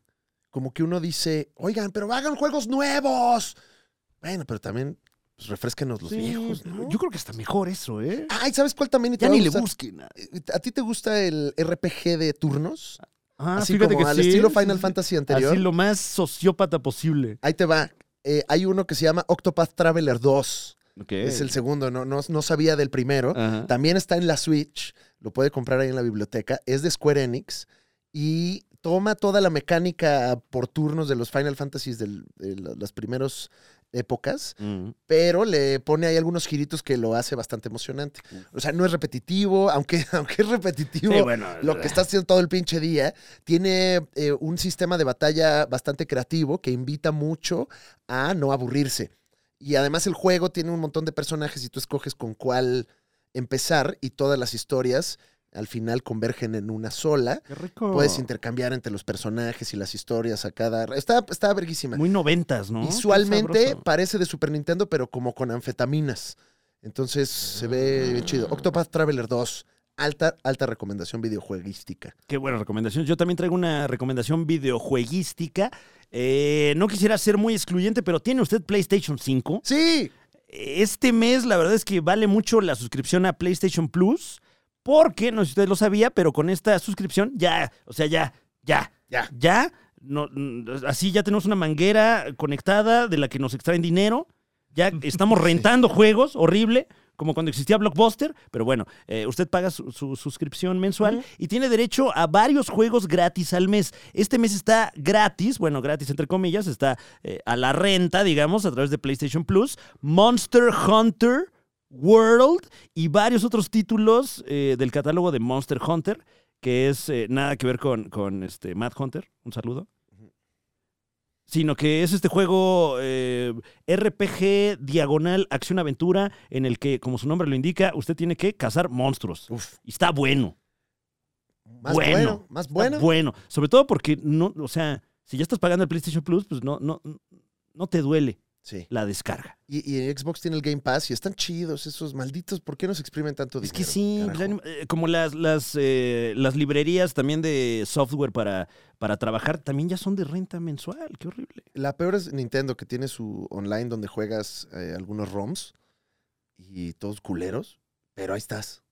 Speaker 1: Como que uno dice, oigan, pero hagan juegos nuevos. Bueno, pero también pues, refresquenos los
Speaker 2: Sí,
Speaker 1: viejos, ¿no?
Speaker 2: Yo creo que está mejor eso, ¿eh?
Speaker 1: Ay, ¿sabes cuál también? te
Speaker 2: ya
Speaker 1: va a
Speaker 2: ni le
Speaker 1: gustar?
Speaker 2: busquen.
Speaker 1: ¿A ti te gusta el RPG de turnos?
Speaker 2: Ah,
Speaker 1: así
Speaker 2: fíjate
Speaker 1: como
Speaker 2: que
Speaker 1: al
Speaker 2: sí.
Speaker 1: estilo Final Fantasy anterior.
Speaker 2: Así lo más sociópata posible.
Speaker 1: Ahí te va. Eh, hay uno que se llama Octopath Traveler 2.
Speaker 2: Ok. Ah.
Speaker 1: Es el segundo, no, no, no sabía del primero.
Speaker 2: Ajá.
Speaker 1: También está en la Switch, lo puede comprar ahí en la biblioteca. Es de Square Enix y toma toda la mecánica por turnos de los Final Fantasies del- de la- las primeras épocas,
Speaker 2: Mm.
Speaker 1: pero le pone ahí algunos giritos que lo hace bastante emocionante. O sea, no es repetitivo, aunque, aunque es repetitivo
Speaker 2: Sí, bueno,
Speaker 1: lo que está haciendo todo el pinche día, tiene eh, un sistema de batalla bastante creativo que invita mucho a no aburrirse. Y además el juego tiene un montón de personajes y tú escoges con cuál empezar y todas las historias al final convergen en una sola.
Speaker 2: Qué rico.
Speaker 1: Puedes intercambiar entre los personajes y las historias a cada... Está, está verguísima.
Speaker 2: Muy noventas, ¿no? Qué
Speaker 1: Visualmente
Speaker 2: sabroso.
Speaker 1: parece de Super Nintendo, pero como con anfetaminas. Entonces se ve bien chido. Octopath Traveler 2. Alta, alta recomendación videojueguística.
Speaker 2: Qué buena recomendación. Yo también traigo una recomendación videojueguística. Eh, no quisiera ser muy excluyente, pero ¿tiene usted PlayStation 5?
Speaker 1: ¡Sí!
Speaker 2: Este mes, la verdad es que vale mucho la suscripción a PlayStation Plus, porque no sé si usted lo sabía, pero con esta suscripción ya, o sea, ya, ya,
Speaker 1: Ya.
Speaker 2: ya, no, mm, así ya tenemos una manguera conectada de la que nos extraen dinero. Ya estamos rentando juegos, horrible, como cuando existía Blockbuster, pero bueno, eh, usted paga su, su suscripción mensual y tiene derecho a varios juegos gratis al mes. Este mes está gratis, bueno, gratis entre comillas, está eh, a la renta, digamos, a través de PlayStation Plus, Monster Hunter World y varios otros títulos eh, del catálogo de Monster Hunter, que es eh, nada que ver con, con este, Mad Hunter, un saludo. Sino que es este juego eh, RPG diagonal acción-aventura en el que, como su nombre lo indica, usted tiene que cazar monstruos.
Speaker 1: Uf.
Speaker 2: Y está bueno.
Speaker 1: Más
Speaker 2: Bueno.
Speaker 1: bueno, más
Speaker 2: Está
Speaker 1: bueno.
Speaker 2: bueno. Sobre todo porque, no, o sea, si ya estás pagando el PlayStation Plus, pues no, no, no te duele
Speaker 1: Sí.
Speaker 2: la descarga.
Speaker 1: Y, y Xbox tiene el Game Pass y están chidos esos malditos. ¿Por qué nos exprimen tanto
Speaker 2: Es
Speaker 1: dinero?
Speaker 2: que sí,
Speaker 1: carajo?
Speaker 2: pues, anima- eh, como las, las, eh, las librerías también de software para, para trabajar, también ya son de renta mensual. Qué horrible.
Speaker 1: La peor es Nintendo, que tiene su online donde
Speaker 2: Ah.
Speaker 1: juegas eh, algunos ROMs y todos culeros, pero ahí estás.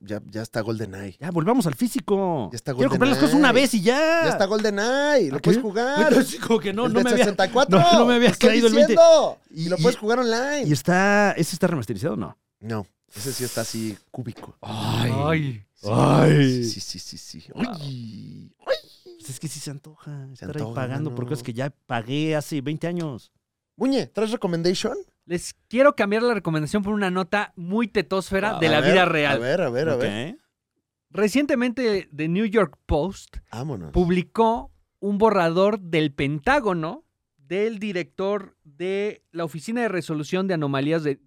Speaker 1: Ya, ya está GoldenEye.
Speaker 2: Ya, volvamos al físico.
Speaker 1: Ya está
Speaker 2: Quiero comprar las cosas una
Speaker 1: GoldenEye.
Speaker 2: vez y ya.
Speaker 1: Ya está GoldenEye, lo
Speaker 2: ¿Ah,
Speaker 1: puedes
Speaker 2: qué?
Speaker 1: jugar.
Speaker 2: Ay, sí, como que no,
Speaker 1: el
Speaker 2: no
Speaker 1: de
Speaker 2: me había-
Speaker 1: 64.
Speaker 2: no, no me había
Speaker 1: te estoy
Speaker 2: caído el 20.
Speaker 1: diciendo.
Speaker 2: Y-
Speaker 1: Y lo
Speaker 2: y-
Speaker 1: puedes jugar online.
Speaker 2: Y está. ¿Ese está remasterizado o no?
Speaker 1: No, ese sí está así cúbico.
Speaker 2: Ay.
Speaker 3: Ay.
Speaker 1: Sí,
Speaker 2: Ay.
Speaker 1: Sí, sí, sí, sí. Uy.
Speaker 2: Pues es que sí se antoja. estar ahí
Speaker 1: antoja,
Speaker 2: pagando por
Speaker 1: mano.
Speaker 2: cosas que ya pagué hace 20 años.
Speaker 1: Muñe, ¿traes recommendation?
Speaker 3: Les quiero cambiar la recomendación por una nota muy tetósfera
Speaker 2: A
Speaker 3: de la
Speaker 1: ver,
Speaker 3: vida
Speaker 1: Ah, A
Speaker 3: real.
Speaker 1: ver, a ver, a ver.
Speaker 2: Ok.
Speaker 3: Recientemente, The New York Post
Speaker 1: Vámonos.
Speaker 3: publicó un borrador del Pentágono del director de la Oficina de Resolución de Anomalías de...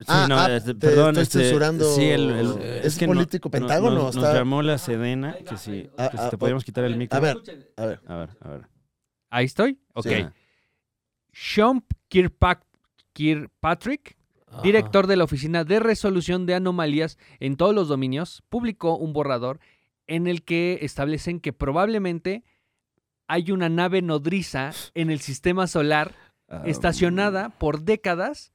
Speaker 2: Sí,
Speaker 1: Ah, ah,
Speaker 2: este,
Speaker 1: te estoy censurando.
Speaker 2: Sí, el, el-
Speaker 1: ¿Es
Speaker 2: que no-
Speaker 1: político
Speaker 2: no-
Speaker 1: pentágono o
Speaker 2: Nos, nos
Speaker 1: está?
Speaker 2: llamó la Sedena que si,
Speaker 1: Ah,
Speaker 2: que si
Speaker 1: ah,
Speaker 2: te
Speaker 1: oh.
Speaker 2: podíamos quitar el micro.
Speaker 1: A ver, a ver.
Speaker 2: A ver, a ver.
Speaker 3: Ahí estoy. Ok.
Speaker 1: Sí.
Speaker 3: Sean Kirkpa- Kirkpatrick, director de la Oficina de Resolución de Anomalías en todos los dominios, publicó un borrador en el que establecen que probablemente hay una nave nodriza en el sistema solar
Speaker 1: Ah,
Speaker 2: Ah, mm. Um,
Speaker 3: estacionada por décadas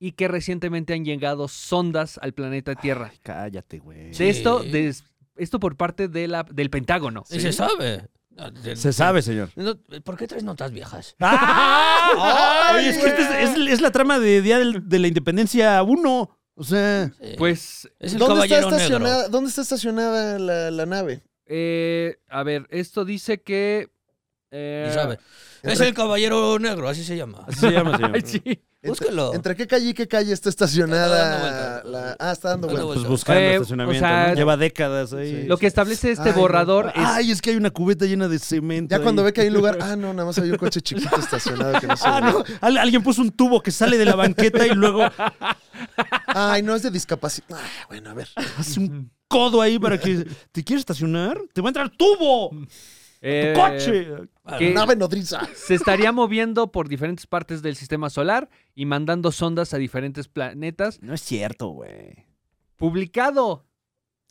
Speaker 3: y que recientemente han llegado sondas al planeta Tierra.
Speaker 2: Cállate, güey.
Speaker 3: De esto, de- esto por parte de la, del Pentágono.
Speaker 5: Y se sabe. Ah, de-
Speaker 2: Se sabe, señor.
Speaker 5: No, ¿Por qué traes notas viejas?
Speaker 1: ¡Ah!
Speaker 2: Oye, es que este es, es- es la trama de Día del- de la Independencia 1. O sea,
Speaker 5: Sí.
Speaker 3: Pues,
Speaker 5: es el
Speaker 1: ¿Dónde está,
Speaker 5: caballero negro.
Speaker 1: estacionada, ¿Dónde está estacionada la, la nave?
Speaker 3: eh, a ver, esto dice que... eh,
Speaker 5: Y sabe. Es el caballero negro, así se llama.
Speaker 2: así se llama, señor.
Speaker 3: ay, sí.
Speaker 1: Entre-
Speaker 5: Búsquelo.
Speaker 1: ¿Entre qué calle y qué calle está estacionada?
Speaker 5: Está dando
Speaker 1: la,
Speaker 5: vueltas.
Speaker 1: ah, está dando
Speaker 5: Está dando
Speaker 1: vueltas.
Speaker 2: Pues
Speaker 5: Eh,
Speaker 2: buscando
Speaker 3: o
Speaker 2: estacionamiento.
Speaker 3: sea,
Speaker 2: ¿no? Lleva décadas ahí.
Speaker 3: Lo que establece este
Speaker 1: Ay, no.
Speaker 3: borrador es...
Speaker 2: Ay, es que hay una cubeta llena de cemento.
Speaker 1: Ya cuando
Speaker 2: ahí.
Speaker 1: ve que hay un lugar, ah, no, nada más hay un coche chiquito estacionado que no se
Speaker 2: Ah,
Speaker 1: ve.
Speaker 2: no. Al- alguien puso un tubo que sale de la banqueta y luego
Speaker 1: Ay, no, es de discapacidad. Ah, bueno, a ver.
Speaker 2: hace un codo ahí para que. ¿Te quieres estacionar? ¡Te va a entrar tubo!
Speaker 3: eh,
Speaker 2: ¡Tu coche! Ah,
Speaker 3: que-
Speaker 1: Nave nodriza.
Speaker 3: se estaría moviendo por diferentes partes del sistema solar y mandando sondas a diferentes planetas.
Speaker 2: No es cierto, güey.
Speaker 3: Publicado.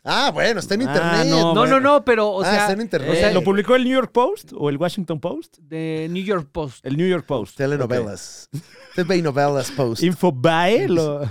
Speaker 1: Ah, bueno, está en
Speaker 2: Ah,
Speaker 1: internet.
Speaker 2: no,
Speaker 3: No, no, no, pero, o
Speaker 1: ah,
Speaker 3: sea,
Speaker 1: está en internet.
Speaker 2: O sea,
Speaker 3: Eh.
Speaker 2: ¿Lo publicó el New York Post o el Washington Post?
Speaker 3: de New York Post.
Speaker 2: El New York Post.
Speaker 1: Telenovelas. TV novelas post.
Speaker 2: Ok. Infobae. lo-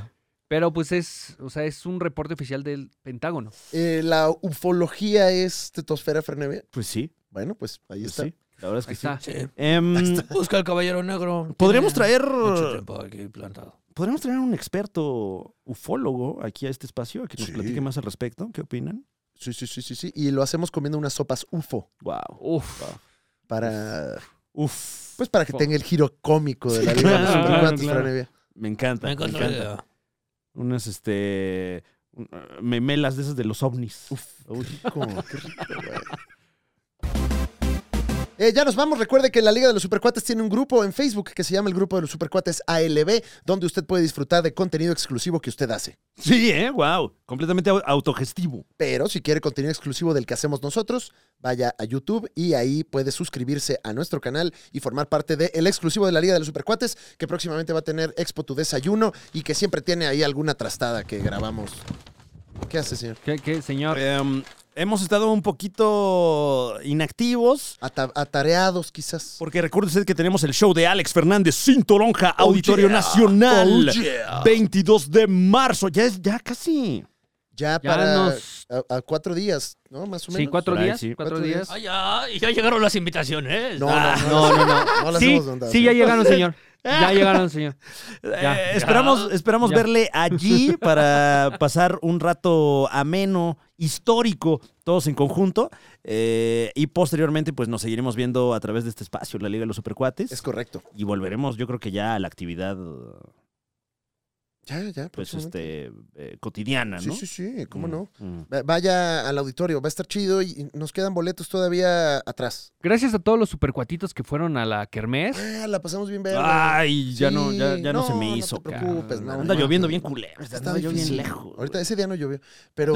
Speaker 3: Pero pues es, o sea, es un reporte oficial del Pentágono.
Speaker 1: Eh, la ufología es tetosfera frenevia.
Speaker 2: Pues sí,
Speaker 1: Bueno, pues ahí
Speaker 2: pues
Speaker 1: está.
Speaker 2: sí. La verdad es que
Speaker 3: Ahí
Speaker 2: sí.
Speaker 3: está.
Speaker 5: Sí.
Speaker 2: Em,
Speaker 5: Busca el caballero negro.
Speaker 2: podríamos
Speaker 5: Tiene
Speaker 2: traer.
Speaker 5: Mucho tiempo aquí plantado.
Speaker 2: Podríamos traer un experto ufólogo aquí a este espacio a que nos
Speaker 1: Sí.
Speaker 2: platique más al respecto. ¿Qué opinan?
Speaker 1: Sí, sí, sí, sí, sí. Y lo hacemos comiendo unas sopas UFO
Speaker 2: Wow.
Speaker 3: Uf.
Speaker 1: para.
Speaker 2: Uf.
Speaker 1: Pues para que
Speaker 3: Ufo.
Speaker 1: tenga el giro cómico de la Liga de los
Speaker 2: claro,
Speaker 1: Supercuates,
Speaker 2: claro.
Speaker 1: Franevia.
Speaker 2: Me encanta.
Speaker 5: Me encanta la idea.
Speaker 2: Unas, este. un- eh, Memelas de esas de los ovnis. Uy.
Speaker 1: Como, qué rico, güey. Eh, ya nos vamos. Recuerde que la Liga de los Supercuates tiene un grupo en Facebook que se llama el Grupo de los Supercuates ALB, donde usted puede disfrutar de contenido exclusivo que usted hace.
Speaker 2: Sí, ¿eh? Wow. Completamente au- autogestivo.
Speaker 1: Pero si quiere contenido exclusivo del que hacemos nosotros, vaya a YouTube y ahí puede suscribirse a nuestro canal y formar parte del el exclusivo de la Liga de los Supercuates, que próximamente va a tener Expo Tu Desayuno y que siempre tiene ahí alguna trastada que grabamos. ¿Qué hace, señor?
Speaker 3: ¿Qué, qué, señor?
Speaker 2: Em, hemos estado un poquito inactivos.
Speaker 1: Ata- atareados, quizás.
Speaker 2: Porque recuerde usted que tenemos el show de Alex Fernández sin Toronja, Auditorio
Speaker 1: yeah.
Speaker 2: Nacional.
Speaker 1: Oh, yeah.
Speaker 2: 22 de marzo. Ya es, ya casi.
Speaker 1: Ya
Speaker 3: Ya
Speaker 1: para
Speaker 3: nos-
Speaker 1: a, a cuatro días, ¿no? Más o menos.
Speaker 3: Sí, cuatro
Speaker 2: Por ahí,
Speaker 3: días.
Speaker 2: sí.
Speaker 3: Cuatro
Speaker 1: Cuatro
Speaker 3: días.
Speaker 5: Ah, ya, y ya llegaron las invitaciones.
Speaker 1: No,
Speaker 5: Ah,
Speaker 1: no, no, no, no, no las
Speaker 3: Sí,
Speaker 1: hemos mandado.
Speaker 3: sí, ya llegaron, señor. Ya llegaron, señor. Ya.
Speaker 2: Eh, esperamos esperamos
Speaker 3: Ya.
Speaker 2: verle allí para pasar un rato ameno, histórico, todos en conjunto. Eh, y posteriormente, pues nos seguiremos viendo a través de este espacio, la Liga de los Supercuates.
Speaker 1: Es correcto.
Speaker 2: y volveremos, yo creo que ya a la actividad,
Speaker 1: Ya, ya.
Speaker 2: pues,
Speaker 1: próximamente.
Speaker 2: este, eh, cotidiana, ¿no?
Speaker 1: Sí, sí, sí, ¿cómo
Speaker 2: Mm,
Speaker 1: no?
Speaker 2: mm.
Speaker 1: Va- Vaya al auditorio, va a estar chido y y nos quedan boletos todavía atrás.
Speaker 3: Gracias a todos los supercuatitos que fueron a la kermés.
Speaker 1: Ah, la pasamos bien verga.
Speaker 2: Ay, ya no,
Speaker 1: Sí,
Speaker 2: ya, ya no, se me
Speaker 1: no
Speaker 2: hizo.
Speaker 1: te
Speaker 2: cara.
Speaker 1: preocupes, no,
Speaker 2: Anda
Speaker 1: no,
Speaker 2: lloviendo
Speaker 1: no.
Speaker 2: bien culero. Está,
Speaker 1: Está
Speaker 2: lloviendo
Speaker 1: difícil.
Speaker 2: bien lejos.
Speaker 1: Ahorita ese día no llovió, pero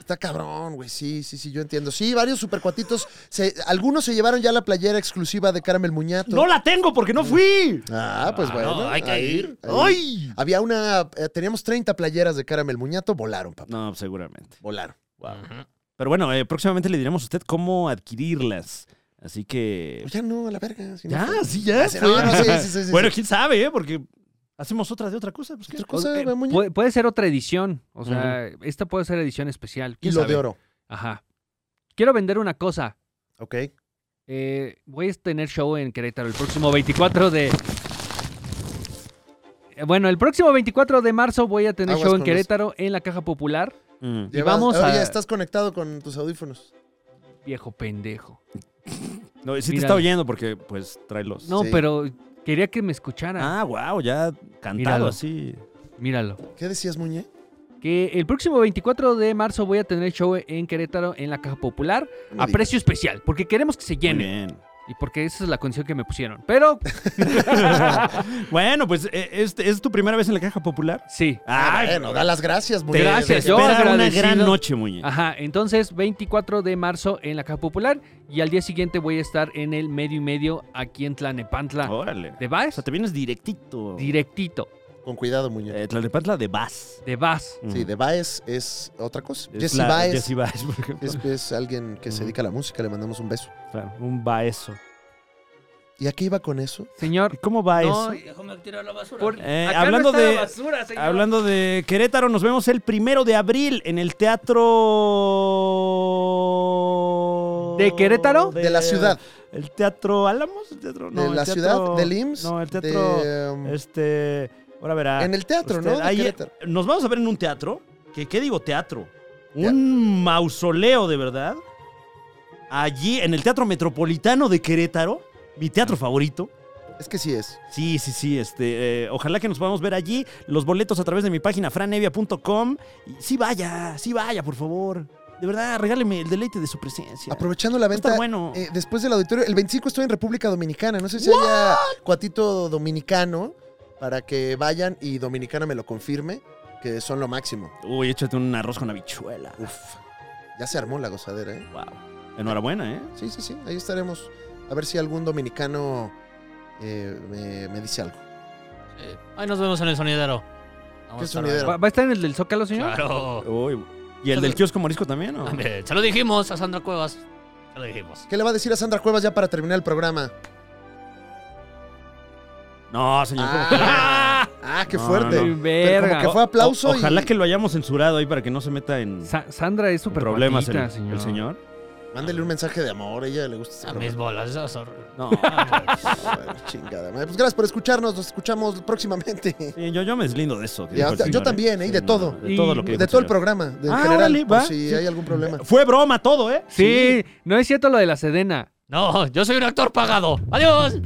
Speaker 1: está cabrón, güey. Sí, sí, sí, yo entiendo. Sí, varios supercuatitos. Se, algunos se llevaron ya la playera exclusiva de Caramel Muñato.
Speaker 2: No la tengo porque
Speaker 1: Mm.
Speaker 2: no fui.
Speaker 1: Ah, pues bueno.
Speaker 5: no, hay que
Speaker 1: ahí-
Speaker 5: ir.
Speaker 1: ahí.
Speaker 2: ¡Ay!
Speaker 1: Había una. eh, teníamos 30 playeras de Caramel Muñato, volaron, papá.
Speaker 2: No, seguramente.
Speaker 1: Volaron.
Speaker 2: Pero bueno, eh, próximamente le diremos a usted cómo adquirirlas. Así que.
Speaker 1: Pues ya no, a la verga. si no
Speaker 2: Ya,
Speaker 1: fue.
Speaker 2: sí, ya.
Speaker 1: Ah, Sí,
Speaker 2: fue.
Speaker 1: no, no, sí, sí, sí, sí,
Speaker 2: bueno,
Speaker 1: sí.
Speaker 2: quién sabe, ¿eh? Porque Hacemos otra de otra cosa. Pues, ¿qué?
Speaker 1: Otra cosa, la muñe-
Speaker 3: Pu- puede ser otra edición. O sea, esta puede ser edición especial. ¿Quién
Speaker 1: Hilo
Speaker 3: sabe?
Speaker 1: de oro.
Speaker 3: Ajá. Quiero vender una cosa.
Speaker 1: Ok.
Speaker 3: Eh, voy a tener show en Querétaro el próximo 24 de. Eh, Bueno, el próximo 24 de marzo voy a tener
Speaker 1: Aguas
Speaker 3: show en
Speaker 1: con eso.
Speaker 3: Querétaro en la Caja Popular.
Speaker 2: Mm.
Speaker 1: Llevas-
Speaker 3: vamos
Speaker 1: Oye,
Speaker 3: a-
Speaker 1: estás conectado con tus audífonos.
Speaker 3: Viejo pendejo.
Speaker 2: No, sí te
Speaker 3: Mira.
Speaker 2: está oyendo porque, pues, tráelos.
Speaker 3: No,
Speaker 1: Sí.
Speaker 3: pero quería que me escuchara.
Speaker 2: Ah, wow, ya cantado
Speaker 3: Míralo.
Speaker 2: así.
Speaker 3: Míralo.
Speaker 1: ¿Qué decías, Muñe?
Speaker 3: Que el próximo 24 de marzo voy a tener show en Querétaro en la Caja Popular
Speaker 1: No me
Speaker 3: a
Speaker 1: digas.
Speaker 3: precio especial, porque queremos que se
Speaker 2: Muy
Speaker 3: llene
Speaker 2: bien.
Speaker 3: y porque esa es la condición que me pusieron. Pero
Speaker 2: Bueno, pues, eh, ¿es, es tu primera vez en la caja popular?
Speaker 3: sí,
Speaker 1: Ah,
Speaker 2: Ay,
Speaker 1: bueno, da las gracias, Muñe.
Speaker 2: te
Speaker 3: gracias,
Speaker 2: te
Speaker 3: yo
Speaker 2: espera una
Speaker 3: agradecido.
Speaker 2: gran noche, Muñe.
Speaker 3: Ajá, entonces 24 de marzo en la Caja Popular y al día siguiente voy a estar en el medio y medio aquí en Tlanepantla.
Speaker 2: Órale.
Speaker 3: De
Speaker 2: O
Speaker 3: Vaz,
Speaker 2: sea, Oh, te vienes directito.
Speaker 3: directito,
Speaker 1: Con cuidado, Muñe.
Speaker 2: Eh, Tlalnepantla de Vaz.
Speaker 3: de Vaz.
Speaker 1: Sí, de Baez es otra cosa.
Speaker 2: Mm. Es
Speaker 1: Jesse
Speaker 2: la-
Speaker 1: Baez
Speaker 2: Jesse Baez, por ejemplo.
Speaker 1: es, es alguien que se
Speaker 2: Ujú.
Speaker 1: dedica a la música. Le mandamos un beso.
Speaker 2: Claro, un Baezo.
Speaker 1: ¿Y a qué iba con eso?
Speaker 2: ¿Y
Speaker 3: Señor,
Speaker 2: cómo va
Speaker 3: No,
Speaker 2: eso?
Speaker 5: Déjame tirar la basura.
Speaker 3: por-
Speaker 2: Eh,
Speaker 3: acá no
Speaker 2: hablando
Speaker 3: está la
Speaker 2: de-
Speaker 3: basura, señor.
Speaker 2: Hablando de Querétaro, nos vemos el primero de abril en el Teatro...
Speaker 3: ¿De Querétaro?
Speaker 1: De la ciudad.
Speaker 2: ¿El Teatro Álamos? ¿El teatro? Eh, No,
Speaker 1: de
Speaker 2: el
Speaker 1: la
Speaker 2: teatro-
Speaker 1: ciudad, del IMSS.
Speaker 2: No, el teatro...
Speaker 1: de, um,
Speaker 2: Este... Ahora verá.
Speaker 1: en el teatro,
Speaker 2: usted-
Speaker 1: ¿no? De
Speaker 2: ahí-
Speaker 1: Querétaro.
Speaker 2: nos vamos a ver en un teatro. ¿Qué, qué digo teatro? Un mausoleo, de verdad. Allí, en el Teatro Metropolitano de Querétaro. Mi teatro favorito.
Speaker 1: Es que sí es.
Speaker 2: Sí, sí, sí. Este, eh, ojalá que nos podamos ver allí. Los boletos a través de mi página franevia.com. Y Sí vaya, sí vaya, por favor. De verdad, regáleme el deleite de su presencia.
Speaker 1: Aprovechando la
Speaker 2: Va a estar
Speaker 1: venta,
Speaker 2: bueno.
Speaker 1: eh, después del auditorio, el 25 estoy en República Dominicana. No sé si haya cuatito dominicano para que vayan y Dominicana me lo confirme, que son lo máximo.
Speaker 2: Uy, échate un arroz con habichuela.
Speaker 1: Uf, ya se armó la gozadera, ¿eh?
Speaker 2: Wow. Enhorabuena, ¿eh?
Speaker 1: Sí, sí, sí, ahí estaremos. A ver si algún dominicano eh, me, me dice algo.
Speaker 5: Ahí nos vemos en el sonidero. Vamos
Speaker 1: ¿Qué
Speaker 5: a estar-
Speaker 1: sonidero?
Speaker 3: ¿Va, va a estar en el del Zócalo, señor?
Speaker 5: Claro.
Speaker 2: Uy. ¿Y el del kiosco morisco también? o?
Speaker 5: También, Se lo dijimos a Sandra Cuevas. Se lo dijimos.
Speaker 1: ¿Qué le va a decir a Sandra Cuevas ya para terminar el programa?
Speaker 2: No, señor. ¿cómo cree?
Speaker 1: Ah, ah, qué
Speaker 2: No,
Speaker 1: fuerte.
Speaker 2: no,
Speaker 3: Sí,
Speaker 2: no.
Speaker 1: Pero como
Speaker 3: verga.
Speaker 1: que fue aplauso
Speaker 2: O- ojalá
Speaker 1: y-
Speaker 2: que lo hayamos censurado ahí para que no se meta en
Speaker 3: Sa- Sandra es súper
Speaker 2: problemas el,
Speaker 3: cuatita,
Speaker 2: el señor.
Speaker 1: Mándele un mensaje de amor, a ella le gusta ese
Speaker 5: A
Speaker 1: programa.
Speaker 5: mis bolas. esas son-
Speaker 2: No.
Speaker 1: Ay, chingada madre. Pues gracias por escucharnos, nos escuchamos próximamente.
Speaker 2: Sí, yo, yo me deslindo de eso. que
Speaker 1: Y
Speaker 2: dijo el
Speaker 1: hasta- yo
Speaker 2: señor,
Speaker 1: también, ¿eh? Y de
Speaker 2: no,
Speaker 1: todo.
Speaker 2: De todo lo que
Speaker 3: Y-
Speaker 2: dijo
Speaker 1: De todo el
Speaker 2: señor.
Speaker 1: programa, de en
Speaker 2: Ah,
Speaker 1: general,
Speaker 2: órale,
Speaker 1: por
Speaker 2: va.
Speaker 1: si
Speaker 2: Sí.
Speaker 1: hay algún problema.
Speaker 2: Fue broma todo, ¿eh?
Speaker 3: Sí, no es cierto lo de la Sedena.
Speaker 5: No, yo soy un actor pagado. ¡Adiós!